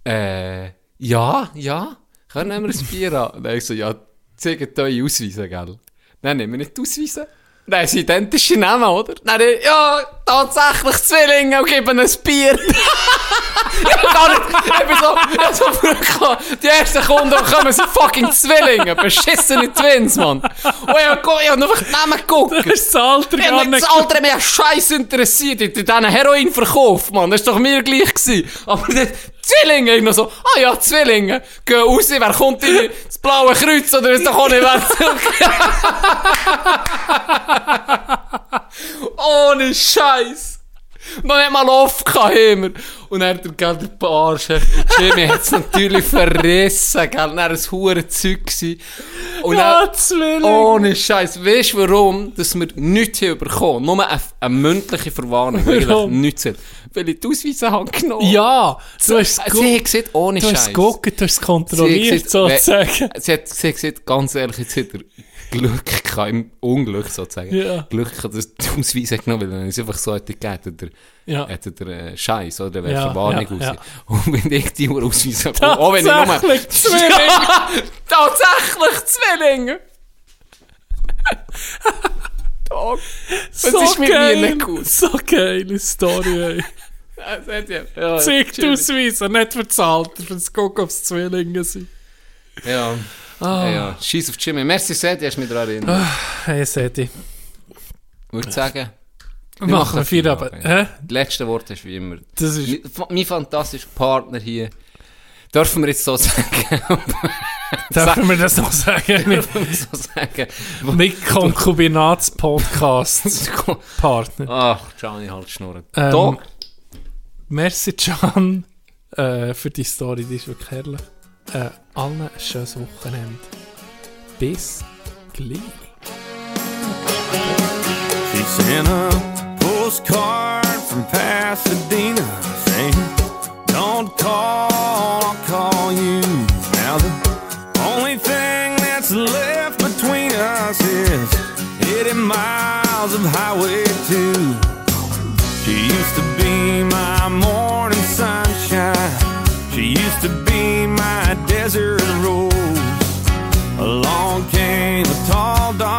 Speaker 1: äh, ja, ja, können wir ein Bier an? Und dann ich so, ja, zeigt eure Ausweise, gell? Dann nehmen wir nicht die Ausweise. Nein, es sind identische Namen, oder? Dann, ich, ja, tatsächlich Zwillinge und geben ein Bier. ich hab gar nicht, ich bin so, ich hab so vorgekommen. Die ersten Kunden die kommen sind fucking Zwillinge, beschissene Twins, Oh Mann. Und ich hab, ich hab nur einfach die Namen geguckt.
Speaker 2: Das ist das Alter
Speaker 1: Ich
Speaker 2: gar
Speaker 1: bin
Speaker 2: nicht.
Speaker 1: das Alter mehr scheiß interessiert in diesen Heroinverkauf, Mann. Das war doch mir gleich. Gewesen. Aber die Zwillinge, ich noch so, ah ja, Zwillinge, gehen raus, wer kommt in das blaue Kreuz oder ist doch auch nicht wer zurück- Ohne Scheiß. Noch nicht mal off gehabt, immer. Und er hat gerade den Barchef. Und Jimmy hat es natürlich verrissen, gell. Und er war ein Hurenzeug. gewesen. Und
Speaker 2: Ja,
Speaker 1: dann-
Speaker 2: Zwilling.
Speaker 1: ohne Scheiß. Weißt du warum? Dass wir nichts haben bekommen. Nur eine, eine mündliche Verwarnung. Weil ich
Speaker 2: Warum?
Speaker 1: nichts haben. Weil ich die Ausweise habe genommen.
Speaker 2: Ja, du hast es
Speaker 1: Sie
Speaker 2: gu-
Speaker 1: hat gesagt, ohne
Speaker 2: du hast es
Speaker 1: Scheiß.
Speaker 2: geguckt, du hast es
Speaker 1: Sie hat
Speaker 2: kontrolliert,
Speaker 1: gesagt, we-
Speaker 2: sozusagen.
Speaker 1: Sie hat, sie hat gesagt, ganz ehrlich, jetzt hat er Glück gehabt, im Unglück sozusagen.
Speaker 2: Ja.
Speaker 1: Glück gehabt, dass die Ausweise genommen weil er uns einfach so hätte gegeben, hätte er,
Speaker 2: Ja.
Speaker 1: hätte er äh, Scheiß oder wäre
Speaker 2: Ja,
Speaker 1: Verwarnung
Speaker 2: ja,
Speaker 1: raus.
Speaker 2: ja.
Speaker 1: Und wenn ich die Uhr Ausweise bekomme, auch wenn ich nur...
Speaker 2: Tatsächlich Zwillinge.
Speaker 1: Ja, tatsächlich Zwillinge! Dog. Das ist mir nie gut.
Speaker 2: So geile Story, ey.
Speaker 1: Das hat ja- ja,
Speaker 2: Zeig die
Speaker 1: chillig.
Speaker 2: Ausweise, nicht für das Alter, für das Gucken, ob es Zwillinge sind.
Speaker 1: Ja. Ah.
Speaker 2: Ah.
Speaker 1: ja. Scheiß auf Jimmy. Merci sehr, du hast mich daran erinnert.
Speaker 2: Hey, Sedi.
Speaker 1: Ich würde sagen...
Speaker 2: Wir machen Feierabend. Hä?
Speaker 1: Das letzte Wort ist wie immer.
Speaker 2: Das ist...
Speaker 1: Mein, fa- mein fantastischer Partner hier. Dürfen wir jetzt so sagen?
Speaker 2: Dürfen wir das noch sagen? Mit,
Speaker 1: Dürfen wir so sagen?
Speaker 2: mit Konkubinats-Podcast. Partner.
Speaker 1: Ach, Gianni halt schnurren.
Speaker 2: Ähm,
Speaker 1: Doch.
Speaker 2: Merci, Can, äh, für die Story, die ist wirklich herrlich. Äh, allen ein schönes Wochenende. Bis gleich.
Speaker 6: She sent a postcard from Pasadena saying, Don't call, I'll call you. Now the only thing that's left between us is 80 miles of Highway 2. She used to be my morning sunshine. She used to be my desert rose. Along came a tall, dark